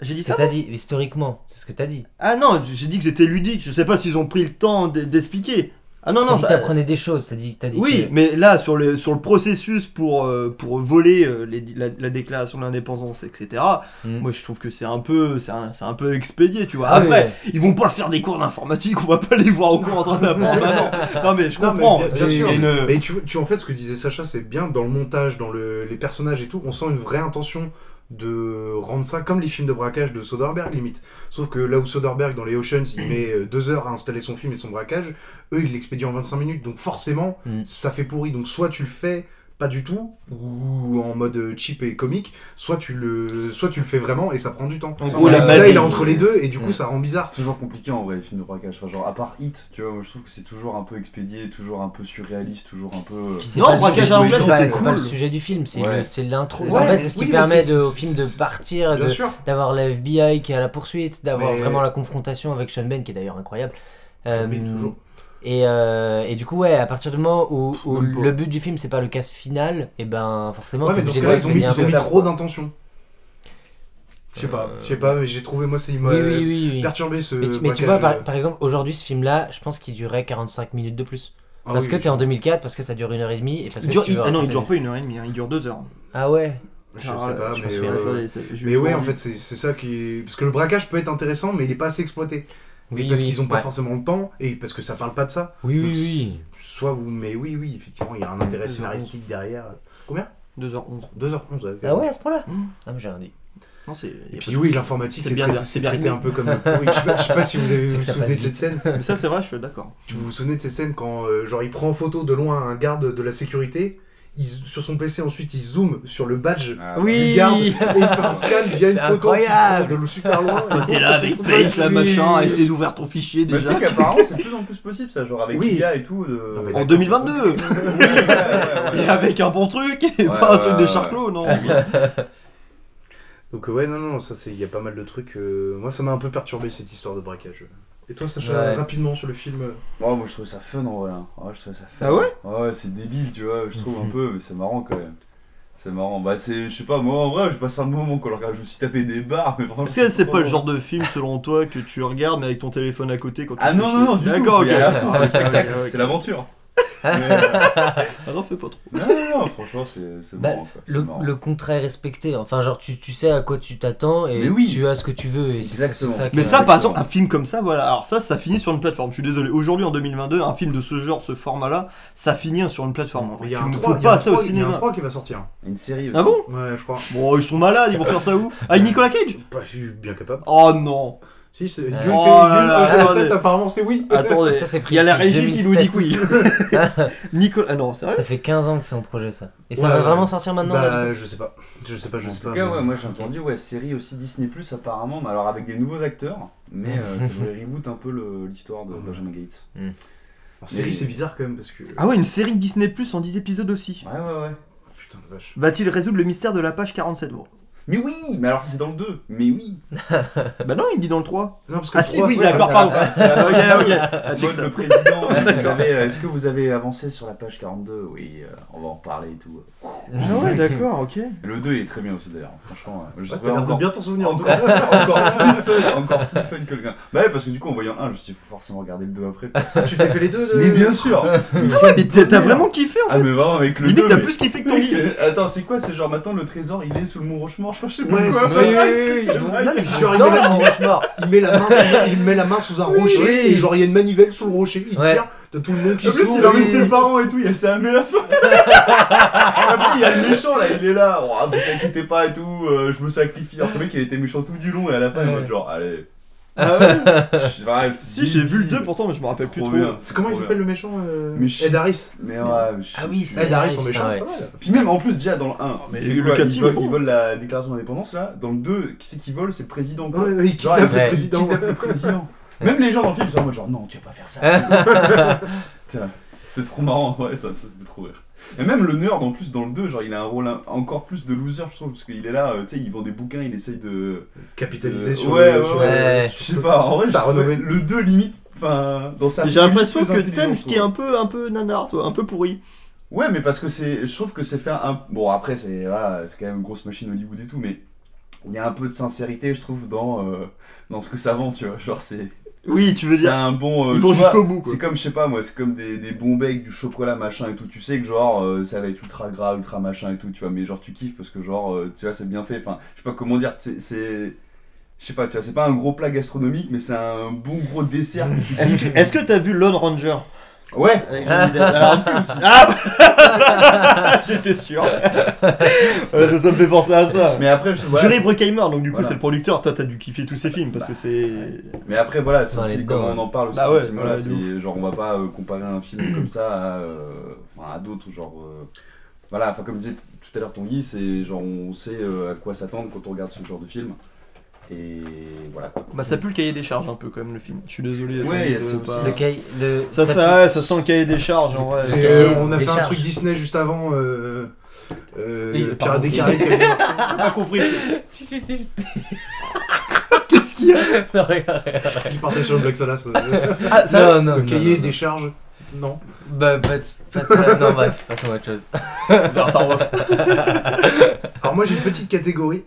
Speaker 9: J'ai dit
Speaker 8: ce
Speaker 9: ça,
Speaker 8: que t'as
Speaker 9: moi
Speaker 8: dit historiquement, c'est ce que t'as dit.
Speaker 9: Ah non, j'ai dit que c'était ludique, je sais pas s'ils ont pris le temps d- d'expliquer. Ah non,
Speaker 8: T'as
Speaker 9: non,
Speaker 8: dit que t'apprenais des choses, t'as dit, t'as dit
Speaker 9: Oui,
Speaker 8: que-
Speaker 9: mais là, sur le, sur le processus pour, euh, pour voler euh, les- la, la déclaration de l'indépendance, etc., moi je trouve que c'est un, peu- c'est un, c'est un peu expédié, tu vois.
Speaker 8: Hmm. Ah oui,
Speaker 9: Après,
Speaker 8: ouais.
Speaker 9: ils vont pas faire des cours d'informatique, on va pas les voir au cours en train d'apprendre. Ah non. non, mais je
Speaker 7: Non,
Speaker 9: comprends.
Speaker 7: bien, bien
Speaker 9: Il y a
Speaker 7: sûr.
Speaker 9: une-
Speaker 7: Mais tu, tu- en fait, ce que disait Sacha, c'est bien dans le montage, dans le- les personnages et tout, on sent une vraie intention de rendre ça comme les films de braquage de Soderbergh, limite. Sauf que là où Soderbergh, dans les Oceans, il met euh, deux heures à installer son film et son braquage, eux, ils l'expédient en 25 minutes. Donc forcément, ça fait pourri. Donc soit tu le fais pas du tout, ou en mode euh, cheap et comique, soit tu le, soit tu le fais vraiment et ça prend du temps.
Speaker 10: En gros,
Speaker 7: là,
Speaker 10: la
Speaker 7: là,
Speaker 10: magie.
Speaker 7: il est entre les deux et du coup,
Speaker 10: Mm.
Speaker 7: ça rend bizarre.
Speaker 10: C'est toujours compliqué en vrai, les films de braquage. Enfin, genre, à part Hit, tu vois, moi je trouve que c'est toujours un peu expédié, toujours un peu surréaliste, toujours un peu. euh,
Speaker 8: Puis c'est pas le sujet du- c'est pas- c'est pas le sujet du film, c'est le- c'est l'intro.
Speaker 10: Ouais,
Speaker 8: en fait,
Speaker 10: mais
Speaker 8: c'est ce qui
Speaker 10: oui, mais
Speaker 8: permet
Speaker 10: c'est-
Speaker 8: de- au film de partir,
Speaker 10: Bien
Speaker 8: de-
Speaker 10: sûr.
Speaker 8: d'avoir la FBI qui est à la poursuite, d'avoir
Speaker 10: Mais-
Speaker 8: vraiment la confrontation avec Sean Ben, qui est d'ailleurs incroyable. Euh, et, euh, et du coup, ouais, à partir du moment où, où
Speaker 7: même pas.
Speaker 8: le but du film, c'est pas le casse final, et ben forcément,
Speaker 7: Ouais,
Speaker 8: t'es
Speaker 7: mais dans ce
Speaker 8: obligé de
Speaker 7: cas-là, ils ont mis,
Speaker 8: l'expédier un
Speaker 7: ils ont
Speaker 8: peu. Euh,
Speaker 7: mis trop d'intention. Je sais pas, je sais pas, mais j'ai trouvé, moi, c'est il m'a
Speaker 8: Oui, oui, oui, oui.
Speaker 7: perturbé ce.
Speaker 8: Mais tu, mais
Speaker 7: braquage,
Speaker 8: tu vois,
Speaker 7: euh,
Speaker 8: par, par exemple, aujourd'hui, ce film-là, je pense qu'il durait 45 minutes de plus.
Speaker 9: Ah
Speaker 8: parce
Speaker 9: oui,
Speaker 8: que
Speaker 9: oui,
Speaker 8: t'es en 2004, parce que ça dure une heure et demie, et parce
Speaker 9: Il
Speaker 8: que
Speaker 9: dure-
Speaker 8: si tu veux
Speaker 9: il- ah non, il
Speaker 8: raconter-
Speaker 9: dure pas une heure et demie, hein, il dure deux heures.
Speaker 8: Ah ouais
Speaker 7: Je sais
Speaker 9: Ah,
Speaker 7: pas,
Speaker 9: je me
Speaker 7: mais,
Speaker 9: souviens,
Speaker 7: euh,
Speaker 9: attendez, ça- je-
Speaker 7: mais
Speaker 9: je
Speaker 7: ouais, en
Speaker 9: vois,
Speaker 7: fait, c'est c'est ça qui. Parce que le braquage peut être intéressant, mais il est pas assez exploité.
Speaker 8: Oui,
Speaker 7: Et parce
Speaker 8: oui,
Speaker 7: qu'ils ont pas
Speaker 8: ouais.
Speaker 7: forcément le temps, et parce que ça parle pas de ça.
Speaker 8: Oui,
Speaker 7: Donc,
Speaker 8: oui, oui.
Speaker 7: Soit vous. Mais oui, oui, effectivement, il y a un intérêt scénaristique derrière. Combien
Speaker 9: 2h11.
Speaker 7: 2h11,
Speaker 8: Ah ouais, à ce point-là
Speaker 7: Hmm.
Speaker 8: Ah, mais j'ai rien dit.
Speaker 9: Non, c'est.
Speaker 7: Et puis oui, l'informatique, c'est traité- c'est traité un peu comme le
Speaker 8: pourri.
Speaker 7: Je sais pas- je sais pas si vous avez
Speaker 8: C'est
Speaker 7: vous
Speaker 8: que ça
Speaker 7: souvenez
Speaker 8: passe
Speaker 7: de cette
Speaker 8: vite.
Speaker 7: scène.
Speaker 9: Mais ça, c'est vrai, je suis d'accord.
Speaker 7: Vous vous souvenez de cette scène quand euh, genre il prend en photo de loin un garde de la sécurité, il- sur son PC ensuite il zoome sur le badge
Speaker 10: ah,
Speaker 12: oui.
Speaker 7: du garde et il fait un scan via une
Speaker 12: C'est
Speaker 7: photo qui prend
Speaker 12: incroyable.
Speaker 7: de super loin. Oh,
Speaker 9: Toi, Ah, t'es là avec Page, là, machin, à essayer d'ouvrir ton fichier
Speaker 10: Mais tu
Speaker 9: déjà.
Speaker 10: sais qu'apparemment, c'est de plus en plus possible, ça, genre avec
Speaker 9: Oui.
Speaker 10: l'IA et tout. euh, de-
Speaker 9: En 2022 Et avec un bon truc, et pas un truc de Charclot, non
Speaker 7: Donc euh, ouais, non, non, ça c'est, il y a pas mal de trucs. euh, moi, ça m'a un peu perturbé cette histoire de braquage. Et toi, Sacha,
Speaker 10: Ouais.
Speaker 7: rapidement sur le film. euh,
Speaker 10: Oh, moi je trouvais ça fun en vrai. hein. Ouais, je trouvais ça fun.
Speaker 7: Ah ouais Mhm.
Speaker 10: Ouais, c'est débile, tu vois, je trouve un peu, mais c'est marrant quand même. C'est marrant. Bah, c'est, je sais pas, moi en vrai, j'ai passé un moment quand je me suis tapé des barres, mais franchement.
Speaker 9: Est-ce que c'est pas le
Speaker 10: vraiment-
Speaker 9: genre de film, selon toi, que tu regardes, mais avec ton téléphone à côté quand tu
Speaker 10: Ah
Speaker 9: fais
Speaker 10: non,
Speaker 9: chier
Speaker 10: non, non, du tout.
Speaker 9: D'accord,
Speaker 10: D'accord,
Speaker 9: ok.
Speaker 10: C'est le spectacle, c'est l'aventure. Mais, euh,
Speaker 9: Ah non, fais pas trop.
Speaker 10: Non, non, non, franchement, c'est c'est
Speaker 9: Bah,
Speaker 10: marrant. quoi. C'est
Speaker 8: Le,
Speaker 10: marrant.
Speaker 8: le contrat est respecté. Enfin, genre, tu, tu sais à quoi tu t'attends et
Speaker 10: Mais oui.
Speaker 8: tu as ce que tu veux. Et c'est- c'est ça qui-
Speaker 9: Mais ça, par exemple, un film comme ça, voilà. Alors ça, ça finit sur une plateforme. Je suis désolé. Aujourd'hui, en 2022, un film de ce genre, ce format-là, ça finit sur une plateforme. En vrai,
Speaker 7: Il y a
Speaker 9: tu
Speaker 7: un
Speaker 9: ne
Speaker 7: 3,
Speaker 9: fous
Speaker 7: il y a un
Speaker 9: pas ça au
Speaker 7: 3, Il y a un
Speaker 9: cinéma.
Speaker 7: 3 qui va sortir.
Speaker 10: Une série
Speaker 9: Ah bon
Speaker 7: Ouais, je crois.
Speaker 9: Bon, ils sont malades. Ils vont faire ça où Ah, Avec Nicolas Cage
Speaker 7: Bah, je suis bien capable.
Speaker 9: Oh non.
Speaker 7: Si, c'est.
Speaker 9: Oh
Speaker 7: Yul
Speaker 9: là
Speaker 7: Yul-
Speaker 9: là,
Speaker 7: Yul-
Speaker 9: attendez.
Speaker 7: Yul- apparemment, c'est oui.
Speaker 10: Ah,
Speaker 9: Attendez,
Speaker 8: Ça, c'est pris
Speaker 9: il y a la
Speaker 8: depuis
Speaker 9: régie qui nous dit
Speaker 8: 2007.
Speaker 9: que oui. Nicolas, ah non, c'est vrai
Speaker 8: Ça fait 15 ans que c'est en projet ça. Et ça
Speaker 10: Ouais,
Speaker 8: va
Speaker 10: ouais.
Speaker 8: vraiment sortir maintenant là,
Speaker 10: Bah,
Speaker 8: du coup
Speaker 7: je sais pas. Je sais pas, je
Speaker 10: en
Speaker 7: sais
Speaker 10: tout
Speaker 7: pas.
Speaker 10: cas,
Speaker 7: mais-
Speaker 10: ouais, moi j'ai entendu, ouais, série aussi Disney Plus apparemment, mais alors avec des nouveaux acteurs, mais euh, ça devrait reboot un peu le- l'histoire de Benjamin Gates.
Speaker 7: Alors, série, c'est bizarre quand même parce que.
Speaker 9: Ah ouais, une série Disney Plus en 10 épisodes aussi.
Speaker 10: Ouais, ouais, ouais.
Speaker 7: Putain de vache.
Speaker 9: Va-t-il résoudre le mystère de la page 47 bon.
Speaker 10: Mais oui Mais alors ça, c'est dans le 2 Mais oui
Speaker 9: Bah non, il me dit dans le 3.
Speaker 7: Non, parce
Speaker 10: que
Speaker 9: ah
Speaker 10: le
Speaker 9: si,
Speaker 10: 3,
Speaker 9: oui,
Speaker 10: c'est
Speaker 9: d'accord,
Speaker 10: la-
Speaker 9: pardon.
Speaker 10: c'est la-
Speaker 9: ok, ok.
Speaker 10: Moi,
Speaker 9: Ah, check ça.
Speaker 10: le président, vous
Speaker 9: D'accord.
Speaker 10: avez- euh, est-ce que vous avez avancé sur la page 42 Oui, euh, on va en parler et tout.
Speaker 9: Ah ouais, d'accord, ok.
Speaker 10: Le 2 est très bien aussi d'ailleurs, franchement. euh, je
Speaker 7: Ouais,
Speaker 10: sais
Speaker 7: t'as
Speaker 10: pas,
Speaker 7: l'air de
Speaker 10: encore-
Speaker 7: bien t'en souvenir, en tout
Speaker 10: Encore,
Speaker 7: cas.
Speaker 10: encore plus fun, encore plus fun que le 1. Bah ouais, parce que du coup, en voyant le 1, je me suis dit, faut forcément regarder le 2 après.
Speaker 7: tu t'es fait les deux euh,
Speaker 10: Mais bien sûr
Speaker 9: Mais ouais, mais t'as- t'as vraiment kiffé en fait
Speaker 10: Ah, mais vraiment, avec le
Speaker 9: Limite,
Speaker 10: 2,
Speaker 9: t'as
Speaker 10: mais-
Speaker 9: plus kiffé que ton
Speaker 10: Mec,
Speaker 9: lit.
Speaker 10: c'est- Attends, c'est quoi C'est genre maintenant le trésor, il est sous le mont Rochemort, je crois, je sais pas
Speaker 7: Ouais,
Speaker 10: quoi.
Speaker 7: c'est ça. Oui, oui, oui, oui. Non, mais genre, il met la- il met la main, sous- il met la main sous un
Speaker 10: Oui.
Speaker 7: rocher
Speaker 10: Oui.
Speaker 7: et genre il y a une manivelle sous le rocher, il
Speaker 10: Ouais.
Speaker 7: tire de tout le monde qui
Speaker 10: En plus,
Speaker 7: s'ouvre.
Speaker 10: il a de
Speaker 7: et-
Speaker 10: ses parents et tout, il y a sa mère. son- Après, il y a le méchant là, il est là. Oh, vous inquiétez pas et tout, euh, je me sacrifie. Alors que le mec, il était méchant tout du long et à la fin, il est en mode genre, allez.
Speaker 9: Ah ouais
Speaker 10: Je- ouais, c'est
Speaker 9: Si, j'ai vu le
Speaker 10: débile.
Speaker 9: 2 pourtant, mais je me rappelle plus
Speaker 10: trop
Speaker 9: trop.
Speaker 10: bien.
Speaker 7: C'est comment il
Speaker 10: Trop
Speaker 7: s'appelle
Speaker 10: bien.
Speaker 7: le méchant euh...
Speaker 10: Mais je-
Speaker 7: Ed Harris.
Speaker 10: Mais ouais, mais je-
Speaker 7: Ah oui, c'est Ed Harris, son méchant, c'est pas mal.
Speaker 10: Puis même en plus, déjà dans le
Speaker 9: Oh,
Speaker 10: 1,
Speaker 7: mais
Speaker 10: il fait
Speaker 7: le
Speaker 10: quoi
Speaker 7: casting
Speaker 10: ils,
Speaker 7: est
Speaker 10: volent,
Speaker 7: bon.
Speaker 10: ils volent la déclaration d'indépendance là. Dans le 2, qui c'est qui vole C'est le président quoi.
Speaker 7: Ouais, ouais, il
Speaker 10: Genre,
Speaker 7: kidnappe le
Speaker 10: ouais,
Speaker 7: président.
Speaker 10: il kidnappe le président. Même les gens dans le film sont en mode genre non, tu vas pas faire ça. Putain, c'est trop marrant, ouais, ça, ça me fait trop rire. Et même le nerd en plus dans le 2, genre il a un rôle un- encore plus de loser, je trouve, parce qu'il est là, euh, tu sais, il vend des bouquins, il essaye de.
Speaker 7: Capitaliser
Speaker 10: de- Euh,
Speaker 7: sur
Speaker 10: Ouais,
Speaker 7: le-
Speaker 10: ouais,
Speaker 7: sur-
Speaker 10: ouais.
Speaker 7: sur-
Speaker 10: Je sais pas, en vrai,
Speaker 7: Sa
Speaker 10: je trouvais
Speaker 7: renommée.
Speaker 10: le 2 limite, enfin, dans sa.
Speaker 9: J'ai l'impression
Speaker 10: plus
Speaker 9: que t'aimes ce
Speaker 10: intelligence,
Speaker 9: qui est un peu, un peu nanar, toi, un peu pourri.
Speaker 10: Ouais, mais parce que c'est, je trouve que c'est faire un. Bon, après, c'est voilà, c'est quand même une grosse machine Hollywood et tout, mais il y a un peu de sincérité, je trouve, dans, euh, dans ce que ça vend, tu vois. Genre, c'est.
Speaker 9: Oui, tu veux
Speaker 10: C'est
Speaker 9: dire,
Speaker 10: un bon. euh,
Speaker 9: ils
Speaker 10: tu
Speaker 9: vont
Speaker 10: vois,
Speaker 9: jusqu'au bout, quoi.
Speaker 10: C'est comme, je sais pas, moi, c'est comme des, des bons becs, du chocolat, machin et tout. Tu sais que, genre, euh, ça va être ultra gras, ultra machin et tout, tu vois, mais genre, tu kiffes parce que, genre, euh, tu vois, c'est bien fait. Enfin, je sais pas comment dire, c'est. c'est- Je sais pas, tu vois, c'est pas un gros plat gastronomique, mais c'est un bon gros dessert. que tu
Speaker 9: Est-ce
Speaker 10: kiffes.
Speaker 9: que, est-ce que t'as vu Lone Ranger
Speaker 10: Ouais.
Speaker 9: Avec Johnny Depp.
Speaker 10: Alors,
Speaker 9: Ah J'étais sûr. Ouais, ça, ça me fait penser à ça.
Speaker 10: Mais après, je- voilà,
Speaker 9: Jerry
Speaker 10: c'est-
Speaker 9: Bruckheimer, donc du coup,
Speaker 10: Voilà.
Speaker 9: c'est le producteur. Toi, t'as dû kiffer tous ses films parce que c'est.
Speaker 10: Mais après, voilà, c'est
Speaker 9: Ouais,
Speaker 10: aussi
Speaker 9: dedans,
Speaker 10: comme
Speaker 9: ouais.
Speaker 10: on en parle aussi,
Speaker 9: Bah
Speaker 10: ces
Speaker 9: ouais,
Speaker 10: films-là,
Speaker 9: ouais, de
Speaker 10: c'est genre, on va pas euh, comparer un film comme ça à, euh, enfin, à d'autres, genre. euh, voilà, enfin, comme disait tout à l'heure ton Guy, c'est genre, on sait euh, à quoi s'attendre quand on regarde ce genre de film. Et voilà. quoi.
Speaker 9: Bah, ça pue le cahier des charges un peu quand même le film. Je suis désolé.
Speaker 10: Ouais,
Speaker 9: attends,
Speaker 10: il y a
Speaker 9: je
Speaker 10: ça
Speaker 9: veux
Speaker 10: aussi.
Speaker 9: pas-
Speaker 10: Le cahier- le-
Speaker 9: Ça,
Speaker 10: ça
Speaker 9: ça,
Speaker 10: pue.
Speaker 9: ouais, ça sent le cahier des charges en vrai.
Speaker 7: C'est, euh, on a fait un truc Disney juste avant. Euh, euh,
Speaker 9: Et il a pas
Speaker 7: Pirates des
Speaker 9: compris.
Speaker 7: Caraïbes.
Speaker 9: J'ai pas compris.
Speaker 8: Si, si, si. si.
Speaker 9: Qu'est-ce qu'il y a
Speaker 8: Non, regarde, regarde,
Speaker 7: Il partait sur le Black Salas. euh.
Speaker 8: Ah, ça- Non, non,
Speaker 7: Le
Speaker 8: non,
Speaker 7: cahier
Speaker 8: non,
Speaker 7: des charges. Non.
Speaker 8: Bah, pas, pas ça. Non, bref, passons à autre chose.
Speaker 7: Alors moi j'ai une petite catégorie.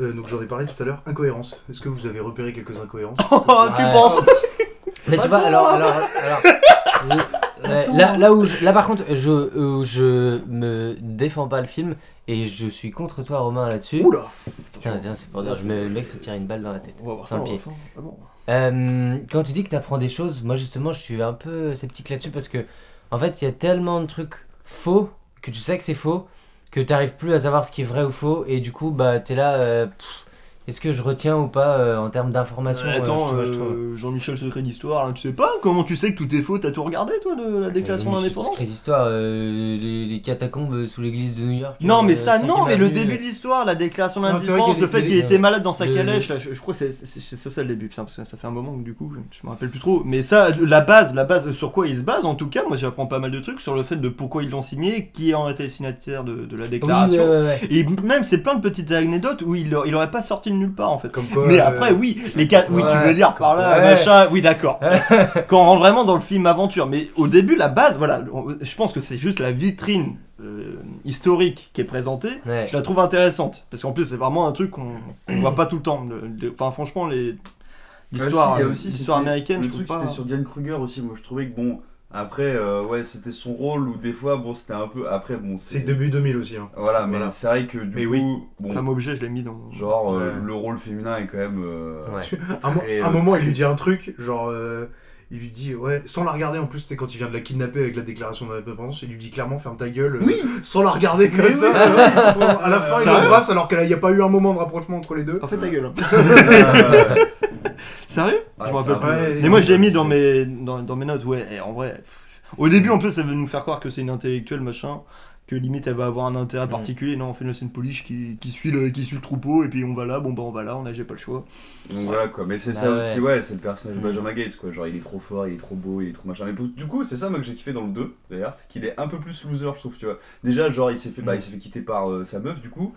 Speaker 7: Euh, donc j'en ai parlé tout à l'heure, incohérence. Est-ce que vous avez repéré quelques incohérences
Speaker 9: Oh, tu
Speaker 8: Ouais.
Speaker 9: penses
Speaker 8: Mais tu vois, alors, alors, alors. l- ouais, Là, là où, je- là par contre, je, où je me défends pas le film et je suis contre toi, Romain, là-dessus.
Speaker 9: Oula
Speaker 8: Putain, tiens, c'est pour dire, je me- le mec se tire une balle dans la tête.
Speaker 9: On va voir
Speaker 8: dans
Speaker 9: ça,
Speaker 8: le
Speaker 9: on va
Speaker 8: pied.
Speaker 9: faire. Ah bon.
Speaker 8: Euh, quand tu dis que tu apprends des choses, moi justement, je suis un peu sceptique là-dessus parce que, en fait, il y a tellement de trucs faux que tu sais que c'est faux que tu n'arrives plus à savoir ce qui est vrai ou faux et du coup, bah, t'es là. euh, pff, Est-ce que je retiens ou pas euh, en termes d'informations euh,
Speaker 9: Attends,
Speaker 8: je- moi, je
Speaker 9: euh,
Speaker 8: trouve-
Speaker 9: Jean-Michel Secret d'Histoire, là, tu sais pas Comment tu sais que tout est faux T'as tout regardé, toi, de la déclaration
Speaker 8: Euh, je-
Speaker 9: d'indépendance
Speaker 8: Secret d'histoire, euh, les, les catacombes sous l'église de New York.
Speaker 9: Non, mais
Speaker 8: euh,
Speaker 9: ça, non, mais
Speaker 8: cinquième
Speaker 9: le
Speaker 8: avenue,
Speaker 9: début
Speaker 8: euh,
Speaker 9: de l'histoire, la déclaration
Speaker 8: Non, c'est vrai
Speaker 9: d'indépendance,
Speaker 8: qu'il y a
Speaker 9: le
Speaker 8: des-
Speaker 9: fait qu'il
Speaker 8: des-
Speaker 9: était malade dans sa
Speaker 8: le-
Speaker 9: calèche, là, je, je crois que c'est- c'est c'est- c'est ça le début, putain, parce que ça fait un moment que du coup, je me rappelle plus trop. Mais ça, la base, la base sur quoi il se base, en tout cas, moi j'apprends pas mal de trucs sur le fait de pourquoi ils l'ont signé, qui en était le signataire de, de la déclaration.
Speaker 8: ouais, euh, ouais,
Speaker 9: Et même, c'est plein de petites anecdotes où il, il aurait pas sorti de nulle part, en fait.
Speaker 10: quoi,
Speaker 9: mais
Speaker 10: euh,
Speaker 9: après, oui, les quatre, oui, tu
Speaker 10: Ouais.
Speaker 9: veux dire par là,
Speaker 10: Ouais.
Speaker 9: machin, oui, d'accord. Quand on rentre vraiment dans le film aventure, mais au début, la base, voilà, on- je pense que c'est juste la vitrine euh, historique qui est présentée.
Speaker 8: Ouais.
Speaker 9: Je la trouve intéressante parce qu'en plus, c'est vraiment un truc qu'on qu'on voit pas tout le temps. Le- le- Enfin, franchement, les
Speaker 10: Ah,
Speaker 9: l'histoire, euh,
Speaker 10: si, il y a aussi,
Speaker 9: l'histoire
Speaker 10: c'était-
Speaker 9: américaine,
Speaker 10: le
Speaker 9: je trouve
Speaker 10: truc
Speaker 9: pas. hein.
Speaker 10: c'était sur Diane Kruger aussi. Moi, je trouvais que bon, après, euh, ouais, c'était son rôle ou des fois, bon, c'était un peu après, bon.
Speaker 7: C'est début 2000 aussi, hein.
Speaker 10: Voilà, mais
Speaker 7: Voilà.
Speaker 10: c'est vrai que du
Speaker 7: Mais
Speaker 10: coup,
Speaker 7: oui.
Speaker 10: bon,
Speaker 9: Femme objet, je l'ai mis dans.
Speaker 10: genre euh,
Speaker 7: Ouais.
Speaker 10: le rôle féminin est quand même. euh,
Speaker 7: un, mo-
Speaker 10: très,
Speaker 7: un
Speaker 10: euh,
Speaker 7: moment, il lui dit un truc, genre. euh, il lui dit, ouais, sans la regarder en plus, c'était quand il vient de la kidnapper avec la déclaration d'indépendance, il lui dit clairement ferme ta gueule, euh, sans la regarder comme
Speaker 9: Mais
Speaker 7: ça.
Speaker 9: oui.
Speaker 7: euh, à la fin, il
Speaker 9: Sérieux
Speaker 7: l'embrasse alors qu'il n'y a pas eu un moment de rapprochement entre les deux.
Speaker 9: En fait, ta gueule.
Speaker 7: hein.
Speaker 9: Sérieux
Speaker 7: Ouais,
Speaker 9: Je me
Speaker 7: Ah, c'est
Speaker 9: rappelle
Speaker 7: un
Speaker 9: pas.
Speaker 7: peu-
Speaker 9: Mais moi, je l'ai mis dans mes, dans, dans mes notes, ouais, et en vrai. pff. Au début, en plus, ça veut nous faire croire que c'est une intellectuelle, machin, que limite elle va avoir un
Speaker 10: Mm.
Speaker 9: intérêt particulier. Non, en fait, c'est une police qui, qui, suit le, qui suit le troupeau, et puis on va là, bon bah on va là, on a j'ai pas le choix.
Speaker 10: Donc voilà quoi, mais c'est
Speaker 9: Bah
Speaker 10: ça
Speaker 9: ouais.
Speaker 10: aussi, ouais, Mm. c'est le personnage de Benjamin Gates quoi. Genre il est trop fort, il est trop beau, il est trop machin. Mais pour- du coup, c'est ça moi que j'ai kiffé dans le 2 d'ailleurs, c'est qu'il est un peu plus loser, je trouve, tu vois. Déjà, genre il s'est fait, bah, il s'est fait quitter par euh, sa meuf du coup,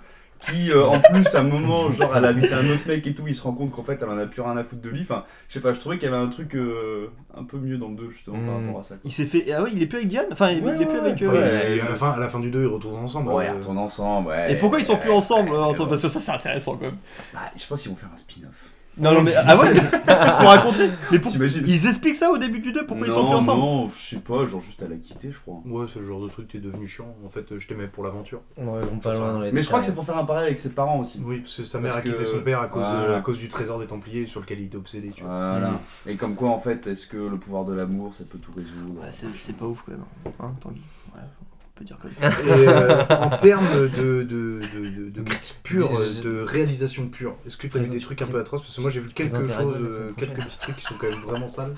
Speaker 10: qui euh, en plus à un moment, genre elle a habité un autre mec et tout, il se rend compte qu'en fait elle en a plus rien à foutre de lui. Enfin, je sais pas, je trouvais qu'il y avait un truc euh, un peu mieux dans le 2 justement par rapport à ça.
Speaker 9: Il s'est fait. Ah oui, il est plus avec Diane Enfin, il
Speaker 10: Ouais,
Speaker 9: il est plus
Speaker 10: ouais,
Speaker 9: avec.
Speaker 10: ouais.
Speaker 9: euh,
Speaker 7: Et à la, fin, à la fin du 2, ils retournent ensemble.
Speaker 10: Ouais,
Speaker 7: euh,
Speaker 10: ils retournent ensemble, ouais.
Speaker 9: Et pourquoi ils sont plus ensemble euh, entre- Parce que ça, c'est intéressant quand même.
Speaker 10: Bah, je pense qu'ils vont faire un spin-off.
Speaker 9: Non, non, mais. Ah ouais Pour raconter Mais pour...
Speaker 10: T'imagines
Speaker 9: Ils expliquent ça au début du 2, pourquoi ils sont
Speaker 10: Non,
Speaker 9: plus ensemble
Speaker 10: Non, je sais pas, genre juste à la quitter, je crois.
Speaker 7: Ouais, c'est le genre de truc, t'es devenu chiant. En fait, je t'aimais pour l'aventure.
Speaker 8: Ouais, ils vont pas loin dans les
Speaker 10: Mais je crois que
Speaker 9: euh,
Speaker 8: détails.
Speaker 10: c'est pour faire un parallèle avec ses parents aussi.
Speaker 7: Oui, parce que sa mère
Speaker 10: Parce
Speaker 7: a quitté
Speaker 10: que-
Speaker 7: son père à cause, de-
Speaker 10: Voilà.
Speaker 7: à cause du trésor des Templiers sur lequel il était obsédé. Tu vois.
Speaker 10: Voilà.
Speaker 7: Mm.
Speaker 10: Et comme quoi, en fait, est-ce que le pouvoir de l'amour, ça peut tout résoudre
Speaker 9: Ouais, c'est c'est pas ouf quand même. Hein, Tanguy Ouais, on peut dire que.
Speaker 7: Et euh, en termes de, de, de, de- de critique pure,
Speaker 10: Des-
Speaker 7: de réalisation pure, est-ce que t'as vu
Speaker 10: Présente-
Speaker 7: des trucs un peu atroces Parce que moi j'ai vu quelque chose,
Speaker 10: présente Iron Man la
Speaker 7: euh,
Speaker 10: semaine
Speaker 7: quelques
Speaker 10: prochaine.
Speaker 7: petits trucs qui sont quand même vraiment sales.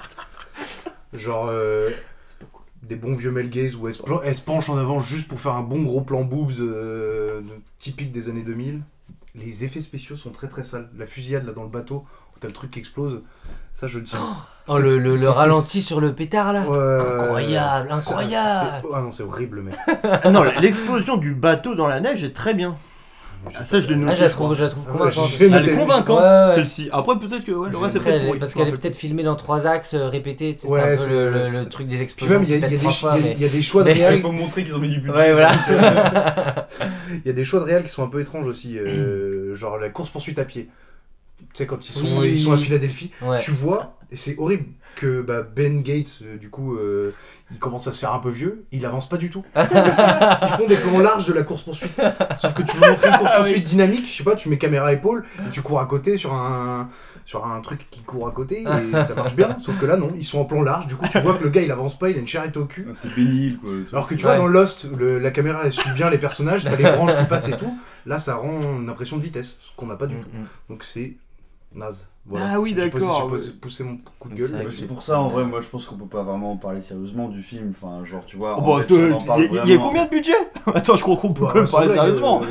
Speaker 7: Genre euh, des bons vieux male gaze où elle se, plan- elle se penche en avant juste pour faire un bon gros plan boobs euh, de- typique des années 2000. Les effets spéciaux sont très très sales. La fusillade là dans le bateau, où t'as le truc qui explose, ça je le tiens.
Speaker 8: Oh, le, le- le ralenti sur le pétard là Incroyable,
Speaker 7: Ça,
Speaker 8: incroyable
Speaker 7: c'est- Ah non, c'est horrible, mec.
Speaker 9: Ah non, l'explosion du bateau dans la neige est très bien. Ah, ça, je l'ai noté.
Speaker 8: Ah, je la
Speaker 9: crois.
Speaker 8: trouve, je la trouve convaincante.
Speaker 9: Elle est
Speaker 8: aussi.
Speaker 9: convaincante,
Speaker 8: Ouais, ouais.
Speaker 9: celle-ci. Après, peut-être que ouais, le reste, c'est
Speaker 8: Après, elle
Speaker 9: peut-être
Speaker 8: est-
Speaker 9: pourri.
Speaker 8: Parce
Speaker 9: Je me
Speaker 8: qu'elle est
Speaker 9: rappelle
Speaker 8: peut-être filmée dans trois axes euh, répétés, tu sais,
Speaker 7: Ouais,
Speaker 8: c'est un
Speaker 7: c'est-
Speaker 8: peu le, le- le
Speaker 7: c'est-
Speaker 8: truc des
Speaker 7: Puis
Speaker 8: explosions.
Speaker 7: même, il y, a-
Speaker 8: qui
Speaker 7: il y a
Speaker 8: pètent
Speaker 7: des
Speaker 8: trois
Speaker 7: ch-
Speaker 8: fois,
Speaker 7: il y a-
Speaker 8: mais-
Speaker 7: il y a des choix de
Speaker 8: mais-
Speaker 7: réel.
Speaker 8: Ouais, voilà.
Speaker 7: Il y a des choix de réel qui sont un peu étranges aussi. euh, genre la course-poursuite à pied. Tu sais, quand ils sont,
Speaker 8: Oui.
Speaker 7: ils sont à Philadelphie,
Speaker 8: Ouais.
Speaker 7: tu vois, et c'est horrible que bah, Ben Gates, euh, du coup, euh, il commence à se faire un peu vieux, il avance pas du tout. Parce qu'ils font des plans larges de la course-poursuite. Sauf que tu veux montrer une
Speaker 8: Ah
Speaker 7: course-poursuite dynamique, je sais pas, tu mets caméra à épaule, et tu cours à côté sur un, sur un truc qui court à côté, et ça marche bien. Sauf que là, non, ils sont en plan large, du coup, tu vois que le gars, il avance pas, il a une charrette au cul.
Speaker 10: C'est Benny Hill, quoi. le truc.
Speaker 7: Alors que tu
Speaker 10: Ouais.
Speaker 7: vois, dans Lost, le- la caméra elle suit bien les personnages, t'as les branches qui passent et tout. Là, ça rend une impression de vitesse, ce qu'on n'a
Speaker 8: Mm,
Speaker 10: Mm.
Speaker 7: pas du tout. Donc c'est naze. Voilà.
Speaker 9: Ah oui,
Speaker 7: J'ai posé-
Speaker 9: d'accord,
Speaker 7: J'ai posé-
Speaker 9: ouais.
Speaker 7: poussé mon coup de
Speaker 10: Gueule.
Speaker 7: gueule.
Speaker 10: Mais C'est pour ça, en vrai, moi, je pense qu'on peut pas vraiment parler sérieusement du film. Enfin, genre, tu vois.
Speaker 9: Oh,
Speaker 10: en
Speaker 9: bah,
Speaker 10: fait, si on
Speaker 9: euh,
Speaker 10: en parle
Speaker 9: il y a- il y a
Speaker 10: vraiment-
Speaker 9: combien de budget Attends, je crois qu'on peut
Speaker 10: Bah,
Speaker 9: quand même
Speaker 10: c'est
Speaker 9: parler
Speaker 10: vrai que-
Speaker 9: sérieusement.
Speaker 7: Ah,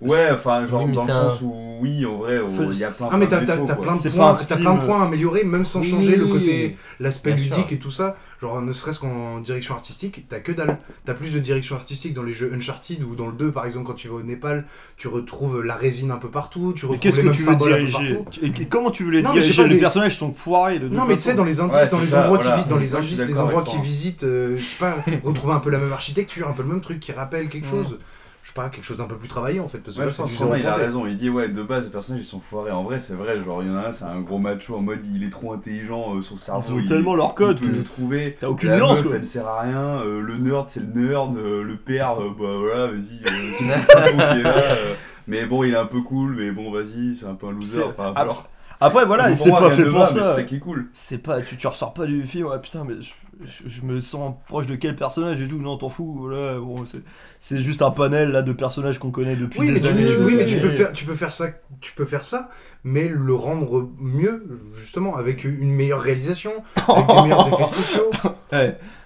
Speaker 10: Ouais, enfin, genre,
Speaker 9: Oui, mais
Speaker 10: dans le
Speaker 9: c'est un-
Speaker 10: sens où, oui, en vrai,
Speaker 7: Faut-
Speaker 10: il y a plein,
Speaker 7: ah mais
Speaker 10: plein
Speaker 7: t'as
Speaker 10: de
Speaker 7: t'as-
Speaker 10: défauts,
Speaker 7: t'as
Speaker 10: quoi.
Speaker 7: plein, de
Speaker 10: C'est pas
Speaker 7: points-
Speaker 10: un
Speaker 7: t'as
Speaker 10: film-
Speaker 7: plein de points à améliorer même sans
Speaker 10: Oui.
Speaker 7: changer le côté l'aspect
Speaker 10: Bien sûr.
Speaker 7: ludique et tout ça genre ne serait-ce qu'en direction artistique t'as que dalle t'as plus de direction artistique dans les jeux Uncharted ou dans le 2 par exemple quand tu vas au Népal tu retrouves la résine un peu partout tu
Speaker 9: Mais
Speaker 7: retrouves
Speaker 9: qu'est-ce
Speaker 7: les
Speaker 9: que
Speaker 7: mêmes
Speaker 9: tu veux
Speaker 7: symboles un peu
Speaker 9: diriger
Speaker 7: partout.
Speaker 9: Et qu- Comment tu veux les
Speaker 7: Non, mais je sais
Speaker 9: diriger
Speaker 7: pas,
Speaker 9: Les
Speaker 7: les-
Speaker 9: personnages sont foirés de toute
Speaker 7: non mais tu
Speaker 9: façon.
Speaker 7: sais dans les indices
Speaker 9: Ouais,
Speaker 7: dans
Speaker 9: c'est
Speaker 7: les
Speaker 9: ça,
Speaker 7: endroits
Speaker 9: voilà.
Speaker 7: qui vi- dans les
Speaker 9: Moi, je suis
Speaker 7: indices les
Speaker 9: d'accord
Speaker 7: endroits
Speaker 9: avec
Speaker 7: qui
Speaker 9: toi.
Speaker 7: visitent euh, je sais pas retrouver un peu la même architecture un peu le même truc qui rappelle quelque chose je sais pas quelque chose d'un peu plus travaillé en fait parce que
Speaker 10: Ouais,
Speaker 7: là,
Speaker 10: je
Speaker 7: c'est
Speaker 10: pense
Speaker 7: du
Speaker 10: que Romain, il a
Speaker 7: zéro
Speaker 10: raison. Il dit, ouais, de base, les personnages ils sont foirés. En vrai, c'est vrai. Genre, il y en a un, c'est un gros macho en mode il est trop intelligent, euh, son cerveau.
Speaker 9: ont
Speaker 10: il-
Speaker 9: tellement leur code
Speaker 10: Il peut
Speaker 9: que
Speaker 10: tout trouver.
Speaker 9: t'as aucune
Speaker 10: La
Speaker 9: nuance,
Speaker 10: meuf,
Speaker 9: quoi.
Speaker 10: elle sert à rien. euh, le nerd, c'est le nerd. euh, le père, euh, bah voilà, vas-y. euh, c'est le petit con qui est là, euh, mais bon, il est un peu cool, mais bon, vas-y, c'est un peu un loser.
Speaker 9: C'est-
Speaker 10: Enfin,
Speaker 9: ap-
Speaker 10: alors.
Speaker 9: Après, voilà, et
Speaker 10: Bon,
Speaker 9: c'est
Speaker 10: moi,
Speaker 9: pas
Speaker 10: rien
Speaker 9: fait
Speaker 10: ne
Speaker 9: pour
Speaker 10: va, mais
Speaker 9: ça.
Speaker 10: c'est ça qui est cool.
Speaker 9: C'est pas, tu, tu ressors pas du film, ouais, putain, mais je, je- je me sens proche de quel personnage et tout, non, t'en fous, voilà, bon, c'est- c'est juste un panel là de personnages qu'on connaît depuis
Speaker 7: Oui, mais,
Speaker 9: des
Speaker 7: tu,
Speaker 9: années.
Speaker 7: oui, mais tu peux faire, tu peux faire ça, tu peux faire ça, mais le rendre mieux, justement, avec une meilleure réalisation, avec des meilleurs effets spéciaux.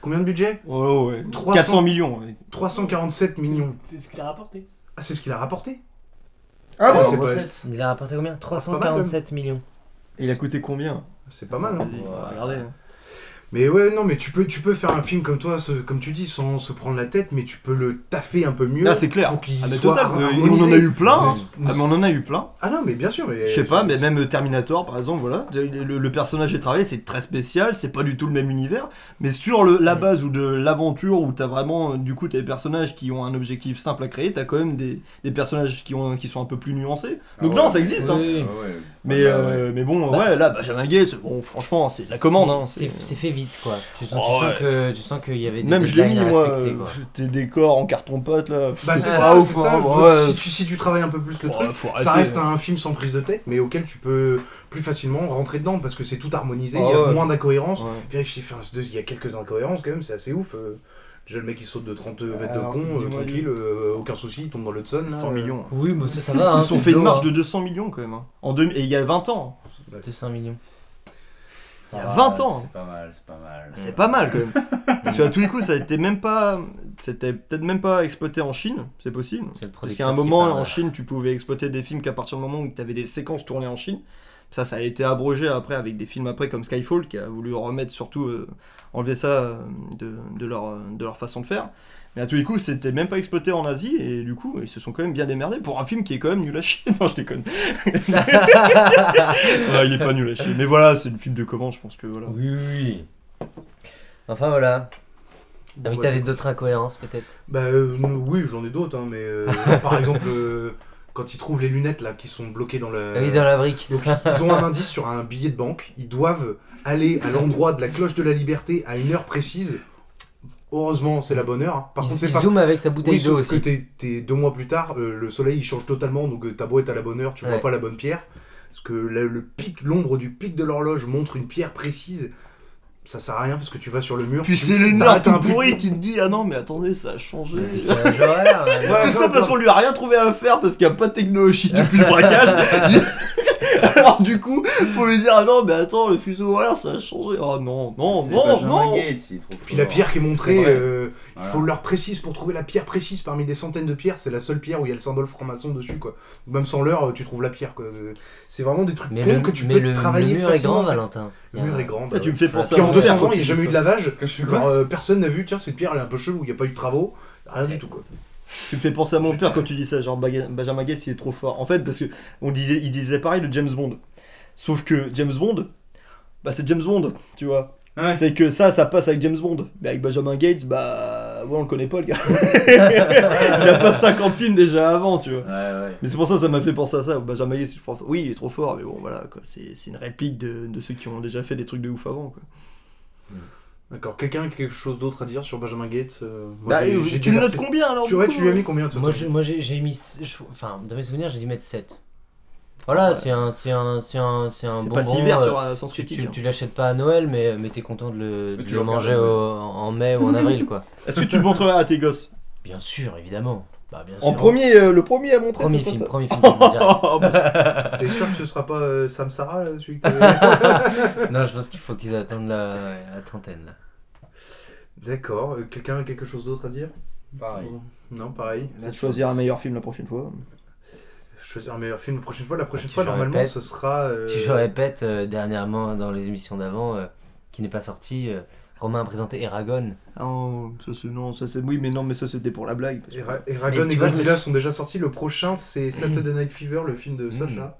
Speaker 7: Combien de budget
Speaker 9: Oh, 400 millions, ouais.
Speaker 7: 347 millions.
Speaker 11: C'est ce qu'il a rapporté.
Speaker 7: Ah, c'est ce qu'il a rapporté
Speaker 11: Ah
Speaker 7: bon,
Speaker 11: ouais,
Speaker 7: c'est
Speaker 11: en
Speaker 7: pas-
Speaker 11: recette.
Speaker 8: Il a rapporté combien
Speaker 7: pas mal, quand même.
Speaker 8: 347 millions.
Speaker 9: Et il a coûté combien Ah,
Speaker 7: C'est pas mal, hein.
Speaker 9: Regardez.
Speaker 7: Mais ouais, non, mais tu peux, tu peux faire un film comme toi, ce- comme tu dis, sans se prendre la tête, mais tu peux le taffer un peu mieux.
Speaker 9: Ah, c'est clair.
Speaker 7: Pour qu'il
Speaker 9: Ah, mais
Speaker 7: soit
Speaker 9: total,
Speaker 7: har-
Speaker 9: euh,
Speaker 7: harmonisé.
Speaker 9: on en a eu plein. hein.
Speaker 7: Mais-
Speaker 9: Ah, mais on en a eu plein.
Speaker 7: Ah non, mais bien sûr. Mais...
Speaker 9: Je sais pas, mais même Terminator, par exemple, voilà, le, le personnage est travaillé, c'est très spécial, c'est pas du tout le même univers, mais sur le, la base ou de l'aventure où t'as vraiment, euh, du coup, t'as des personnages qui ont un objectif simple à créer, t'as quand même des, des personnages qui, ont, qui sont un peu plus nuancés. Donc
Speaker 10: Ah
Speaker 9: non,
Speaker 10: ouais.
Speaker 9: ça existe. hein.
Speaker 10: Oui. Ah ouais.
Speaker 9: Mais,
Speaker 10: Ah bah
Speaker 9: euh,
Speaker 10: ouais.
Speaker 9: mais bon,
Speaker 10: Bah.
Speaker 9: ouais, là, Benjamin Gay, c'est- bon, franchement, c'est de la commande. hein,
Speaker 8: C'est c'est fait vite, quoi. Tu sens,
Speaker 9: Oh,
Speaker 8: tu sens
Speaker 9: ouais.
Speaker 8: que- tu sens qu'il y avait des
Speaker 9: Même je l'ai mis,
Speaker 8: deadlines à
Speaker 9: moi,
Speaker 8: respecter,
Speaker 9: euh,
Speaker 8: quoi.
Speaker 9: tes décors en carton pâte là.
Speaker 7: Bah, c'est
Speaker 9: Ah,
Speaker 7: ça,
Speaker 9: ouf,
Speaker 7: c'est ça.
Speaker 9: hein,
Speaker 7: je-
Speaker 9: ouais.
Speaker 7: si, tu, si tu travailles un peu plus le
Speaker 9: Ouais, faut
Speaker 7: truc, ça
Speaker 9: arrêter.
Speaker 7: reste un film sans prise de tête, mais auquel tu peux plus facilement rentrer dedans parce que c'est tout harmonisé, il
Speaker 9: Ah
Speaker 7: y a
Speaker 9: ouais.
Speaker 7: moins d'incohérences.
Speaker 9: Ouais.
Speaker 7: Puis, je sais, enfin, deux- il y a quelques incohérences quand même, c'est assez ouf. euh, Déjà, le mec il saute de 30 mètres de
Speaker 9: Alors,
Speaker 7: pont, euh,
Speaker 9: dis-moi,
Speaker 7: tranquille, euh, aucun souci, il tombe dans l'Hudson. là,
Speaker 9: 100
Speaker 7: euh.
Speaker 9: millions.
Speaker 8: Oui, mais ça, ça
Speaker 9: Ils
Speaker 8: va.
Speaker 9: se
Speaker 8: hein,
Speaker 9: sont
Speaker 8: c'est
Speaker 9: fait une
Speaker 8: lourd,
Speaker 9: marge
Speaker 8: hein.
Speaker 9: de 200 millions quand même. hein. En deux- Et il y a 20 ans. hein.
Speaker 8: 200 millions.
Speaker 9: Il y a 20 ans.
Speaker 16: C'est pas mal, c'est pas mal.
Speaker 9: C'est pas mal quand même. Parce que à tous les coups, ça a été même pas, c'était peut-être même pas exploité en Chine, c'est possible. Parce qu'à
Speaker 16: producteur
Speaker 9: un
Speaker 16: qui
Speaker 9: moment
Speaker 16: parle.
Speaker 9: en Chine, tu pouvais exploiter des films qu'à partir du moment où tu avais des séquences tournées en Chine. Ça, ça a été abrogé après avec des films après comme Skyfall qui a voulu remettre surtout euh, enlever ça euh, de, de leur, euh, de leur façon de faire. Mais à tous les coups, c'était même pas exploité en Asie et du coup, ils se sont quand même bien démerdés pour un film qui est quand même nul à chier. Non, je déconne. Ouais, il est pas nul à chier. Mais voilà, c'est une film de comment, je pense que voilà.
Speaker 8: Oui, oui. Enfin voilà. Ah oui,
Speaker 7: bah,
Speaker 8: t'as
Speaker 7: du
Speaker 8: les
Speaker 7: coup-
Speaker 8: d'autres incohérences peut-être.
Speaker 7: Bah euh, non, oui, j'en ai d'autres, hein, mais euh, là, par exemple, euh, quand ils trouvent les lunettes là qui sont bloquées dans la.
Speaker 8: Ah oui, dans la brique.
Speaker 7: Donc, ils ont un indice sur un billet de banque. Ils doivent aller à l'endroit de la cloche de la liberté à une heure précise. Heureusement, c'est la bonne heure. hein. Par
Speaker 8: Il-
Speaker 7: contre,
Speaker 8: il
Speaker 7: c'est pas-
Speaker 8: zoome avec sa bouteille
Speaker 7: Oui, sauf
Speaker 8: d'eau aussi.
Speaker 7: que t'es- t'es deux mois plus tard, euh, le soleil il change totalement, donc euh, ta boîte à la bonne heure, tu
Speaker 8: Ouais.
Speaker 7: vois pas la bonne pierre. Parce que la- le pic, l'ombre du pic de l'horloge montre une pierre précise. Ça sert à rien parce que tu vas sur le mur.
Speaker 9: Puis
Speaker 7: tu-
Speaker 9: c'est le
Speaker 7: t'arrêtes
Speaker 9: nerd tout
Speaker 7: un peu-
Speaker 9: pourri qui te dit Ah non, mais attendez, ça a changé.
Speaker 7: ouais.
Speaker 9: Tout ça parce qu'on lui a rien trouvé à faire parce qu'il n'y a pas de technologie depuis le braquage. Alors du coup, faut lui dire Ah non, mais attends, le fuseau horaire ça a changé. Oh non, non,
Speaker 7: C'est
Speaker 9: non,
Speaker 7: Benjamin
Speaker 9: non.
Speaker 7: Gates, Puis la pierre qui est
Speaker 9: C'est
Speaker 7: montrée,
Speaker 9: vrai.
Speaker 7: euh, il faut
Speaker 9: Voilà.
Speaker 7: l'heure précise pour trouver la pierre précise parmi des centaines de pierres. C'est la seule pierre où il y a le symbole franc-maçon dessus, quoi. Même sans l'heure, euh, tu trouves la pierre, quoi. C'est vraiment des trucs
Speaker 8: Mais
Speaker 7: cons
Speaker 8: le-
Speaker 7: que tu
Speaker 8: mais
Speaker 7: peux
Speaker 8: le-
Speaker 7: travailler.
Speaker 8: le mur est
Speaker 7: facilement,
Speaker 8: grand,
Speaker 7: en fait.
Speaker 8: Valentin.
Speaker 7: Le
Speaker 8: Il y a-
Speaker 7: mur est grand.
Speaker 8: Ah, tu
Speaker 7: bah,
Speaker 8: me fais penser
Speaker 7: Qui
Speaker 8: à
Speaker 7: en
Speaker 8: mon
Speaker 7: 200
Speaker 8: père quand
Speaker 7: ans, il n'y a
Speaker 8: tu
Speaker 7: jamais
Speaker 8: dis
Speaker 7: eu de
Speaker 8: ça.
Speaker 7: lavage.
Speaker 8: Quand je suis
Speaker 7: Genre,
Speaker 8: quoi
Speaker 7: euh, personne n'a vu, tiens, cette pierre, elle est un peu chelou, il n'y a pas eu de travaux. Rien du tout, quoi.
Speaker 9: Tu me fais penser à mon père quand tu dis ça, genre Baga- Benjamin Gates il est trop fort. En fait, parce que on disait, il disait pareil de James Bond. Sauf que James Bond, bah c'est James Bond, tu vois. C'est que ça, ça passe avec James Bond. Mais avec Benjamin Gates, bah ouais, on le connaît pas le gars. il a pas 50 films déjà avant, tu vois. Mais c'est pour ça que ça m'a fait penser à ça. Benjamin Gates, il est trop fort. oui, il est trop fort, mais bon voilà, quoi. C'est c'est une réplique de, de ceux qui ont déjà fait des trucs de ouf avant, quoi.
Speaker 7: D'accord, quelqu'un a quelque chose d'autre à dire sur Benjamin Gates euh, moi,
Speaker 9: Bah,
Speaker 7: j'ai-
Speaker 9: euh,
Speaker 7: j'ai
Speaker 9: tu le notes
Speaker 7: déversé.
Speaker 9: combien, alors,
Speaker 7: Tu,
Speaker 9: du
Speaker 7: ouais,
Speaker 9: coup,
Speaker 7: tu lui as
Speaker 9: euh
Speaker 7: mis combien toi
Speaker 8: Moi, je- moi, j'ai j'ai mis. s- je- Enfin, dans mes souvenirs, j'ai dû mettre 7. Voilà, c'est un, c'est un, c'est un, c'est un
Speaker 9: C'est
Speaker 8: bonbon.
Speaker 9: pas si vert
Speaker 8: euh,
Speaker 9: sur, euh, Sens
Speaker 8: tu-
Speaker 9: Critique,
Speaker 8: Tu,
Speaker 9: hein.
Speaker 8: tu l'achètes pas à Noël, mais, mais t'es content de le, de
Speaker 9: tu
Speaker 8: le
Speaker 9: le regardes,
Speaker 8: manger
Speaker 9: ouais.
Speaker 8: au- en mai ou en avril, quoi.
Speaker 9: Est-ce que tu le montreras à tes gosses
Speaker 8: Bien sûr, évidemment. Bah, bien
Speaker 9: En
Speaker 8: sûr.
Speaker 9: premier, euh, le premier à montrer
Speaker 8: Premier
Speaker 9: ce sera
Speaker 8: film,
Speaker 9: ça.
Speaker 8: premier film que je
Speaker 9: Oh, bah,
Speaker 8: montre.
Speaker 7: T'es sûr que ce sera pas euh, Sam Sarah, là, celui que
Speaker 8: non, je pense qu'il faut qu'ils attendent la, la trentaine. là.
Speaker 7: D'accord, euh, quelqu'un a quelque chose d'autre à dire Pareil. Non, pareil.
Speaker 9: On va te choisir un meilleur film la prochaine fois.
Speaker 7: Choisir un meilleur film la prochaine fois. La prochaine
Speaker 8: Si
Speaker 7: fois,
Speaker 8: je
Speaker 7: normalement,
Speaker 8: Bah, répète-
Speaker 7: ce sera. euh,
Speaker 8: Si je répète, euh, dernièrement, dans les émissions d'avant, euh, qui n'est pas sorti, euh, Romain a présenté Eragon.
Speaker 9: Oh, ça c'est non, ça c'est oui, mais non, mais ça c'était pour la blague. parce que-
Speaker 7: Era- Eragon
Speaker 8: Mais
Speaker 7: et
Speaker 8: tu vois, je me
Speaker 7: Godzilla
Speaker 8: suis- Mmh.
Speaker 7: sont déjà sortis. Le prochain, c'est Saturday Night Fever, le film de Sacha.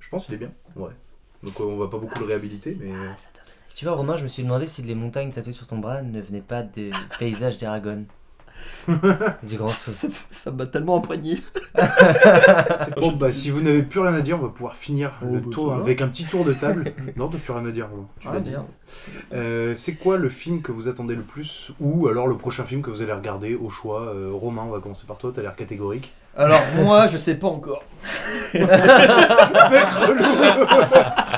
Speaker 7: Je pense qu'il est bien. Ouais. Donc euh, on va pas beaucoup le réhabiliter, mais.
Speaker 8: Ah, Tu vois, Romain, je me suis demandé si les montagnes tatouées sur ton bras ne venaient pas des paysages d'Eragon. Des grands
Speaker 9: Ça ça m'a tellement imprégné.
Speaker 7: Bon, bah, si vous n'avez plus rien à dire, on va pouvoir finir le
Speaker 9: bah,
Speaker 7: tour
Speaker 9: ça va.
Speaker 7: avec un petit tour de table. non, t'as plus rien à dire. non, tu
Speaker 9: Ah,
Speaker 7: l'as dit.
Speaker 9: merde.
Speaker 7: Euh, c'est quoi le film que vous attendez le plus ou alors le prochain film que vous allez regarder au choix Euh, Romain, on va commencer par toi, t'as l'air catégorique.
Speaker 9: Alors moi, je sais pas encore. Mec relou.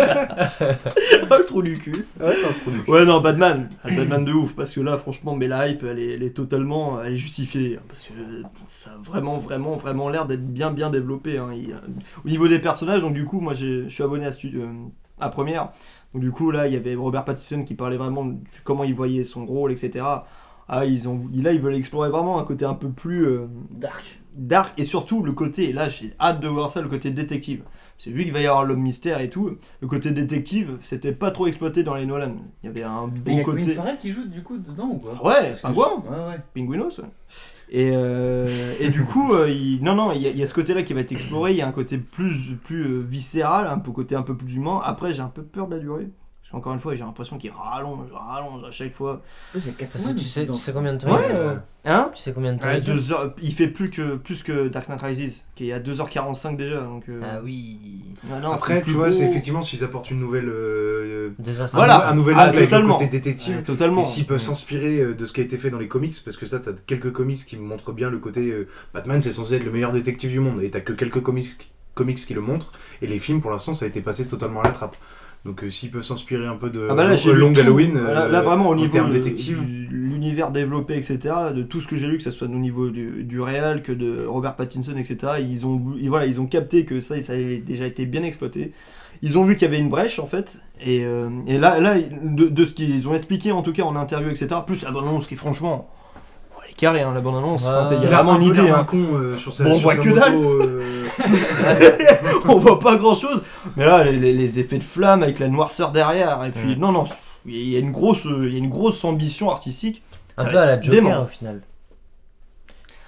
Speaker 9: Ah, le trou du cul.
Speaker 7: Ouais, t'as un trou du cul.
Speaker 9: Ouais, non, Batman. Ah, Batman de ouf, parce que là, franchement, mais la hype, elle est, elle est totalement elle est justifiée. hein, Parce que ça a vraiment, vraiment, vraiment l'air d'être bien, bien développé. hein. Il y a- au niveau des personnages, donc du coup, moi, j'ai- je suis abonné à, Studio- euh, à Première. Donc du coup, là, il y avait Robert Pattinson qui parlait vraiment de comment il voyait son rôle, etc. Ah, ils ont, là, ils veulent explorer vraiment un côté un peu plus... dark. Dark, et surtout le côté, et là, j'ai hâte de voir ça, le côté détective. Parce que vu qu'il va y avoir l'homme mystère et tout, le côté détective, c'était pas trop exploité dans les Nolan. Il y avait un
Speaker 10: Mais il y
Speaker 9: bon
Speaker 10: a Colin
Speaker 9: côté...
Speaker 10: Farrell qui joue du coup dedans ou quoi
Speaker 9: Ouais,
Speaker 10: Parce que
Speaker 9: pingouin.
Speaker 10: je- Ouais, ouais.
Speaker 9: Pinguinos, ouais. Et, euh, et du coup, euh, il- non, non, il y, a- il y a ce côté-là qui va être exploré. Il y a un côté plus, plus euh, viscéral, un peu, côté un peu plus humain. Après, j'ai un peu peur de la durée. Parce qu'encore une fois, j'ai l'impression qu'il rallonge, rallonge à chaque fois.
Speaker 8: Parce que tu sais, tu sais combien de temps
Speaker 9: Ouais.
Speaker 8: il dure
Speaker 9: Hein
Speaker 8: Tu sais combien de temps
Speaker 9: Ouais,
Speaker 8: il dure
Speaker 9: deux heures- Il fait plus que, plus que Dark Knight Rises, qui est à 2h45 déjà. Donc, Ah
Speaker 8: oui.
Speaker 7: Après, tu vois, c'est effectivement s'ils apportent une nouvelle. euh,
Speaker 8: Des
Speaker 7: un
Speaker 8: instants.
Speaker 7: nouvel-
Speaker 9: Voilà.
Speaker 7: un nouvel
Speaker 9: Ah,
Speaker 7: aspect avec le
Speaker 9: totalement.
Speaker 7: côté détective.
Speaker 9: Ouais, totalement. Mm.
Speaker 7: Et s'ils peuvent
Speaker 9: Ouais.
Speaker 7: s'inspirer euh, de ce qui a été fait dans les comics, parce que ça, t'as quelques comics qui montrent bien le côté. euh, Batman, c'est censé être le meilleur détective du monde, et t'as que quelques comics, comics qui le montrent, et les films, pour l'instant, ça a été passé totalement à la trappe. Donc, euh, s'ils peuvent s'inspirer un peu de
Speaker 9: Ah bah là,
Speaker 7: de
Speaker 9: j'ai lu
Speaker 7: Long
Speaker 9: tout.
Speaker 7: Halloween, euh,
Speaker 9: là, là, vraiment au
Speaker 7: en
Speaker 9: niveau
Speaker 7: termes
Speaker 9: de-
Speaker 7: détective.
Speaker 9: du- l'univers développé, etc. De tout ce que j'ai lu, que ce soit au niveau du, du réel, que de Robert Pattinson, etc. Ils ont, ils- voilà, ils ont capté que ça, ça avait déjà été bien exploité. Ils ont vu qu'il y avait une brèche en fait, et, euh, et là, là, de, de ce qu'ils ont expliqué en tout cas en interview, etc. Plus la bande-annonce qui franchement, oh, elle est carrée hein, la bande-annonce.
Speaker 7: Ouais.
Speaker 9: Enfin, t'as- Il y a
Speaker 7: Il a
Speaker 9: vraiment
Speaker 7: un
Speaker 9: une
Speaker 7: peu l'air
Speaker 9: idée.
Speaker 7: d'un
Speaker 9: hein.
Speaker 7: con, euh, sur sa-
Speaker 9: Bon, on
Speaker 7: sur
Speaker 9: voit
Speaker 7: sa
Speaker 9: que
Speaker 7: moto,
Speaker 9: dalle.
Speaker 7: euh.
Speaker 9: on voit pas grand chose. Mais là, les, les- les effets de flamme avec la noirceur derrière, et puis non, non, il y a une grosse, il y a une grosse ambition artistique.
Speaker 8: Un
Speaker 9: Ça
Speaker 8: peu
Speaker 9: va
Speaker 8: à la
Speaker 9: être
Speaker 8: Joker
Speaker 9: dément.
Speaker 8: au final.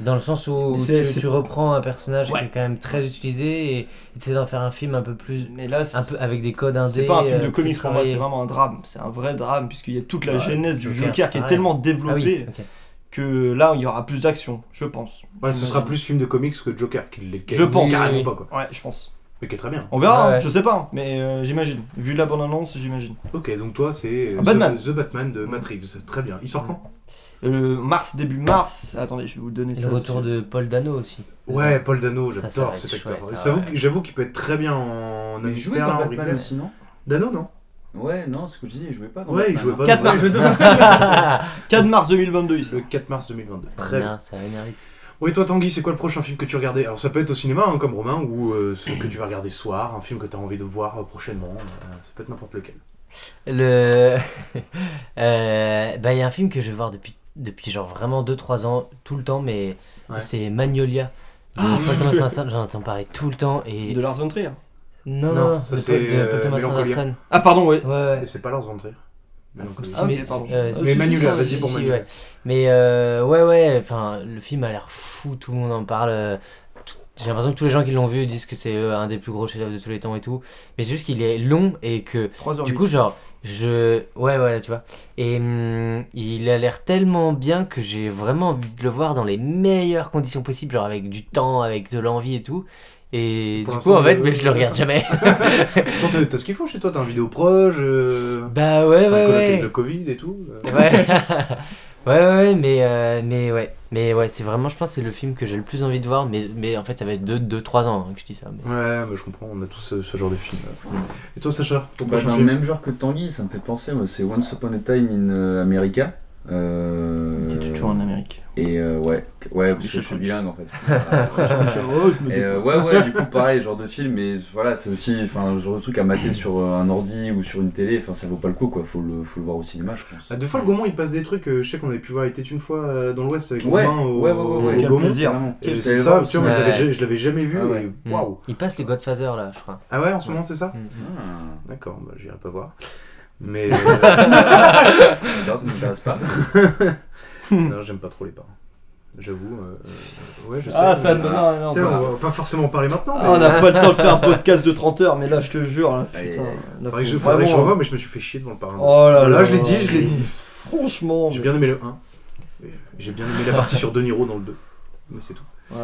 Speaker 8: Dans le sens où
Speaker 9: Mais
Speaker 8: tu,
Speaker 9: c'est- c'est-
Speaker 8: tu reprends un personnage qui est quand même très utilisé et et tu essaies d'en faire un film un peu plus.
Speaker 9: Mais là,
Speaker 8: un peu avec des codes indés.
Speaker 9: C'est pas un film
Speaker 8: euh,
Speaker 9: de
Speaker 8: plus
Speaker 9: comics pour moi,
Speaker 8: travaillés.
Speaker 9: c'est vraiment un drame. C'est un vrai drame, puisqu'il y a toute la
Speaker 8: Ouais,
Speaker 9: genèse du
Speaker 8: Joker,
Speaker 9: Joker,
Speaker 8: c'est
Speaker 9: qui est
Speaker 8: pareil.
Speaker 9: tellement
Speaker 8: Ah oui,
Speaker 9: développée
Speaker 8: ok.
Speaker 9: que là, il y aura plus d'action, je pense.
Speaker 7: Ouais, ce sera plus film de comics que Joker, qui l'est
Speaker 9: Je pense.
Speaker 7: carrément pas, quoi.
Speaker 9: Ouais, je pense.
Speaker 7: Mais qui est très bien.
Speaker 9: On verra, hein, je sais pas, mais euh, j'imagine. Vu la bande-annonce, j'imagine.
Speaker 7: Ok, donc toi, c'est euh,
Speaker 9: Ah, Batman.
Speaker 7: The, The Batman de Matt Reeves. Très bien. Il sort quand
Speaker 9: Euh, mars, début mars. Attendez, je vais vous donner
Speaker 8: Et
Speaker 9: ça.
Speaker 8: Le retour de Paul Dano aussi.
Speaker 7: Ouais, Paul Dano,
Speaker 8: Ça, ça va
Speaker 7: j'adore
Speaker 8: être
Speaker 7: cet
Speaker 8: chouette.
Speaker 7: acteur.
Speaker 8: Ah
Speaker 7: J'avoue-
Speaker 8: ouais.
Speaker 7: J'avoue qu'il peut être très bien en
Speaker 10: Mais il jouait
Speaker 7: Hamster,
Speaker 10: dans
Speaker 7: en
Speaker 10: Batman
Speaker 7: Riddler.
Speaker 10: aussi, non
Speaker 7: Dano, non
Speaker 10: Ouais, non, c'est ce que je disais, il jouait pas dans
Speaker 7: Ouais, il
Speaker 10: Batman,
Speaker 7: jouait
Speaker 10: hein.
Speaker 7: pas
Speaker 9: 4
Speaker 7: dans
Speaker 9: mars.
Speaker 7: Batman.
Speaker 9: 4 mars 2022, ici.
Speaker 7: Le 4 mars 2022.
Speaker 8: Ça
Speaker 7: Très bien.
Speaker 8: mérite, Ça mérite.
Speaker 7: Oui, toi Tanguy, c'est quoi le prochain film que tu regardais Alors ça peut être au cinéma, hein, comme Romain, ou euh, ce que tu vas regarder ce soir, un film que tu as envie de voir euh, prochainement. euh, ça peut être n'importe lequel.
Speaker 8: Le. Euh, bah, il y a un film que je vais voir depuis, depuis genre vraiment 2-3 ans, tout le temps, mais c'est Magnolia. de
Speaker 9: Ah,
Speaker 8: Paul
Speaker 9: oui.
Speaker 8: Thomas Anderson. J'en entends parler tout le temps. Et...
Speaker 9: De Lars von Trier
Speaker 8: Non,
Speaker 9: Non,
Speaker 8: non, non,
Speaker 9: ça,
Speaker 8: de,
Speaker 9: c'est,
Speaker 8: Paul- de Paul
Speaker 9: euh,
Speaker 8: Thomas
Speaker 9: Mélancolia.
Speaker 8: Anderson.
Speaker 9: Ah, pardon, oui.
Speaker 8: Ouais, ouais.
Speaker 7: Et c'est pas Lars von Trier. Mélancolie.
Speaker 8: Si,
Speaker 7: Ah, ok,
Speaker 8: mais,
Speaker 7: pardon.
Speaker 8: euh,
Speaker 7: Ah,
Speaker 8: si,
Speaker 7: mais
Speaker 8: si,
Speaker 7: Manuel,
Speaker 8: si,
Speaker 7: vas-y
Speaker 8: si,
Speaker 7: pour
Speaker 8: si,
Speaker 7: Manuel.
Speaker 8: ouais. Mais euh, ouais, ouais, enfin, le film a l'air fou, tout le monde en parle. euh, tout- J'ai l'impression que tous les gens qui l'ont vu disent que c'est euh, un des plus gros chefs-d'œuvre de tous les temps et tout. Mais c'est juste qu'il est long et que.
Speaker 9: 3h08.
Speaker 8: Du coup, genre, je. Ouais, ouais, là, tu vois. Et hum, il a l'air tellement bien que j'ai vraiment envie de le voir dans les meilleures conditions possibles, genre avec du temps, avec de l'envie et tout. Et
Speaker 7: Pour
Speaker 8: du coup, en
Speaker 7: l'instant,
Speaker 8: fait,
Speaker 7: euh,
Speaker 8: mais je le regarde jamais.
Speaker 7: Toi, t'as- t'as ce qu'il faut chez toi, t'as un vidéo proche. euh,
Speaker 8: Bah ouais,
Speaker 7: t'as le
Speaker 8: ouais,
Speaker 7: coloc
Speaker 8: ouais.
Speaker 7: avec Le Covid et tout. euh.
Speaker 8: Ouais. ouais, ouais, ouais, mais, euh, mais ouais. Mais ouais, c'est vraiment, je pense, c'est le film que j'ai le plus envie de voir. Mais, mais en fait, ça va être 2-3 ans hein, que je dis ça. mais-
Speaker 7: Ouais, mais je comprends, on a tous ce, ce genre de film. Et toi, Sacha ton
Speaker 10: Bah,
Speaker 7: prochain
Speaker 10: dans le
Speaker 7: film
Speaker 10: même genre que Tanguy, ça me fait penser, moi, c'est Once Upon a Time in euh, America. Euh...
Speaker 9: toujours en Amérique.
Speaker 10: Et euh, ouais, ouais, parce que je, suis bilingue en fait. Euh,
Speaker 9: Oh, je me
Speaker 10: et, euh, ouais,
Speaker 9: découvre.
Speaker 10: ouais, du coup, pareil, genre de film, mais voilà, c'est aussi enfin, le genre de truc à mater sur euh, un ordi ou sur une télé, enfin, ça vaut pas le coup quoi, faut le, faut le voir au cinéma, je pense.
Speaker 7: Ah, Deux fois le Gaumont, il passe des trucs. euh, je sais qu'on avait pu voir, il était une fois euh, dans l'Ouest avec
Speaker 10: Ouais,
Speaker 7: Romain au,
Speaker 10: ouais, ouais, ouais, ouais.
Speaker 7: au
Speaker 10: Quel
Speaker 7: Gaumont.
Speaker 10: plaisir.
Speaker 7: Et
Speaker 10: Quel
Speaker 7: ça,
Speaker 10: plaisir.
Speaker 7: tu vois, moi, je l'avais
Speaker 10: Ouais.
Speaker 7: ja- je l'avais jamais vu.
Speaker 10: Ah ouais.
Speaker 7: Et waouh.
Speaker 8: Il passe les Godfather là, je crois.
Speaker 7: Ah ouais, en ce moment, c'est ça
Speaker 10: Ah.
Speaker 7: D'accord, bah, j'irai pas voir. Mais. euh,
Speaker 10: Non, Ah, ça m'intéresse pas.
Speaker 7: non, j'aime pas trop les parents. J'avoue. euh, ouais, je sais.
Speaker 9: Ah, ça,
Speaker 7: mais-
Speaker 9: non, non,
Speaker 7: tu sais,
Speaker 9: bah.
Speaker 7: on va pas forcément parler maintenant.
Speaker 9: Ah, on n'a pas le temps de faire un podcast de 30 heures, mais là, je te jure, là,
Speaker 7: Allez,
Speaker 9: putain. là,
Speaker 7: faudrait que
Speaker 9: faut
Speaker 7: je faudrait que je
Speaker 10: hein.
Speaker 9: vraiment-
Speaker 10: Oh,
Speaker 7: revoie, mais je me suis fait chier devant le parrain.
Speaker 9: Oh là là.
Speaker 7: je l'ai dit, je l'ai dit.
Speaker 9: Franchement.
Speaker 7: J'ai bien aimé le 1. J'ai bien aimé la partie sur De Niro dans le 2. Mais c'est tout.
Speaker 10: Ouais,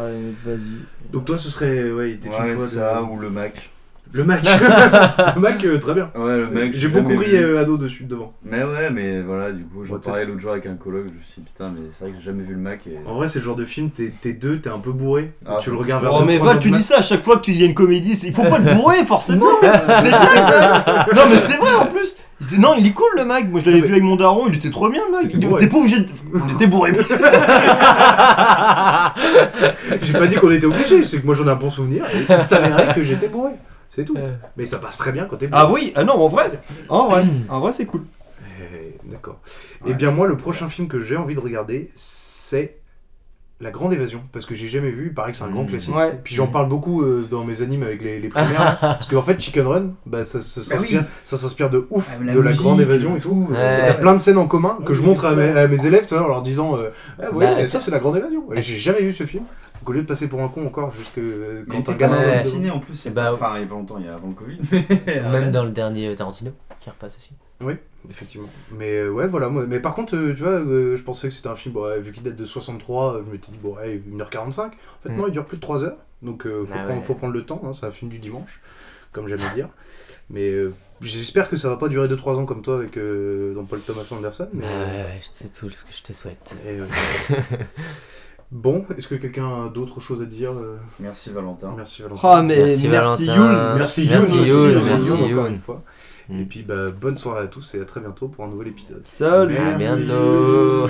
Speaker 10: vas-y.
Speaker 7: Donc toi, ce serait. Ouais, il était
Speaker 10: Ouais,
Speaker 7: une fois de-
Speaker 10: ça ou le Mac.
Speaker 7: Le Mac Le Mac, euh, très bien.
Speaker 10: Ouais, le Mac.
Speaker 7: J'ai beaucoup
Speaker 10: jamais
Speaker 7: ri
Speaker 10: vu.
Speaker 7: euh, ado dessus, devant.
Speaker 10: Mais ouais, mais voilà, du coup, j'en
Speaker 7: Ouais, t'as-
Speaker 10: parlais l'autre jour avec un collègue, je me suis dit putain, mais c'est vrai que j'ai jamais vu le Mac. Et...
Speaker 7: En vrai, c'est le genre de film, t'es t'es deux, t'es un peu bourré,
Speaker 10: Ah,
Speaker 7: tu
Speaker 10: c'est
Speaker 7: le
Speaker 10: cool.
Speaker 7: regardes vers
Speaker 9: Oh
Speaker 7: deux,
Speaker 9: mais
Speaker 7: trois
Speaker 9: Val,
Speaker 7: heures
Speaker 9: tu
Speaker 7: du
Speaker 9: dis
Speaker 7: mat.
Speaker 9: ça à chaque fois qu'il y a une comédie, c'est- il faut pas le bourrer forcément. C'est dingue. Val. Non mais c'est vrai en plus. Il s'est- Non, il est cool le mec. Moi je l'avais vu avec mon daron, il était trop bien le mec. Il était pas obligé de. On était bourré.
Speaker 7: J'ai pas dit qu'on était obligé, c'est que moi j'en ai un bon souvenir, et il s'avérait que j'étais bourré. C'est tout. Mais ça passe très bien quand t'es bourré.
Speaker 9: Euh. Ah oui, ah non, en vrai. En vrai, en vrai c'est cool.
Speaker 7: Eh, D'accord. Eh bien, moi, le prochain film que j'ai envie de regarder, c'est La Grande Évasion, parce que j'ai jamais vu. Il paraît que c'est un
Speaker 10: Hmm.
Speaker 7: grand classique.
Speaker 9: Ouais.
Speaker 7: Puis j'en parle beaucoup euh, dans mes animes avec les, les primaires, là, parce qu'en fait, Chicken Run, bah, ça, se-
Speaker 10: Bah
Speaker 7: s'inspire-
Speaker 10: oui. Ah,
Speaker 7: ça s'inspire de ouf
Speaker 10: la
Speaker 7: de La
Speaker 10: musique,
Speaker 7: Grande Évasion et tout.
Speaker 10: Ouais.
Speaker 7: Euh, T'as plein de scènes en commun que je montre à mes, à mes élèves, tu vois, en leur disant, euh, Ah, ouais,
Speaker 10: Bah,
Speaker 7: ça c'est La Grande Évasion. Et j'ai jamais vu ce film. Donc au lieu de passer pour un con encore, jusque euh,
Speaker 10: Mais
Speaker 7: quand
Speaker 10: t'es
Speaker 7: un gars Eh ben,
Speaker 10: pas
Speaker 7: s'est-
Speaker 10: au ciné en plus, il y a pas- enfin il y a pas longtemps, il y a avant le Covid. mais-
Speaker 8: Même dans le dernier Tarantino, qui repasse aussi.
Speaker 7: Oui, effectivement. Mais euh, ouais, voilà. moi- mais par contre, euh, tu vois, euh, je pensais que c'était un film, bon, ouais, vu qu'il date de 63, euh, je m'étais dit, bon, ouais, 1h45. En fait,
Speaker 10: Mm.
Speaker 7: non, il dure plus de 3 heures. Donc, euh, faut,
Speaker 10: Ah
Speaker 7: prendre,
Speaker 10: ouais.
Speaker 7: faut prendre le temps. hein, c'est un film du dimanche, comme j'aime le dire. Mais euh, j'espère que ça va pas durer 2-3 ans comme toi avec euh, dans Paul Thomas Anderson. Mais,
Speaker 8: Ouais, ouais, c'est tout ce que je te souhaite.
Speaker 7: Et, euh, bon, est-ce que quelqu'un a d'autres choses à dire euh
Speaker 10: Merci Valentin.
Speaker 7: Merci Valentin.
Speaker 9: Ah, mais Merci, merci Valentin. Youn.
Speaker 7: Merci Youn.
Speaker 9: Merci
Speaker 7: aussi,
Speaker 9: Youn,
Speaker 7: merci
Speaker 9: merci
Speaker 7: encore
Speaker 9: Youn.
Speaker 7: une fois. Et puis bah, bonne soirée à tous et à très bientôt pour un nouvel épisode.
Speaker 9: Salut.
Speaker 8: À bientôt.